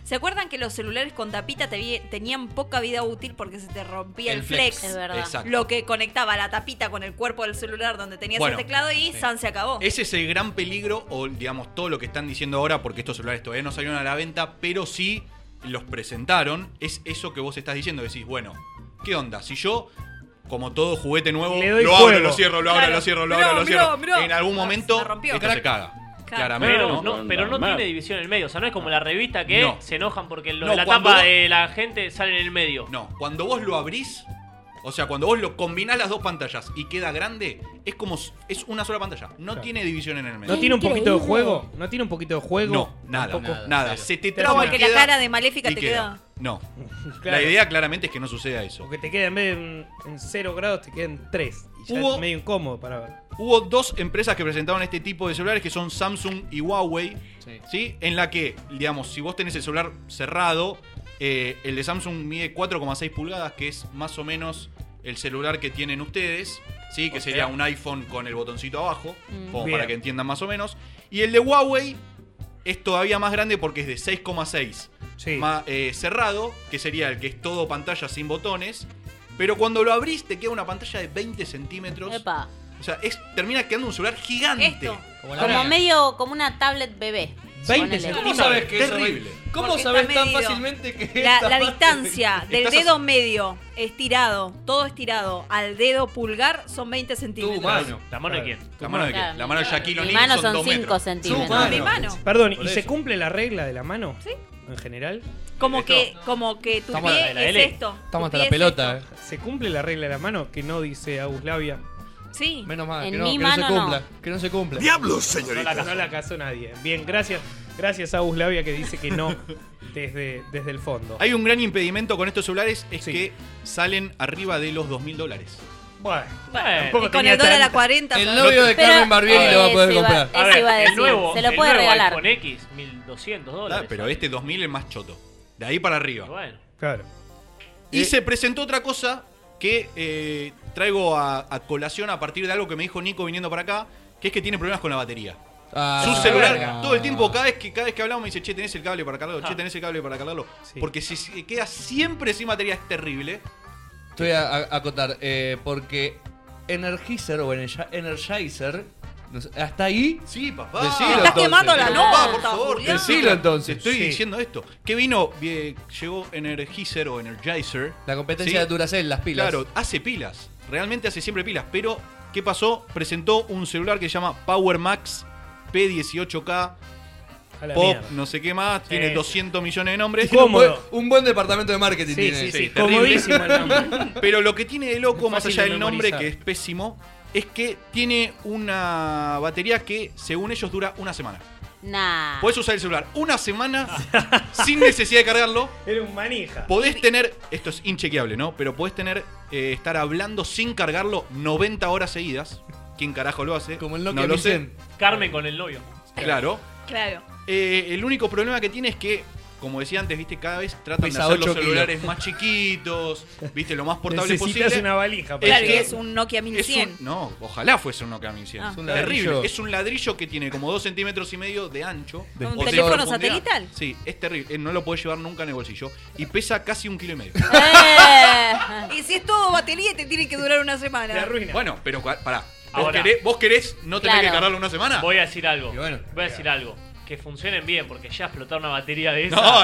S9: ¿Se acuerdan que los celulares con tapita te vi- tenían poca vida útil porque se te rompía el,
S2: El flex,
S9: flex?
S2: es verdad. exacto.
S9: Lo que conectaba la tapita con el cuerpo del celular donde tenías
S7: Bueno,
S9: el teclado y
S7: sí. Eh,
S9: San se acabó.
S7: Ese es el gran peligro, o digamos todo lo que están diciendo ahora, porque estos celulares todavía no salieron a la venta, pero sí los presentaron. Es eso que vos estás diciendo. Decís, bueno, ¿qué onda? Si yo, como todo juguete nuevo,
S13: Le doy
S7: lo abro,
S13: juego.
S7: lo cierro, lo abro,
S13: Claro.
S7: lo cierro, lo
S13: Mirá,
S7: abro, lo
S13: mirá,
S7: cierro.
S13: mirá.
S7: En algún
S13: Ah,
S7: momento,
S13: se me rompió.
S7: esto se caga. Claramente,
S13: Pero
S7: ¿no?
S13: no, pero no tiene división en el medio. O sea, no es como la revista que
S7: No.
S13: se enojan porque lo-
S7: No,
S13: la
S7: cuando
S13: tapa
S7: vos-
S13: de la gente sale en el medio.
S7: No, cuando vos lo abrís, o sea, cuando vos lo combinás las dos pantallas y queda grande, es como s- es una sola pantalla. No
S5: Claro.
S7: tiene división en el medio.
S5: ¿No tiene un poquito de juego? ¿No tiene un poquito de juego?
S7: No, nada, nada, nada. Se te
S9: Como
S7: traba y
S9: que la
S7: queda-
S9: cara de Maléfica
S7: y
S9: te queda.
S7: No.
S5: Claro.
S7: La idea claramente es que no suceda eso.
S5: Porque te queda en vez de en- en 0 grados, te queda en 3. Y ya
S7: Hubo-
S5: es medio incómodo para ver.
S7: Hubo dos empresas que presentaron este tipo de celulares que son Samsung y Huawei. Sí. En la que, digamos, si vos tenés el celular cerrado, eh, el de Samsung mide 4,6 pulgadas, que es más o menos el celular que tienen ustedes. ¿Sí? Que sería un iPhone con el botoncito abajo,
S13: Mm.
S7: como
S13: Bien.
S7: para que entiendan más o menos. Y el de Huawei es todavía más grande porque es de 6,6 Ma- eh, cerrado, que sería el que es todo pantalla sin botones. Pero cuando lo abrís te queda una pantalla de 20 centímetros. O sea, es, termina quedando un celular gigante.
S38: Como
S23: Como medio, como una tablet bebé. Ponele.
S2: ¿Cómo sabes que es
S7: Terrible.
S2: ¿Cómo
S9: Porque
S2: sabes
S9: está
S2: tan
S9: medido.
S2: fácilmente que
S9: La,
S2: esta
S9: la
S2: parte-
S9: distancia del
S2: Estás
S9: dedo medio estirado, todo estirado, al dedo pulgar son 20 centímetros.
S13: ¿La mano de quién?
S7: ¿La mano de quién? La mano de Shaquille
S23: Mi
S7: O'Neal
S23: mano
S7: son
S23: son
S7: dos
S23: 5
S7: metros.
S23: centímetros.
S9: Mi mano.
S5: Perdón,
S7: Por
S5: ¿y
S7: eso.
S5: se cumple la regla de la mano? Sí. ¿En general?
S9: Como que, como que tu
S5: Estamos
S9: pie
S5: a la eh.
S9: es
S5: L.
S9: esto. tu
S5: Estamos
S9: pie es
S5: ¿Se cumple la regla de la mano? Que no dice Aguslavia.
S9: esto. Sí.
S5: Menos
S9: mal,
S5: mal,
S9: En
S5: que
S9: que
S5: no,
S9: no- mi
S5: que
S9: que no se
S5: no
S9: mano,
S5: se
S9: no.
S5: cumpla.
S9: cumpla,
S5: Que no se cumpla.
S27: ¡Diablos, señorita!
S5: No la, no la casó nadie. Bien, gracias. Gracias a Aguslavia que dice que no desde, desde el fondo.
S7: Hay un gran impedimento con estos celulares, es que salen arriba de los 2.000 dólares.
S5: Bueno,
S9: Y con el dólar a 40.
S7: El
S9: son-
S7: novio de Pero- Carmen
S9: eh,
S7: Barbieri lo va a poder Eso iba-
S13: A
S7: comprar. eso
S13: ver,
S7: iba a
S13: el
S7: decir,
S13: nuevo,
S7: se lo
S13: el
S7: puede
S13: nuevo
S7: regalar.
S13: iPhone ¿eh? X, 1200 dólares.
S7: pero este 2.000 es más choto. De ahí para arriba.
S13: Bueno.
S5: Claro. Eh,
S7: Y se presentó otra cosa que eh, traigo a, a colación a partir de algo que me dijo Nico viniendo para acá, que es que tiene problemas con la batería.
S27: Ah,
S7: Su celular
S27: verga.
S7: todo el tiempo, cada vez que cada vez que hablamos me dice, che, tenés el cable para
S9: Ah.
S7: cargarlo, che, tenés el cable para cargarlo. Porque si se queda siempre sin batería es terrible.
S2: Estoy a, a- acotar, eh, porque Energizer o Energi- Energizer no sé, hasta ahí.
S7: Sí, papá.
S2: Decilo,
S7: Estás
S2: entonces.
S7: quemando la
S2: Papá,
S7: nota,
S2: por favor.
S7: Julián.
S2: Decilo entonces.
S7: Estoy diciendo esto. Que vino, eh, llegó Energizer o Energizer.
S2: La competencia de Duracell, las pilas.
S7: Claro, hace pilas. Realmente hace siempre pilas. Pero, ¿qué pasó? Presentó un celular que se llama Power Max P18K.
S5: A la
S7: Pop,
S5: mierda.
S7: no sé qué más, tiene
S5: sí.
S7: 200 millones de nombres.
S5: Tiene un Cómodo.
S2: Un buen departamento de marketing
S5: Sí,
S2: tiene.
S5: sí, sí,
S7: terrible.
S5: comodísimo el nombre.
S7: Pero lo que tiene de loco,
S5: Es
S7: más
S5: fácil
S7: allá
S5: de
S7: del nombre,
S5: memorizar.
S7: que es pésimo, es que tiene una batería que, según ellos, dura una semana.
S5: Ah.
S9: Ah.
S23: Nah.
S7: Podés usar el celular una semana sin necesidad de cargarlo.
S5: Era un manija.
S7: Podés tener, esto es inchequeable, ¿no? Pero podés tener, eh, estar hablando sin cargarlo 90 horas seguidas. ¿Quién carajo lo hace? Como el
S13: Nokia
S7: no lo sé.
S13: 1100. Carmen con el novio.
S7: Claro.
S9: Claro.
S7: Eh, el único problema que tiene es que, como decía antes, viste, cada vez tratan
S2: Pesa
S7: de hacer los
S2: 8 kilos.
S7: celulares más chiquitos, viste, lo más portable
S5: Necesitas
S7: posible.
S5: una valija para
S7: Es
S9: Claro,
S7: que-
S9: y es un Nokia 1100.
S7: es un- no, ojalá fuese un Nokia 1100.
S9: Ah. Es un
S7: terrible.
S9: ladrillo.
S7: Es un ladrillo que tiene como 2 centímetros y medio de ancho.
S9: De ¿Un
S7: o de
S9: teléfono
S7: profundidad.
S9: satelital?
S7: Sí, es terrible. Eh, No lo podés llevar nunca en el bolsillo. Y pesa casi un kilo y medio.
S9: y si es todo batería, te tiene que durar una semana.
S7: Bueno, pero cua- pará. ¿Vos,
S13: Ahora.
S7: querés, vos querés no tener que cargarlo una semana?
S13: Voy a decir algo. voy a decir algo. Que funcionen bien, porque ya explotar una batería de esa.
S7: No,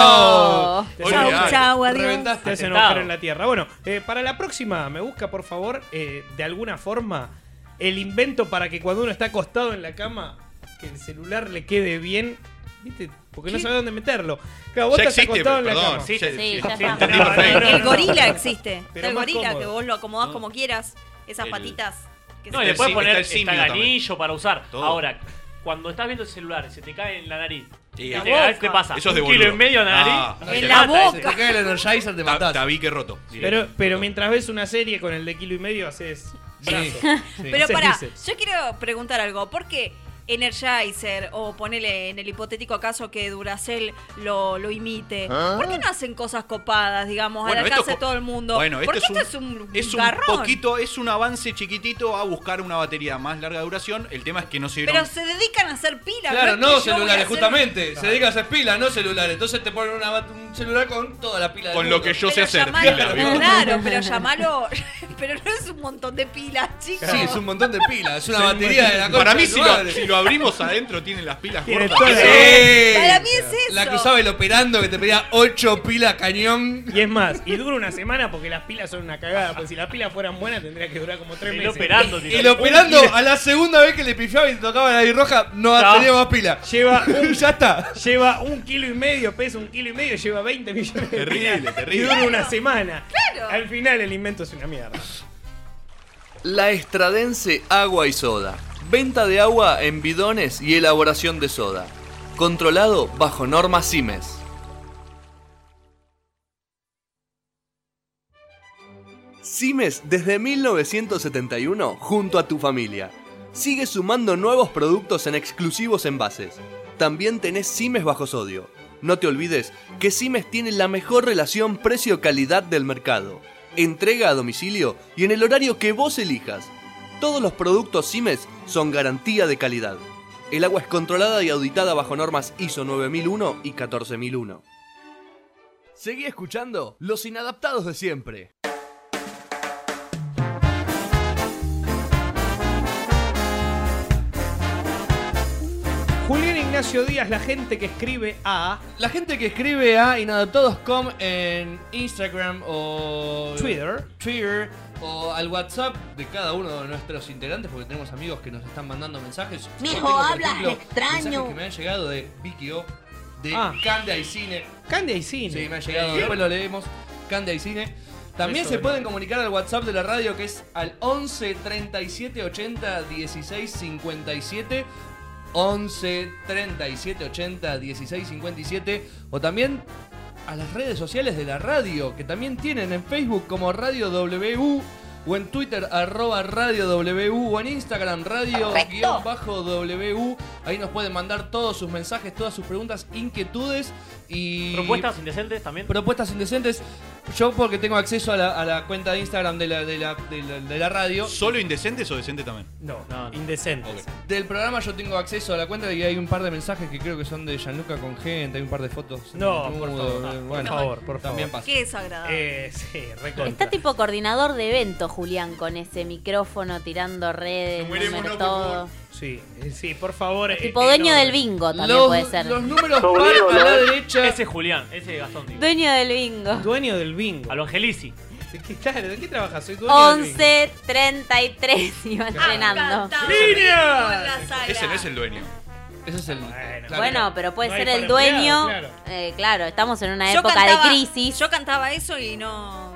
S7: no.
S13: Te
S5: Chau,
S13: olvidás.
S5: chau,
S13: adiós.
S5: Te hacen
S13: Atentado.
S5: agujero en la tierra. Bueno, eh, para la próxima, me busca, por favor, eh, de alguna forma, el invento para que cuando uno está acostado en la cama, que el celular le quede bien. ¿Viste? Porque no
S9: ¿Qué?
S5: sabe dónde meterlo. Claro, vos estás acostado en la cama.
S9: Sí, ya está. El gorila existe. Está el gorila que vos lo acomodás como quieras. Esas
S13: El-
S9: patitas. que
S13: No,
S9: se-
S13: y le puedes
S7: sim-
S13: poner
S7: está el
S13: está el,
S7: simio también.
S13: anillo para usar.
S7: Todo.
S13: Ahora, cuando estás viendo el celular, se te cae en la nariz.
S7: Sí,
S13: ¿Qué
S7: la
S13: te,
S7: boca.
S13: te pasa?
S7: Eso es de
S13: un kilo
S7: boludo.
S13: y medio en la nariz.
S7: Ah,
S13: No
S7: en
S13: te
S7: la
S13: mata
S7: boca.
S13: ese.
S7: Te cae el Energizer,
S2: te
S7: Ta- Tabique roto.
S5: Pero, pero mientras ves una serie con el de kilo y medio, haces. brazo.
S9: Pero
S5: Haces
S9: pará,
S5: bíceps.
S9: yo quiero preguntar algo. ¿Por qué Energizer o ponele en el hipotético caso que Duracell lo, lo imite.
S7: Ah.
S9: ¿Por qué no hacen cosas copadas, digamos,
S7: Bueno,
S9: al
S7: esto
S9: alcance
S7: es
S9: de
S7: co-
S9: todo el mundo?
S7: Bueno,
S9: Porque
S7: esto es
S9: esto es un,
S7: Es un
S9: garrón.
S7: poquito, es un avance chiquitito a buscar una batería más larga duración. El tema es que no se dieron.
S9: Pero se dedican a hacer pilas.
S2: Claro,
S9: es
S2: no
S9: que yo voy a
S2: celulares,
S9: hacer-
S2: justamente. Se dedica a hacer pilas, no celulares. Entonces te ponen una bat- un celular con toda la pila del
S7: Con lo
S2: mundo.
S7: que yo sé Pero hacer,
S9: Llamalo,
S7: pila, ¿vio?
S9: claro, pero llamalo. Pero no es un montón de pilas, chicos.
S2: Sí, es un montón de pilas, es una
S7: Sí,
S2: batería de la
S7: Para
S2: concha
S7: mí,
S2: de
S7: si
S2: su
S7: lo,
S2: madre.
S7: si lo abrimos adentro, tiene las pilas
S2: Tiene
S7: cortas.
S2: todo. Sí. Para
S9: mí es eso.
S2: La que usaba el operando que te pedía 8 pilas cañón.
S5: Y es más, y dura una semana porque las pilas son una cagada. Porque si las pilas fueran buenas tendría que durar como tres meses.
S2: Y el operando a la segunda vez que le pifiaba y te tocaba la roja, no
S5: No.
S2: tenía más pila.
S5: Lleva un-
S2: ya está.
S5: Lleva un kilo y medio, pesa un kilo y medio, lleva 20 millones de Terrible,
S7: terrible.
S5: Y dura una semana. Claro. Al final el invento es una mierda.
S38: La Estradense Agua y Soda. Venta de agua en bidones y elaboración de soda. Controlado bajo normas CIMES. CIMES desde 1971 junto a tu familia. Sigue sumando nuevos productos en exclusivos envases. También tenés CIMES bajo sodio. No te olvides que CIMES tiene la mejor relación precio-calidad del mercado. Entrega a domicilio y en el horario que vos elijas. Todos los productos CIMES son garantía de calidad. El agua es controlada y auditada bajo normas ISO 9001 y 14001. Seguí escuchando Los Inadaptados de siempre.
S5: Julián Ignacio Díaz, la gente que escribe a.
S18: La gente que escribe a inadaptados.com en Instagram o
S5: Twitter.
S2: Twitter o al WhatsApp de cada uno de nuestros integrantes porque tenemos amigos que nos están mandando mensajes. Yo
S19: Mijo,
S2: tengo, por
S19: hablas extraño.
S2: Mensajes que me han llegado de Vicky O, de
S5: Ah. ¿Eh?
S2: Candia y Cine.
S5: Candia y Cine.
S2: Sí, me ha llegado,
S5: Sí.
S2: después lo leemos. Candia y Cine. También
S5: Beso
S2: se
S5: enorme.
S2: pueden comunicar al WhatsApp de la radio que es al 11 37 80 16 57 11 37 80 16 57 o también a las redes sociales de la radio que también tienen en Facebook como Radio WU o en Twitter arroba Radio WU o en Instagram Radio guión bajo WU ahí nos pueden mandar todos sus mensajes todas sus preguntas inquietudes y
S13: Propuestas indecentes también.
S2: propuestas indecentes yo porque tengo acceso a la, a la cuenta de Instagram de la, de la- de la- de la radio
S7: ¿Solo indecentes o decente también?
S5: No, indecentes.
S2: del programa yo tengo acceso a la cuenta y hay un par de mensajes que creo que son de Gianluca con gente, hay un par de fotos.
S5: No,
S2: desnudo,
S5: por favor,
S2: eh,
S5: por
S2: bueno,
S5: favor, por
S2: También
S5: favor.
S2: pasa.
S9: Qué desagradable.
S5: Eh, sí, recontra.
S23: Está tipo coordinador de eventos, Julián, con ese micrófono tirando redes, números, todo.
S5: Sí, eh, sí, por favor. eh,
S23: Tipo dueño
S5: enorme.
S23: del bingo también puede ser.
S13: derecha. Ese es Julián, ese es Gastón. digo.
S23: Dueño del bingo.
S5: Dueño del bingo.
S13: A lo Angelisi.
S5: ¿De qué, claro, ¿de qué trabajas? Soy dueño del bingo.
S23: 11, 33 y van llenando.
S7: ¡Línea! Ese no es el dueño.
S2: Ese es el.
S23: Bueno, pero puede
S9: No hay
S23: ser
S9: para
S23: el dueño.
S9: empleado,
S23: Claro.
S9: claro.
S23: claro, estamos en una
S9: Yo
S23: época de
S9: cantaba-
S23: crisis.
S9: Yo cantaba eso y no.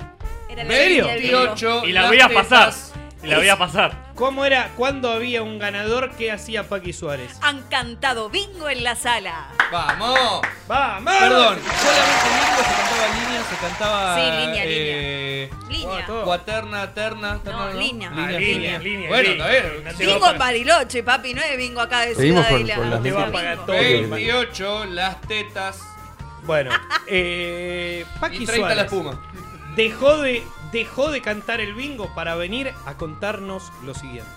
S9: Era la
S5: ¿Medio?
S9: línea del bingo.
S13: Y la voy a pasar. Y la voy a pasar.
S5: ¿Cómo era? ¿Cuándo había un ganador que hacía Paqui Suárez?
S9: Han cantado bingo en la sala.
S2: ¡Vamos!
S13: Ah,
S5: ¡Vamos!
S2: Perdón, solamente en México se cantaba línea, se cantaba.
S9: Sí, línea,
S2: eh,
S9: Línea.
S2: Cuaterna, terna, terna.
S9: No,
S2: Línea,
S9: línea.
S5: Ah,
S2: línea.
S5: línea, línea,
S2: Bueno,
S5: línea.
S2: está bien.
S9: Bingo en Bariloche, papi, no es bingo acá de
S5: Seguimos con-
S9: Ciudadela.
S5: con las Te va a letras. pagar todo.
S2: 28, las tetas.
S5: Bueno, eh, Paqui
S2: Y 30
S5: Suárez
S2: la espuma.
S5: Dejó de, dejó de cantar el bingo para venir a contarnos lo siguiente.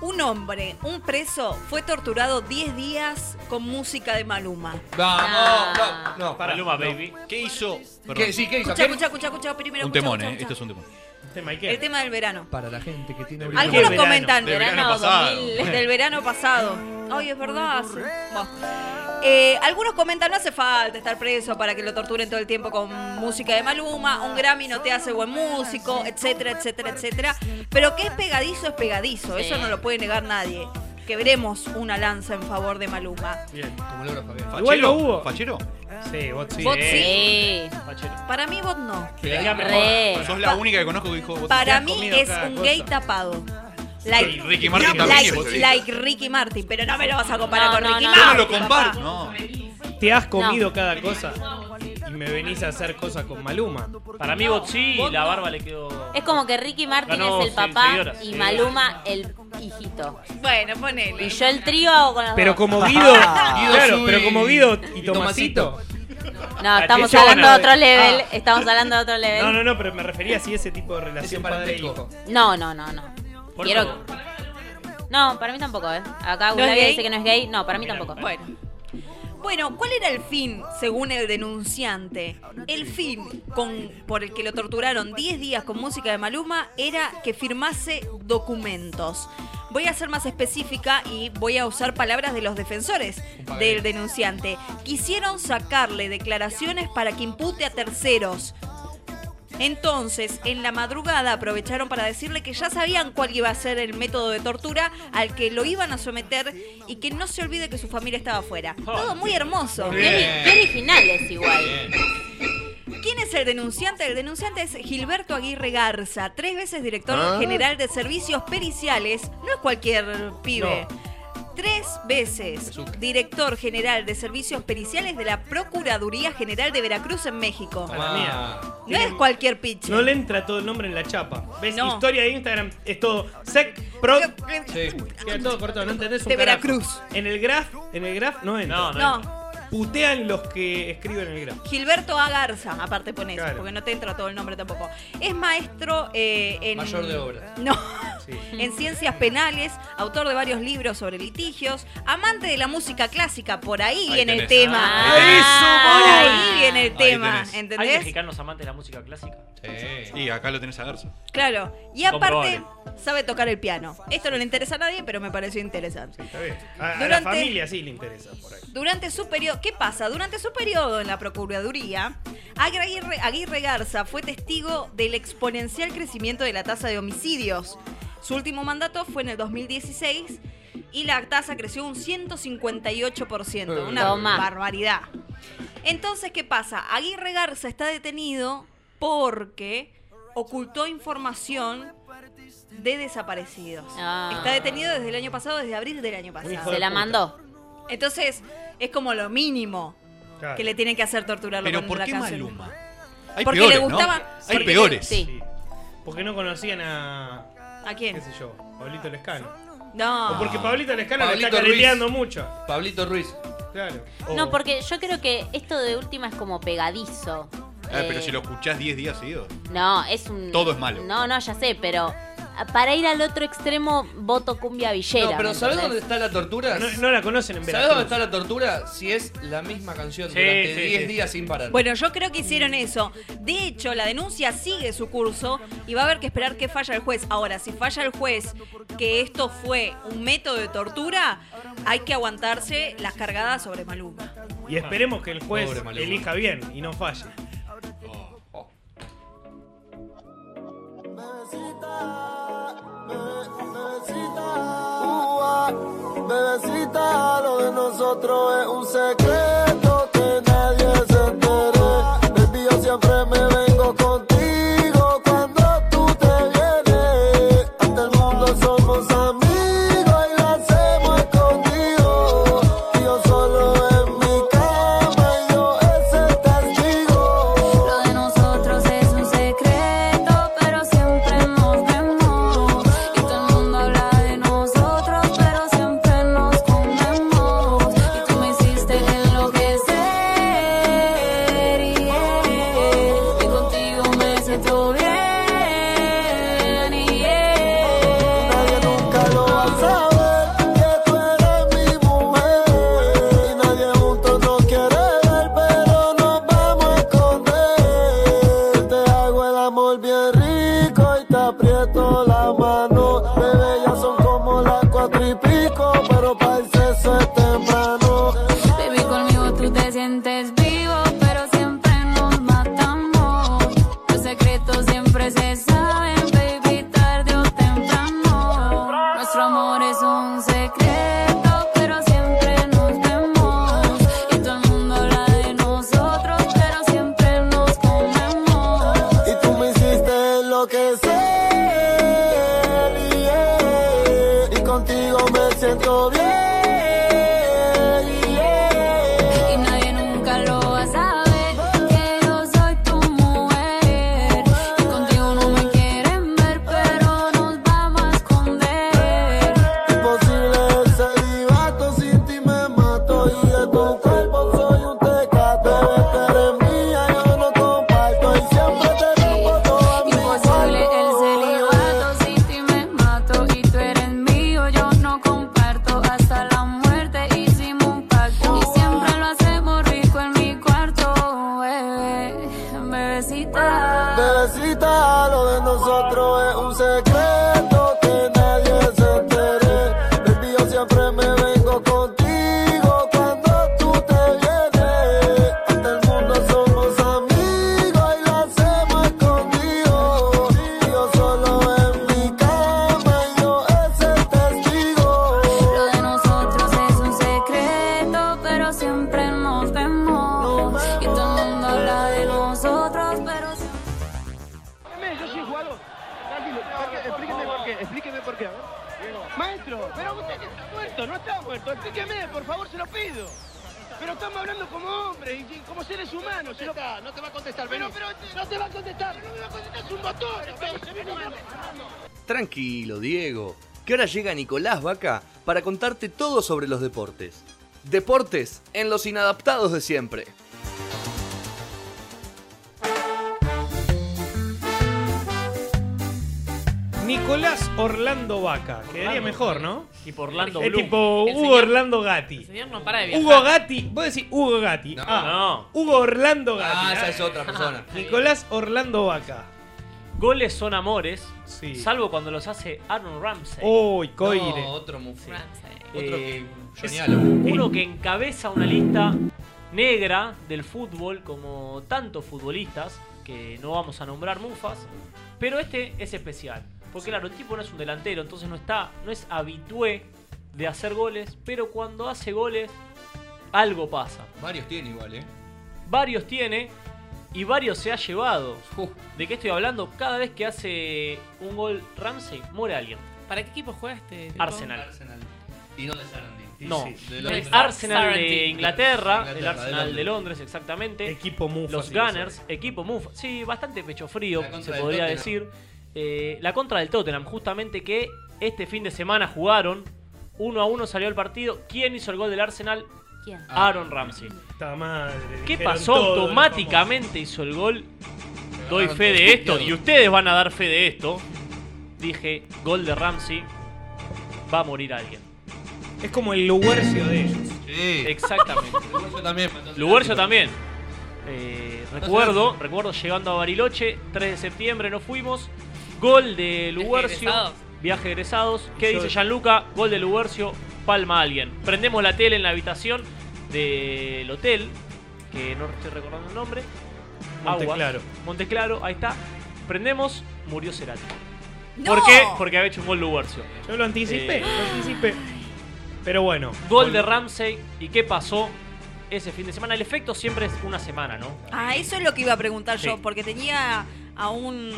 S9: Un hombre, un preso, fue torturado 10 días con música de Maluma. Ah.
S2: Vamos, no, no.
S5: Para
S7: Luma, baby. ¿Qué hizo?
S2: ¿Qué, sí, qué hizo?
S9: Escucha, escucha, escucha, escucha, primero.
S7: Un
S9: escuchá,
S7: temón,
S9: escuchá,
S7: ¿eh? Esto es un temón.
S9: escuchá. El tema del verano.
S2: Para la gente que tiene
S9: Algunos
S7: verano.
S9: comentan
S7: Del verano pasado.
S9: del verano pasado. Ay, es verdad. sí. Bueno. Eh, algunos comentan, no hace falta estar preso para que lo torturen todo el tiempo con música de Maluma, un Grammy no te hace buen músico, etcétera, etcétera, etcétera. Pero que es pegadizo, es pegadizo, eso no lo puede negar nadie. Quebremos una lanza en favor de Maluma.
S7: Bien.
S2: Como Laura Fabián.
S5: Igual lo hubo.
S7: ¿Fachero?
S5: Sí, vos sí.
S9: Vos sí. Para mí vos no.
S7: Re. Sos la única que conozco que dijo. vos
S9: Para
S7: te has
S9: mí
S7: comido
S9: es
S7: cada
S9: un
S7: cosa.
S9: gay tapado. Like,
S7: Y Ricky Martin también es
S9: like,
S7: bolsonarista.
S9: like Ricky Martin, pero no me lo vas a comparar
S7: No,
S9: con
S7: no,
S9: Ricky
S7: no.
S9: Martin.
S7: Yo no lo comparo,
S9: papá.
S5: Te has comido cada cosa.
S7: Y
S5: y me venís a hacer cosas con Maluma.
S13: Para mí, Botsi, la barba le quedó.
S23: Es como que Ricky Martin
S5: Ganó
S23: es el
S5: se-
S23: papá
S5: seguidoras.
S23: y Maluma el hijito.
S9: Bueno, ponele.
S23: Y yo el trío hago con los
S5: Pero
S23: dos.
S5: como Guido, claro, pero como Guido y Tomasito.
S23: No, estamos
S5: Cachechona,
S23: hablando de otro
S5: eh.
S23: level. Estamos hablando de otro level.
S5: No, no, no, pero me refería a si ese tipo de relación padre hijo.
S23: No, no, no, no.
S5: Por
S23: Quiero-
S5: favor.
S23: No, para mí tampoco, ¿eh? Acá
S9: ¿No es
S23: Gulaga
S9: gay?
S23: dice que no es gay. No, para mí tampoco.
S9: Bueno. Bueno, ¿cuál era el fin, según el denunciante? El fin con, por el que lo torturaron 10 días con música de Maluma era que firmase documentos. Voy a ser más específica y voy a usar palabras de los defensores del denunciante. Quisieron sacarle declaraciones para que impute a terceros. Entonces, en la madrugada aprovecharon para decirle que ya sabían cuál iba a ser el método de tortura al que lo iban a someter y que no se olvide que su familia estaba afuera.
S23: Oh,
S9: Todo muy hermoso.
S23: Qué, ori- qué originales igual.
S9: ¿Quién es el denunciante? El denunciante es Gilberto Aguirre Garza, tres veces director
S23: Ah.
S9: general de servicios periciales. No es cualquier pibe. Tres veces director general de servicios periciales de la Procuraduría General de Veracruz en México.
S5: A la mía.
S9: No es cualquier piche.
S5: No le entra todo el nombre en la chapa. ¿Ves?
S9: No.
S5: Historia de Instagram es todo sec, pro. Queda todo cortado, no entendés un
S9: De
S5: carajo.
S9: Veracruz.
S5: En el graph, en el graph no entra.
S9: no No. entra.
S5: Putean los que escriben en el graph.
S9: Gilberto A. Garza, aparte pones,
S5: Claro.
S9: porque no te entra todo el nombre tampoco. Es maestro eh, en...
S18: Mayor de obras.
S9: No. en ciencias penales, autor de varios libros sobre litigios, amante de la música clásica, por ahí,
S13: Ahí
S9: viene el
S13: tenés.
S9: tema.
S13: Ah,
S9: por
S13: eso,
S9: ahí viene el
S13: Ahí
S9: tema,
S13: tenés. ¿Hay
S9: ¿entendés?
S13: mexicanos amantes de la música clásica?
S7: Sí. Y acá lo tenés a Garza.
S9: Claro. Y aparte,
S13: Comprobable.
S9: sabe tocar el piano. Esto no le interesa a nadie, pero me pareció interesante.
S5: Está bien. A, a la
S9: Durante-
S5: familia sí le interesa por ahí.
S9: Durante su periodo, ¿qué pasa? Durante su periodo en la Procuraduría, Aguirre, Aguirre Garza fue testigo del exponencial crecimiento de la tasa de homicidios. Su último mandato fue en el 2016 y la tasa creció un 158%, una
S23: Toma.
S9: barbaridad. Entonces, ¿qué pasa? Aguirre Garza está detenido porque ocultó información de desaparecidos.
S23: Ah.
S9: Está detenido desde el año pasado, desde abril del año pasado.
S23: Se la mandó.
S9: Entonces, es como lo mínimo que le tienen que hacer torturarlo
S7: Pero
S9: con
S7: ¿por
S9: la
S7: qué
S9: canción.
S7: Maluma? Hay
S9: Porque
S7: peores,
S9: le gustaba-
S7: ¿no?
S9: Sí.
S7: Hay
S9: Porque-
S7: peores.
S9: sí.
S5: Porque no conocían a.
S9: ¿A quién?
S5: ¿Qué sé yo? Pablito Lescano.
S9: No.
S5: O porque Pablito Lescano le
S18: Pablito
S5: está
S18: Ruiz.
S5: careteando mucho.
S18: Pablito Ruiz.
S5: Claro.
S7: Oh.
S23: No, porque yo creo que esto de última es como pegadizo.
S7: Ah,
S23: Eh,
S7: pero si lo escuchás 10 días seguidos.
S23: No, es un.
S7: Todo es malo.
S23: No, no, ya sé, pero ah, para ir al otro extremo, voto cumbia villera.
S18: No, pero
S23: ¿me
S18: ¿sabés dónde
S23: entendés?
S18: está la tortura?
S5: No, no la conocen en
S18: ¿Sabés
S5: Veracruz.
S18: dónde está la tortura? Si es la misma canción durante
S5: sí,
S18: 10
S5: sí.
S18: días sin parar.
S9: Bueno, yo creo que hicieron eso. De hecho, la denuncia sigue su curso y va a haber que esperar que falla el juez. Ahora, si falla el juez que esto fue un método de tortura, hay que aguantarse las cargadas sobre Maluma.
S5: Y esperemos que el juez
S4: Pobre Maluma.
S5: elija bien y no falle.
S11: Ua, Bebecita, lo de nosotros es un secreto que nadie se entere. Baby, yo siempre me vengo contigo cuando tú te vienes. Ante el mundo somos amigos y lo hacemos escondido. Y yo solo en mi cama y yo ese testigo.
S22: Lo de nosotros es un secreto, pero siempre nos vemos. Y todo el mundo habla de nosotros, pero siempre nos comemos. Y tú me hiciste enloquecer. yeah. Y contigo me siento bien. yeah.
S11: Nadie nunca lo va a saber que tú eres mi mujer y nadie juntos nos quiere ver, pero nos vamos a esconder. Te hago el amor bien rico y te aprieto la mano. Bebé, ya son como las cuatro y pico, pero para el sexo es temprano.
S22: Baby, conmigo tú te sientes vivo, pero siempre nos matamos. Los secretos siempre se saben, baby, tarde o temprano. Nuestro amor es un bebecita.
S11: Bebecita, lo de nosotros es un secreto que nadie se entere. Baby, yo siempre me vengo contigo cuando tú te vienes. Ante el mundo somos amigos y lo hacemos escondido. Yo solo en mi cama y yo es el testigo.
S22: Lo de nosotros es un secreto, pero siempre nos vemos. Y todo el mundo habla de nosotros, pero siempre.
S19: Yo soy jugador. Tranquilo, explíqueme por qué, explíqueme por qué. Maestro, pero usted que está muerto, no está muerto. Explíqueme, por favor, se lo pido. Pero estamos hablando como hombres y como seres humanos. No te va a contestar, pero, pero No te va a contestar. No me va a contestar, es un botón. entonces, vení, vení.
S18: Tranquilo, Diego, que ahora llega Nicolás Vaca para contarte todo sobre los deportes.
S38: Deportes en los inadaptados de siempre.
S5: Nicolás Orlando Vaca. Quedaría mejor, ¿no?
S13: Tipo Orlando
S5: Es
S13: Bloom.
S5: tipo
S13: El
S5: Hugo
S13: señor-
S5: Orlando Gatti.
S8: señor no para de viajar.
S5: Hugo Gatti. Vos decís Hugo Gatti. No, Hugo Orlando Gatti.
S13: Ah, esa es otra persona.
S5: Nicolás Orlando Vaca.
S13: Goles son amores, salvo cuando los hace Aaron Ramsey.
S5: Uy, Coire. Eh, No,
S13: otro mufi.
S2: Otro que- Johnny Allen.
S13: Uno que encabeza una lista negra del fútbol, como tantos futbolistas, que no vamos a nombrar mufas, pero este es especial. Porque claro, el tipo no es un delantero, entonces no está, no es habitué de hacer goles, pero cuando hace goles, algo pasa.
S2: Varios tiene igual, ¿eh?
S13: Varios tiene y varios se ha llevado. ¿De qué estoy hablando? Cada vez que hace un gol Ramsey, muere alguien.
S8: ¿Para qué equipo juega este? tipo?
S13: Arsenal.
S2: Y no de Sarandí.
S13: No,
S2: de
S13: el
S2: Londres.
S13: Arsenal de
S2: Sarandí.
S13: Inglaterra, el
S2: Inglaterra,
S13: Arsenal de
S2: de Londres.
S13: Londres, exactamente.
S5: Equipo Mufa.
S13: Los
S5: sí, lo
S13: Gunners, equipo Mufa. Sí, bastante pecho frío, se
S5: del
S13: podría
S5: Tottenham.
S13: decir. Eh, la contra del Tottenham, justamente que este fin de semana jugaron. Uno a uno salió el partido. ¿Quién hizo el gol del Arsenal?
S23: ¿Quién?
S13: Aaron Ramsey.
S5: Puta madre,
S13: ¿Qué
S5: dijeron
S13: pasó?
S5: todo, los
S13: Automáticamente hizo el gol. Doy
S5: ganaron
S13: fe
S5: todo
S13: de esto
S5: puteado.
S13: y ustedes van a dar fe de esto. Dije, gol de Ramsey. Va a morir alguien.
S5: Es como el Luguercio de ellos.
S13: Sí. Exactamente.
S2: Luguercio también.
S13: Luguercio también. Eh, recuerdo, recuerdo llegando a Bariloche, 3 de septiembre no fuimos. Gol de Luguercio.
S8: egresados.
S13: Viaje egresados. ¿Qué
S8: Yo-
S13: dice Gianluca? Gol de Luguercio, palma a alguien. Prendemos la tele en la habitación del hotel, que no estoy recordando el nombre.
S5: Monteclaro.
S13: Monteclaro, ahí está. Prendemos, murió Cerati.
S5: ¡No!
S13: ¿Por qué? Porque había hecho un gol Luguercio.
S5: Yo lo anticipé,
S13: Eh,
S5: lo anticipé. Pero bueno.
S13: Gol de Ramsey. ¿Y qué pasó ese fin de semana? El efecto siempre es una semana, ¿no?
S9: Ah, eso es lo que iba a preguntar
S13: Sí.
S9: yo, porque tenía a un...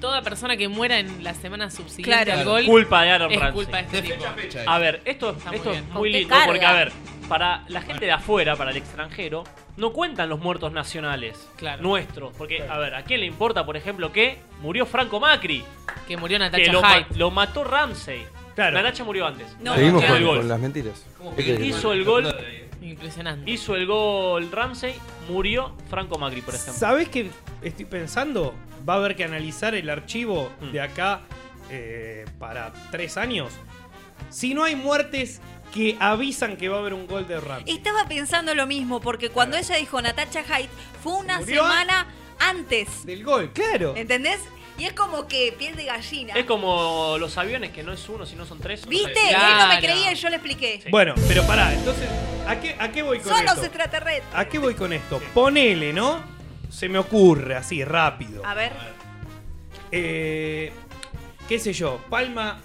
S8: Toda persona que muera en la semana subsiguiente
S13: Claro.
S8: al gol.
S13: Culpa de Aaron
S8: es
S13: Ramsey.
S8: culpa de este tipo.
S13: A ver, esto,
S8: Está muy
S13: esto es
S8: bien.
S13: muy
S8: Qué
S13: lindo
S8: carga.
S13: porque, a ver, para la gente de afuera, para el extranjero, no cuentan los muertos nacionales nuestros. Porque, a ver, ¿a quién le importa, por ejemplo, que murió Franco Macri?
S8: Que murió
S13: Que
S8: Natacha
S13: lo, ma-
S8: Hyde.
S13: lo mató Ramsey. Natacha murió antes.
S39: Seguimos
S13: Hizo
S39: con,
S13: el
S39: con
S13: gol.
S39: las mentiras. ¿Qué querés?
S13: Hizo el gol.
S8: Impresionante.
S13: Hizo el gol Ramsey, murió Franco Macri, por ejemplo.
S5: ¿Sabes qué estoy pensando? Va a haber que analizar el archivo
S13: Mm.
S5: de acá eh, para tres años. Si no hay muertes que avisan que va a haber un gol de Ramsey.
S9: Estaba pensando lo mismo, porque cuando ella dijo Natacha Hyde, fue una
S5: Murió
S9: semana antes.
S5: Del gol, claro.
S9: ¿Entendés? Y es como que piel de gallina.
S13: Es como los aviones, que no es uno, sino son tres.
S9: ¿Viste?
S13: No sé.
S9: Él no me creía y yo le expliqué.
S5: Bueno, pero pará, entonces, ¿a qué, a qué voy con
S9: Son los
S5: esto?
S9: extraterrestres.
S5: ¿A qué voy con esto? Ponele, ¿no? Se me ocurre así, rápido.
S9: A ver.
S5: Eh, ¿Qué sé yo? Palma.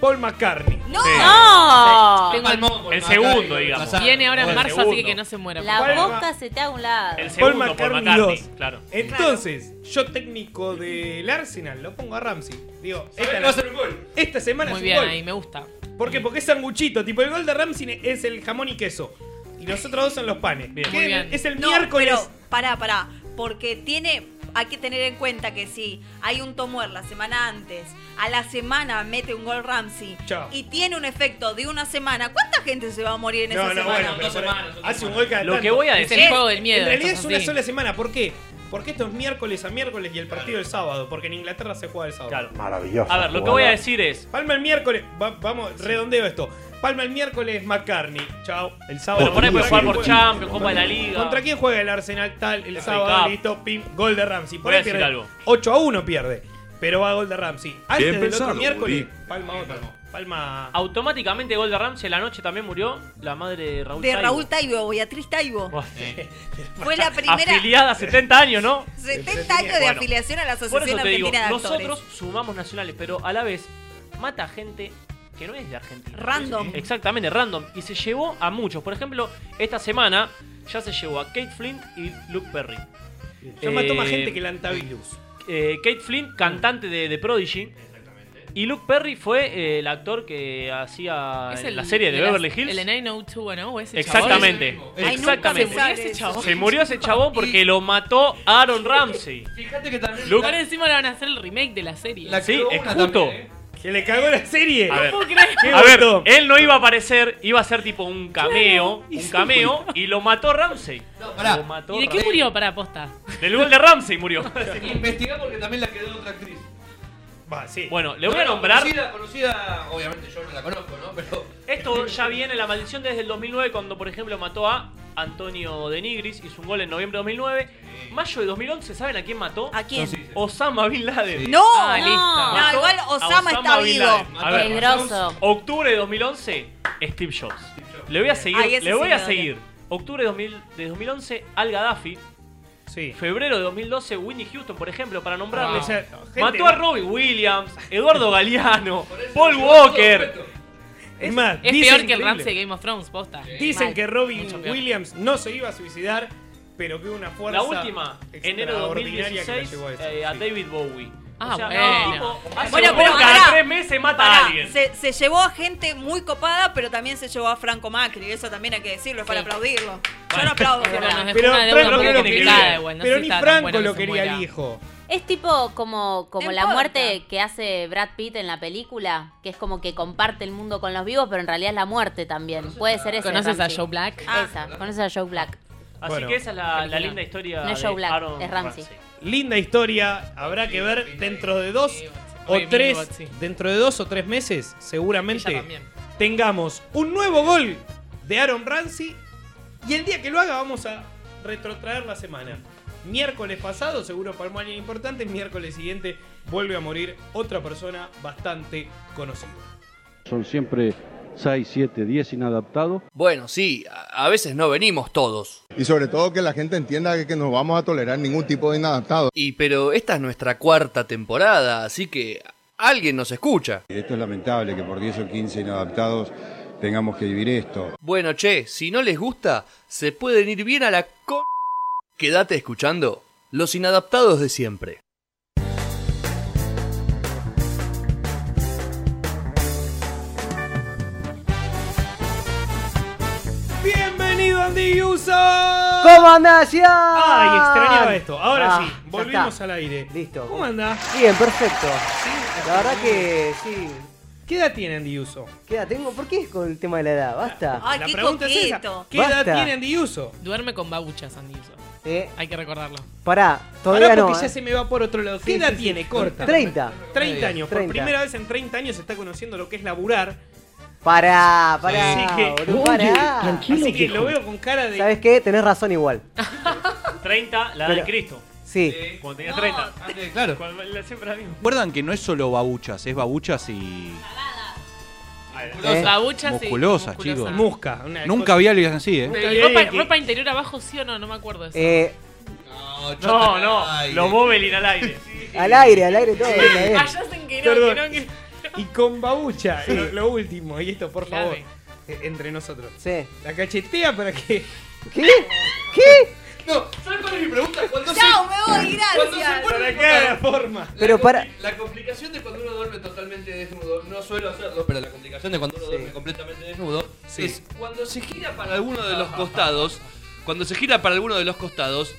S5: Paul McCartney.
S9: ¡No!
S13: ¡No!
S5: Tengo el
S13: El segundo, digamos.
S8: Viene ahora en
S5: El
S8: marzo, así
S5: segundo.
S8: que que no se muera.
S5: Paul
S23: La
S5: Ma-
S23: boca se te ha a un lado.
S13: El
S5: Paul
S13: segundo por
S5: McCartney,
S13: McCartney.
S5: 2.
S13: Claro.
S5: Entonces, yo técnico del Arsenal, lo pongo a Ramsey. Digo,
S13: que
S5: esta,
S13: va a ser un
S5: esta semana
S8: Muy
S5: es un
S8: bien,
S5: gol.
S8: ahí me gusta.
S5: ¿Por qué? Porque es sanguchito. Tipo, el gol de Ramsey es el jamón y queso. Y los otros dos son los panes. Que
S9: Muy bien.
S5: Es el
S9: No,
S5: miércoles.
S9: Pero, pará, pará. Porque tiene. Hay que tener en cuenta que si hay un Tomuer la semana antes, a la semana mete un gol Ramsey
S5: Chao.
S9: y tiene un efecto de una semana, ¿cuánta gente se va a morir en esa semana?
S5: pero por ahí hace un gol cada
S13: Lo
S5: tanto.
S13: que voy a decir- Es el juego del miedo,
S5: En realidad es
S13: entonces,
S5: una
S13: sí.
S5: sola semana. ¿Por qué? Porque esto es miércoles a miércoles y el partido el sábado, porque en Inglaterra se juega el sábado. Claro.
S13: Maravilloso. A ver, lo que voy a decir es.
S5: Palma el miércoles, va- vamos, redondeo esto. Palma el miércoles McCartney. Chao. El sábado.
S13: Pero por ahí puede
S5: ¿Contra
S13: jugar por
S5: quién juega?
S13: Champions, Copa de la Liga.
S5: ¿Contra quién juega el Arsenal tal el
S13: La
S5: sábado?
S13: Cup.
S5: Listo, pim, gol de Ramsey. Por
S13: Voy a
S5: ahí
S13: decir
S5: pierde.
S13: algo.
S5: 8 a 1 pierde. Pero va gol de Ramsey. Antes
S13: Bien
S5: del
S13: pensado,
S5: otro miércoles,
S13: Budí.
S5: palma otro. Palma.
S13: Automáticamente gol de Ramsey la noche también murió la madre de Raúl
S9: De
S13: Taibo.
S9: Raúl Taibo, Beatriz Taibo. Fue la primera
S13: Afiliada 70 años, ¿no?
S9: 70 años de
S13: Bueno,
S9: afiliación a la
S13: Por
S9: Asociación
S13: eso te digo,
S9: Argentina de Actores.
S13: nosotros sumamos nacionales, pero a la vez mata gente que no es de Argentina.
S9: Random.
S13: Exactamente, random. Y se llevó a muchos. Por ejemplo, esta semana ya se llevó a Kate Flint y Luke Perry.
S5: Yo mató más gente que el Antavilus.
S13: eh, Kate Flynn, cantante de, de Prodigy. Y Luke Perry fue eh, el actor que hacía
S8: Es
S13: Ah, en
S8: el-
S13: la serie de
S8: el-
S13: Beverly Hills.
S8: El de 90210, ese
S13: Exactamente.
S8: chabón.
S13: Exactamente.
S8: Ay, nunca se murió ese chabón.
S13: Se murió ese chabón porque lo mató Aaron Ramsey.
S8: Fíjate que también.
S13: Luke-
S8: Ahora encima le van a hacer el remake de la serie.
S13: sí, es justo.
S2: ¿eh?
S5: Que le cagó la serie.
S13: A ver,
S8: puedo creer.
S5: Qué
S13: a ver,
S5: botón.
S13: él no iba a aparecer, iba a ser tipo un cameo,
S8: Claro, y
S13: un
S8: se
S13: cameo, y lo mató Ramsey. Lo mató
S8: ¿Y de qué
S13: Ramsey.
S8: murió para aposta?
S13: Del gol de Ramsey murió.
S2: Investigá porque también la quedó otra actriz.
S13: Bueno, le voy a
S2: No, no,
S13: nombrar.
S2: Conocida, conocida, obviamente yo no la conozco, ¿no? Pero.
S13: Esto ya viene la maldición desde el 2009, cuando por ejemplo mató a Antonio de Nigris, hizo un gol en noviembre de 2009. Mayo de 2011, ¿saben a quién mató? ¿A
S9: quién?
S13: Osama Bin Laden.
S9: No,
S13: Ah,
S9: no.
S13: listo.
S9: No,
S13: Mató
S9: igual
S13: a
S9: Osama está
S13: Bin
S9: vivo.
S13: Laden. A ver,
S9: Es grosso.
S13: Octubre de 2011, Steve Jobs. Le voy a seguir.
S9: Ay, ese
S13: le voy
S9: sí
S13: a
S9: me
S13: seguir. Octubre de, 2000 de 2011, Al Gaddafi. Febrero de 2012, Winnie Houston, por ejemplo, para nombrarle.
S5: Ah, o sea, gente-
S13: Mató a Robbie Williams, Eduardo Galeano, Paul Walker.
S5: Es más,
S8: Es
S5: dicen-
S8: peor que el Ramsey de Game of Thrones, posta.
S5: Dicen
S8: Mal.
S5: que Robin
S8: Mucho peor.
S5: Williams no se iba a suicidar, pero que hubo una fuerza.
S13: La última, enero de
S5: extraordinaria que la
S13: 2016,
S5: llevó a eso.
S13: eh, a David Bowie.
S8: Ah,
S13: o sea,
S8: bueno.
S13: tipo, hace
S9: Bueno,
S13: un
S9: pero
S13: poco cada
S9: pará.
S13: tres meses mata a
S9: Pará,
S13: alguien.
S9: Se, se llevó a gente muy copada, pero también se llevó a Franco Macri. Eso también hay que decirlo, es para aplaudirlo. Yo lo aplaudo. de
S8: Pero
S9: verdad.
S8: nos dejó
S5: Pero
S8: una deuda
S5: Franco
S8: muy
S5: no lo
S8: complicada,
S5: quería.
S8: igual, no sé
S5: Pero
S8: si
S5: ni
S8: estaba tan
S5: Franco
S8: bueno
S5: lo
S8: que se
S5: quería
S8: muera.
S5: el hijo.
S23: Es tipo como, como
S9: No
S23: la
S9: importa.
S23: muerte que hace Brad Pitt en la película, que es como que comparte el mundo con los vivos, pero en realidad es la muerte también. Puede ser esa.
S8: ¿Conoces a Joe Black?
S23: Esa, conoces a Joe Black.
S13: Así
S5: Bueno.
S13: que esa es la, la
S23: Película.
S13: linda historia
S23: No es
S13: de
S23: Joe Black,
S13: Aaron
S23: es Ramsey.
S5: Linda historia, habrá que ver dentro de dos o
S8: Oye,
S5: tres,
S8: Milwaukee.
S5: dentro de dos o tres meses,
S8: Ella
S5: seguramente
S8: también.
S5: tengamos un nuevo gol de Aaron Ramsey y el día que lo haga vamos a retrotraer la semana. Miércoles pasado seguro palmó a alguien importante, miércoles siguiente vuelve a morir otra persona bastante conocida.
S39: Son siempre 6, 7, 10 inadaptados.
S18: Bueno, sí, a a veces no venimos todos.
S40: Y sobre todo que la gente entienda que- que no vamos a tolerar ningún tipo de inadaptado.
S18: Y pero esta es nuestra cuarta temporada, así que alguien nos escucha.
S37: Esto es lamentable que por 10 o 15 inadaptados tengamos que vivir esto.
S18: Bueno, che, si no les gusta, se pueden ir bien a la co... Quédate escuchando Los Inadaptados de siempre.
S5: Bienvenido Andy Usa.
S20: ¿Cómo andás, ya?
S5: Ay,
S20: Ah.
S5: extrañaba esto. Ahora sí, volvimos
S20: al
S5: aire.
S20: Ah, Listo.
S5: ¿Cómo anda?
S20: Bien, perfecto. la verdad que sí.
S5: ¿Qué edad tiene Andy Uso?
S20: ¿Qué edad tengo? ¿Por qué es con el tema de la edad? Basta.
S8: Ay,
S5: la
S8: qué
S5: pregunta es esa.
S8: coqueto.
S5: ¿Qué edad
S20: Basta.
S5: tiene Andy Uso?
S8: Duerme con babuchas, Andy Uso. Hay que recordarlo.
S20: Pará,
S5: Ahora
S20: todavía no.
S5: porque ya
S20: ¿eh?
S5: se me va por otro lado. ¿Qué
S20: Sí,
S5: edad
S20: sí, sí.
S5: tiene? Corta.
S20: 30.
S5: 30 años. Por
S20: 30.
S5: primera vez en 30 años se está conociendo lo que es laburar.
S20: Pará, pará.
S5: Así que,
S20: boludo, pará.
S5: Así que lo veo con cara de.
S20: ¿Sabes qué? Tenés razón igual.
S13: 30, la edad
S20: Pero-
S13: de Cristo. Eh,
S20: Sí.
S13: Cuando tenía 30.
S7: claro.
S13: Cuando- la- siempre la misma.
S7: Recuerdan que no es solo babuchas, es babuchas y. Eh,
S8: Musculosas. Babuchas y
S7: musculosas,
S8: musculosas.
S7: chicos.
S8: Musca, una
S7: Nunca
S8: cosa-
S7: había alguien así, ¿eh?
S8: Pero, ¿y ropa, ropa interior abajo sí o no? No me acuerdo eso.
S20: Eh,
S13: No, no, los Bobelin al aire.
S20: al aire, al aire todo.
S8: Sí.
S20: bien,
S5: Ah,
S20: bien.
S8: Allá hacen que no,
S5: Perdón.
S8: que no, que
S5: Y con babucha,
S20: Sí.
S5: lo, lo último. Y esto, por favor,
S20: Clave.
S4: e,
S5: eh, entre nosotros.
S20: Sí.
S5: La cachetea para que.
S20: ¿Qué? ¿Qué?
S2: No, ¿sabes cuál es mi pregunta? Cuando
S9: Chao, me voy, gracias.
S2: Cuando se pone
S5: Para que haga la forma.
S20: Pero para.
S2: La complicación de cuando uno duerme totalmente desnudo, no suelo hacerlo, pero la complicación de cuando uno duerme completamente desnudo es cuando se gira para alguno de los costados, cuando se gira para alguno de los costados,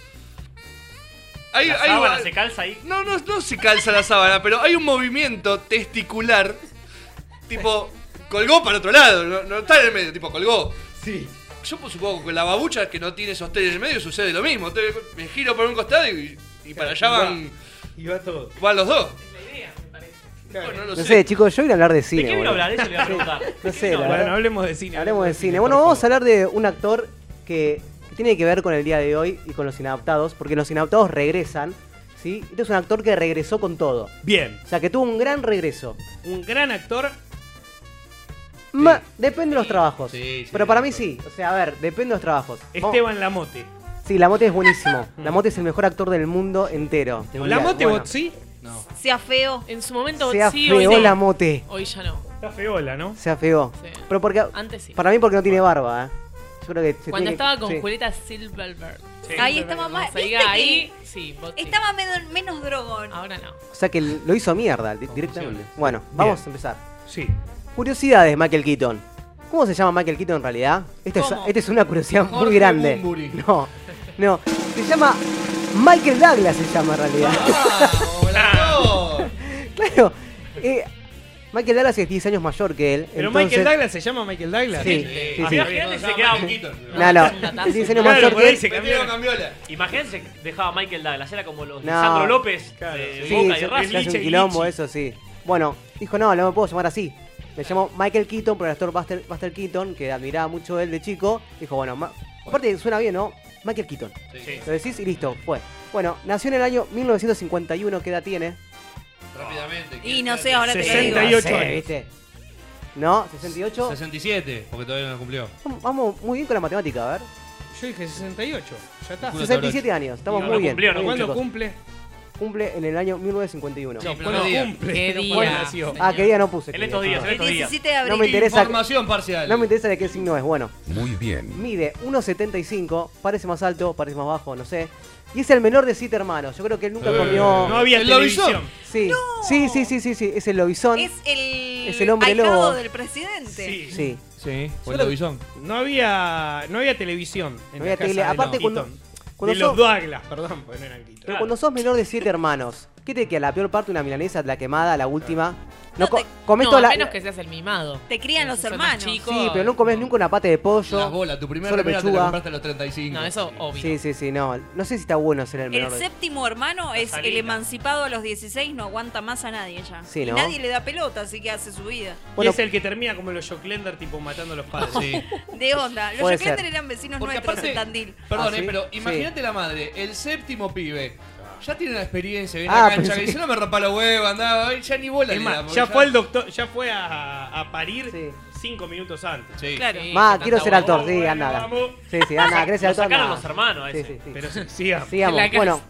S2: hay,
S13: La
S2: hay
S13: sábana
S2: una-
S13: se calza ahí.
S2: no, no, no se calza la sábana, pero hay un movimiento testicular, tipo, colgó para otro lado, no, no está en el medio, tipo, colgó.
S5: Sí.
S2: Yo pues, supongo que con la babucha que no tiene sostén en el medio sucede lo mismo. Te- me giro por un costado y, y para allá van.
S4: Y va todo.
S2: Van los dos.
S20: No sé, chicos, yo voy a hablar de cine.
S4: qué vino a
S20: boludo.
S4: hablar? Eso le iba a preguntar.
S20: No sé,
S4: No,
S20: la
S4: bueno,
S20: verdad.
S4: hablemos de cine,
S20: Hablemos de cine. Bueno, vamos a hablar de un actor que, que tiene que ver con el día de hoy y con los inadaptados, porque los inadaptados regresan, ¿sí? Este es un actor que regresó con todo.
S4: Bien.
S20: O sea, que tuvo un gran regreso.
S4: Un gran actor.
S20: Ma- depende de los trabajos.
S4: sí,
S20: Pero para mí sí. O sea, a ver, depende de los trabajos.
S4: Esteban Lamote.
S20: Vamos- Sí, Lamote es buenísimo. Lamote es el mejor actor del mundo entero.
S4: ¿Lamote
S20: Bueno,
S4: Botsi?
S20: No.
S9: Sea feo.
S8: En su momento
S20: Se
S8: sí, hoy
S20: afeó
S8: no.
S20: Lamote.
S8: Hoy ya no.
S4: Está feola, ¿no?
S20: Se afeó.
S8: Sí.
S20: Pero porque.
S8: Antes sí.
S20: Para mí, porque no tiene barba, ¿eh? Yo creo que. se
S8: Cuando
S20: tiene que-
S8: estaba con
S20: sí.
S8: Julieta Silverberg.
S9: Ahí estaba más-
S8: Ahí,
S9: ¿viste que-
S8: ahí sí, vos sí.
S9: Estaba menos, menos drogón.
S8: Ahora no.
S20: O sea que lo hizo mierda di- directamente. Bueno, vamos a empezar.
S4: Sí.
S20: Curiosidades, Michael Keaton. ¿Cómo se llama Michael Keaton en realidad? Esta, es, esta es una curiosidad muy
S3: Jorge
S20: grande.
S3: Bumburi.
S20: No, no. Se llama Michael Douglas, se llama en realidad.
S8: Ah,
S20: claro. eh, Michael Douglas es 10 años mayor que él.
S4: Pero
S20: entonces-
S4: Michael Douglas se llama Michael Douglas.
S20: Sí, sí, sí.
S13: Imagínate se quedaba un quito.
S20: No, no. Es 10 años mayor que él.
S13: Imagínense que dejaba a Michael Douglas, era como los de
S20: No.
S13: Sandro López de
S20: Sí,
S13: Boca y
S20: se- se
S13: Racing.
S20: hace un quilombo, eso sí. Bueno, dijo, no, no me puedo llamar así. Me llamó Michael Keaton por el actor Buster, Buster Keaton, que admiraba mucho de él de chico. Dijo, bueno, ma- aparte suena bien, ¿no? Michael Keaton.
S2: Sí.
S20: Lo decís y listo, fue. Bueno, nació en el año 1951, ¿qué edad tiene?
S2: Rápidamente.
S9: Y no sé, ahora
S20: Sí, este
S9: te lo digo.
S20: ¿viste? ¿No? ¿68?
S2: 67, porque todavía no cumplió.
S20: Vamos- Vamos muy bien con la matemática, a ver.
S4: Yo dije 68. Ya está.
S20: 67 años, estamos
S4: Y no
S20: muy
S4: lo
S20: bien.
S4: cumplió, ¿no?
S20: muy bien,
S4: ¿Cuándo
S20: chicos.
S4: cumple?
S20: Cumple en el año 1951.
S4: No, ¿cuándo cumple? ¿Qué
S20: Pero
S4: día,
S20: ¿cuándo nació? Ah, ¿qué día no puse?
S4: En
S20: qué
S4: estos
S20: día,
S4: días, en
S20: perdón.
S4: estos El días.
S9: 17 de abril.
S20: No me interesa.
S9: Información
S20: parcial. No me interesa de qué signo es, bueno.
S1: Muy bien.
S20: Mide 1,75, parece más alto, parece más bajo, no sé. Y es el menor de siete hermanos. Yo creo que él nunca
S4: Eh,
S20: comió.
S4: no había ¿El televisión. lobizón?
S20: Sí. sí, sí, sí, sí, sí, es el lobizón.
S9: Es el,
S20: Es el hombre
S9: ahijado
S20: lobo.
S9: del presidente.
S20: Sí.
S4: Sí,
S20: fue el
S4: televisión. No había, no había televisión. En
S20: No había
S4: la casa
S20: tele.
S4: de los
S20: Aparte, cuando-
S4: Keaton.
S20: cuando
S4: de los
S20: sos-
S4: Douglas, perdón, porque no eran Keaton.
S20: Pero cuando sos menor de siete hermanos, ¿qué te queda? La peor parte, una milanesa, la quemada, la última. No, co- comés
S8: No,
S20: toda
S8: a
S20: la.
S8: menos que seas el mimado.
S9: Te crían los hermanos.
S20: Sí, pero no comes nunca una pata de pollo.
S2: Las bolas, tu primera
S20: solo
S2: remera te la
S20: pechuga.
S2: compraste a los 35. No,
S8: eso obvio.
S20: Sí, sí, sí, no. No sé si está bueno ser el menor.
S9: El
S20: de-
S9: séptimo hermano es el emancipado a los 16, no aguanta más a nadie ya.
S20: Sí,
S9: Y
S20: ¿no?
S9: nadie le da pelota, así que hace su vida.
S20: Bueno.
S4: y es el que termina como los Joclender, tipo matando a los padres.
S9: De onda. Los
S4: Puede
S9: Joclender
S4: ser.
S9: eran vecinos
S2: Porque
S9: nuestros
S2: aparte-
S9: en Tandil.
S2: Perdón,
S4: Ah, ¿sí?
S2: eh, pero
S4: Sí.
S2: imagínate la madre, el séptimo pibe. Ya tiene la experiencia, viene
S4: Ah,
S2: a la cancha,
S4: pensé
S2: que dice,
S4: que-
S2: no me rompa la hueva, andaba, ya ni bola
S4: Es
S2: le
S4: más,
S2: da, porque
S4: ya fue el doctor, ya fue a, a parir cinco minutos antes.
S2: Claro.
S20: Ma, quiero ser actor, sí,
S4: Vamos,
S20: anda.
S4: vamos.
S20: Sí, sí, anda, querés ser
S13: Lo
S20: actor.
S13: sacaron
S20: anda.
S13: los hermanos a
S20: Sí,
S13: ese.
S20: sí, sí.
S4: Pero sí, sigamos.
S20: Sigamos.
S13: En la
S20: Bueno,
S13: casa.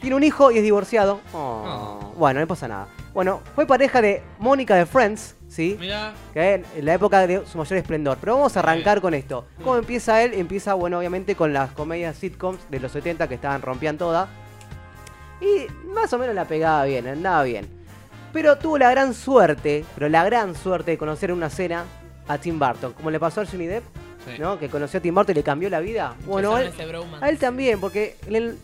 S20: tiene un hijo y es divorciado. Oh. Bueno, no pasa nada. Bueno, fue pareja de Mónica de Friends, ¿sí?
S2: Mirá.
S20: Que en en la época de su mayor esplendor. Pero vamos a arrancar con esto. ¿Cómo empieza él? Empieza, bueno, obviamente con las comedias sitcoms de los 70 que estaban rompían todas. Y más o menos la pegaba bien, andaba bien. Pero tuvo la gran suerte, pero la gran suerte de conocer en una cena a Tim Burton. Como le pasó a Johnny Depp, ¿no? Que conoció a Tim Burton y le cambió la vida. Bueno,
S8: Empezaron
S20: él,
S8: ese bromance.
S20: a él también, porque en el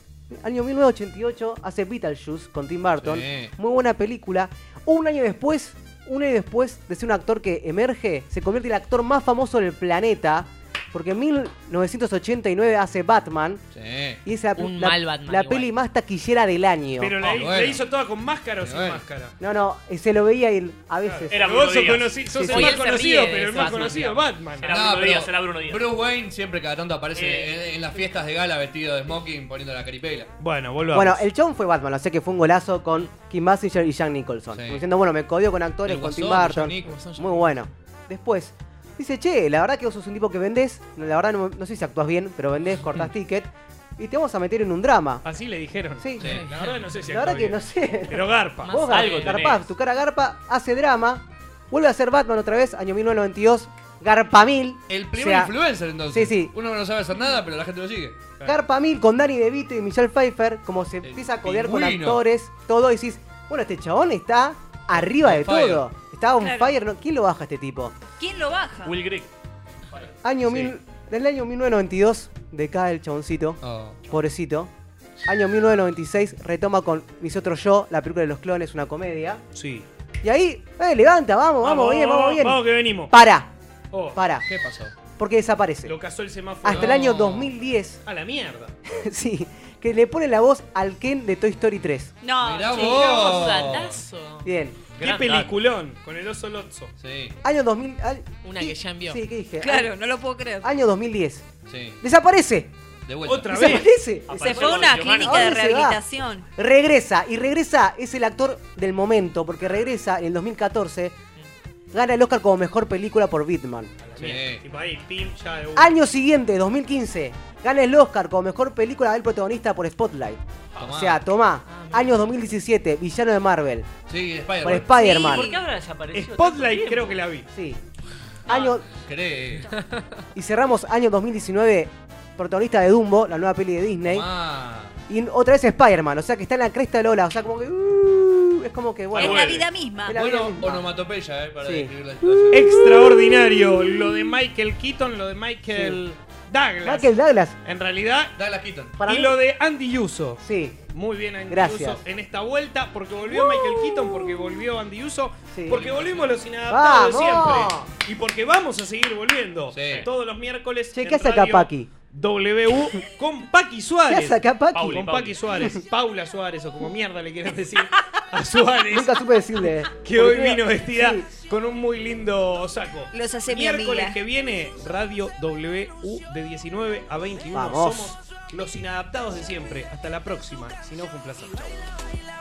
S20: año 1988 hace Beetlejuice con Tim Burton.
S8: Sí.
S20: Muy buena película. Un año después, un año después de ser un actor que emerge, se convierte en el actor más famoso del planeta. Porque en 1989 hace Batman. Y es la,
S4: Un
S20: la-
S4: mal Batman
S20: la
S4: igual.
S20: peli más taquillera del año.
S4: Pero la,
S20: Ah,
S4: la
S20: bueno.
S4: hizo toda con máscara o sin máscara.
S20: No, no, eh, se lo veía y él a veces.
S4: Era Bruno Vos sos Díaz. conocí- sos el más conocido, pero el más conocido, Batman. Era Bruno Díaz,
S2: era Bruno Díaz. Bruce Wayne siempre cada tanto aparece
S20: Eh,
S2: en, en las fiestas de gala vestido de smoking poniendo la caripela.
S4: Bueno, volvamos.
S20: Bueno, el chon fue Batman, o sea que fue un golazo con Kim Basinger y Jack Nicholson. Como Diciendo, bueno, me codió con actores,
S2: El
S20: con Tim
S2: Guasón,
S20: Burton.
S2: Jack Nicholson, Jack
S20: Muy bueno. Después, dice, che, la verdad que vos sos un tipo que vendés, la verdad no, no sé si actúas bien, pero vendés,
S2: Mm.
S20: cortás ticket, y te vamos a meter en un
S2: Ah,
S20: drama.
S4: Así le dijeron.
S20: Sí.
S4: La verdad no sé si
S20: La verdad
S4: actúa
S20: que
S4: bien.
S20: no sé.
S4: Pero garpa.
S20: Vos gar- garpás, tu cara garpa, hace drama, vuelve a ser Batman otra vez, año 1992, garpa mil.
S2: El
S20: o
S2: primer
S20: sea,
S2: influencer entonces.
S20: Sí, sí.
S2: Uno no sabe hacer nada, pero la gente lo sigue.
S20: Carpa Mil con Danny DeVito y Michelle Pfeiffer, como se empieza a codear con
S2: pingüino.
S20: actores, todo, y decís, bueno, este chabón está arriba de
S2: fire.
S20: todo. Está on
S9: Claro.
S20: fire, ¿no? ¿quién lo baja a este tipo?
S9: ¿Quién lo baja?
S13: Will Grigg.
S20: Año mil, del año 1992 decae el chaboncito, pobrecito. Año 1996 retoma con Mis Otros Yo, la película de los clones, una comedia.
S4: Sí.
S20: Y ahí, eh, levanta, vamos, vamos, bien, vamos bien.
S4: Vamos que venimos.
S20: Para,
S4: Oh,
S20: para.
S2: ¿Qué pasó?
S20: porque desaparece.
S5: Lo cazó el semáforo.
S20: Hasta el año
S5: No.
S20: 2010,
S5: A la mierda.
S20: sí, que le pone la voz al Ken de Toy Story 3.
S9: No,
S5: Mirá
S9: che,
S5: vos.
S9: no, datazo.
S20: Bien.
S5: Qué
S20: Gran
S5: peliculón. Con el oso Lotso. Sí.
S20: Año 2000. al-
S41: Una que ya envió.
S20: Sí, ¿qué dije?
S9: Claro,
S20: Año-
S9: no lo puedo creer.
S20: Año 2010.
S2: Sí.
S20: Desaparece.
S2: De
S20: vuelta.
S5: Otra
S20: ¿Se
S5: vez.
S20: aparece?
S9: Se fue a una clínica de
S20: ¿Dónde se va?
S9: rehabilitación.
S20: Regresa, y regresa, es el actor del momento, porque regresa en el 2014, gana el Oscar como mejor película por Bitman.
S5: Mierda. Tipo ahí, pim, ya de una.
S20: Año siguiente, 2015, gana el Oscar como mejor película del protagonista por Spotlight. O sea, tomá,
S5: Ah,
S20: año 2017, villano de Marvel.
S2: Sí, Spider-Man.
S20: Por Spider-Man.
S42: Sí, ¿Por qué habrá desaparecido?
S5: Spotlight creo que la vi.
S20: Sí.
S5: Ah.
S20: Año,
S2: Cree.
S20: y cerramos año 2019, protagonista de Dumbo, la nueva peli de Disney. Y otra vez Spider-Man, o sea que está en la cresta de Lola, o sea como que... uh, es como que, bueno...
S9: Es la vida misma.
S2: Bueno, onomatopeya, ¿eh? Para describir la
S5: Extraordinario. Lo de Michael Keaton, lo de Michael Douglas.
S20: Michael Douglas.
S5: En realidad.
S2: Douglas Keaton.
S20: Para
S5: y
S20: mí-
S5: lo de Andy Yuso.
S20: Sí.
S5: Muy bien, Andy
S20: Gracias.
S5: Uso, en esta vuelta, porque volvió Michael Keaton, porque volvió Andy Uso, porque volvimos los inadaptados de
S20: ¡Vamos!
S5: siempre. Y porque vamos a seguir volviendo todos los miércoles.
S20: Che,
S5: en
S20: ¿qué hace acá
S5: Radio
S20: Paqui?
S5: W con Paqui Suárez.
S20: ¿Qué hace acá, Paqui?
S5: Con Paqui Suárez. Paula Suárez, o como mierda le quieras decir a Suárez.
S20: Nunca supe decirle.
S5: Que hoy
S20: Porque-
S5: vino vestida con un muy lindo saco.
S9: Los hace mi
S5: Miércoles
S9: amiga.
S5: que viene, Radio WU de 19 a 21.
S20: Vamos.
S5: Somos los inadaptados de siempre. Hasta la próxima. Si no, fue un placer. Chau.